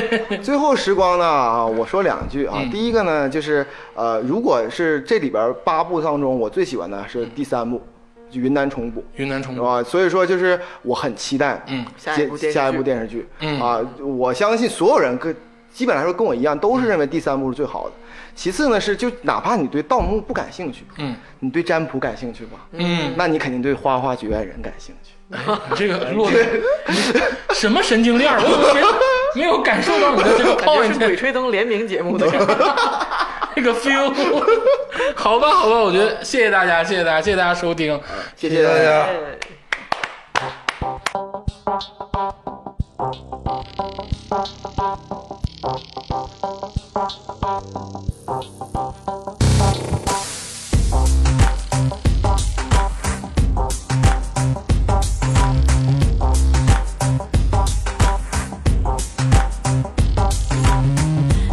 D: 最后时光呢啊，我说两句啊。
A: 嗯
D: 第一个呢，就是呃，如果是这里边八部当中，我最喜欢的是第三部，就云南虫捕。
A: 云南重
D: 是
A: 播，
D: 吧？啊所以说，就是我很期待，
A: 嗯
B: 下一
D: 接，
B: 部电视剧
D: 下一部电视剧，
A: 嗯
D: 啊，我相信所有人跟基本来说跟我一样，都是认为第三部是最好的。其次呢，是就哪怕你对盗墓不感兴趣，
A: 嗯
D: 你对占卜感兴趣吧，
A: 嗯，
D: 那你肯定对花花绝爱人感兴趣。
A: 哎你这个落的你什么神经链儿？我怎么没有没有感受哦到你的这个
B: 感觉是
A: point？
B: 《鬼吹灯》联名节目的。
A: 这个 feel，好吧，好吧，我觉得谢谢大家，谢谢大家，谢谢大家收听，
D: 谢
C: 谢谢
D: 大
C: 大
D: 家。
C: 家。
B: 哎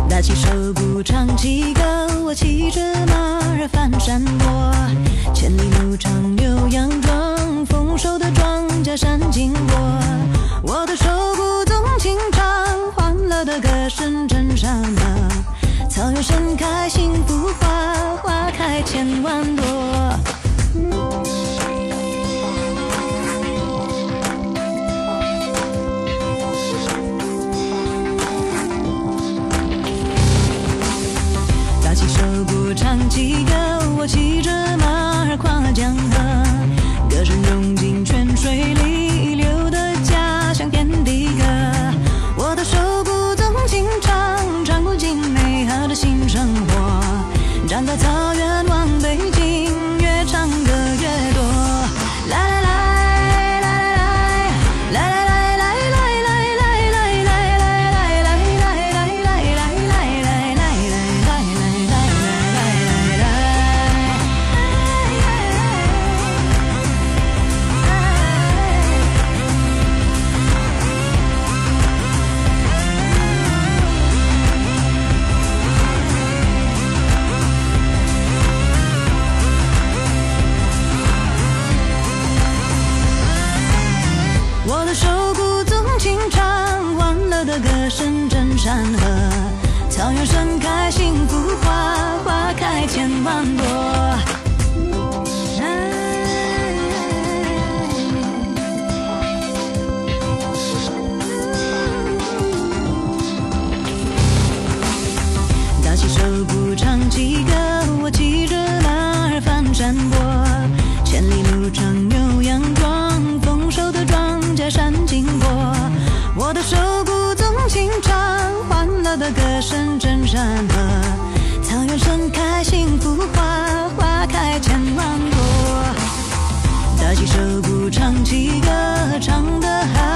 F: 拿起手鼓唱起歌，我骑着马儿翻山坡，千里牧场牛羊壮，风古总清唱，欢乐的歌声震山河。草原盛开幸福花，花开千万朵。大起手鼓唱起歌，我骑着马儿翻山坡，千里路长有阳光，丰收的庄稼闪经过。我的手鼓纵情唱，欢乐的歌声震山河。草原盛开幸福花，花开千万朵。打起手鼓唱起歌，唱得好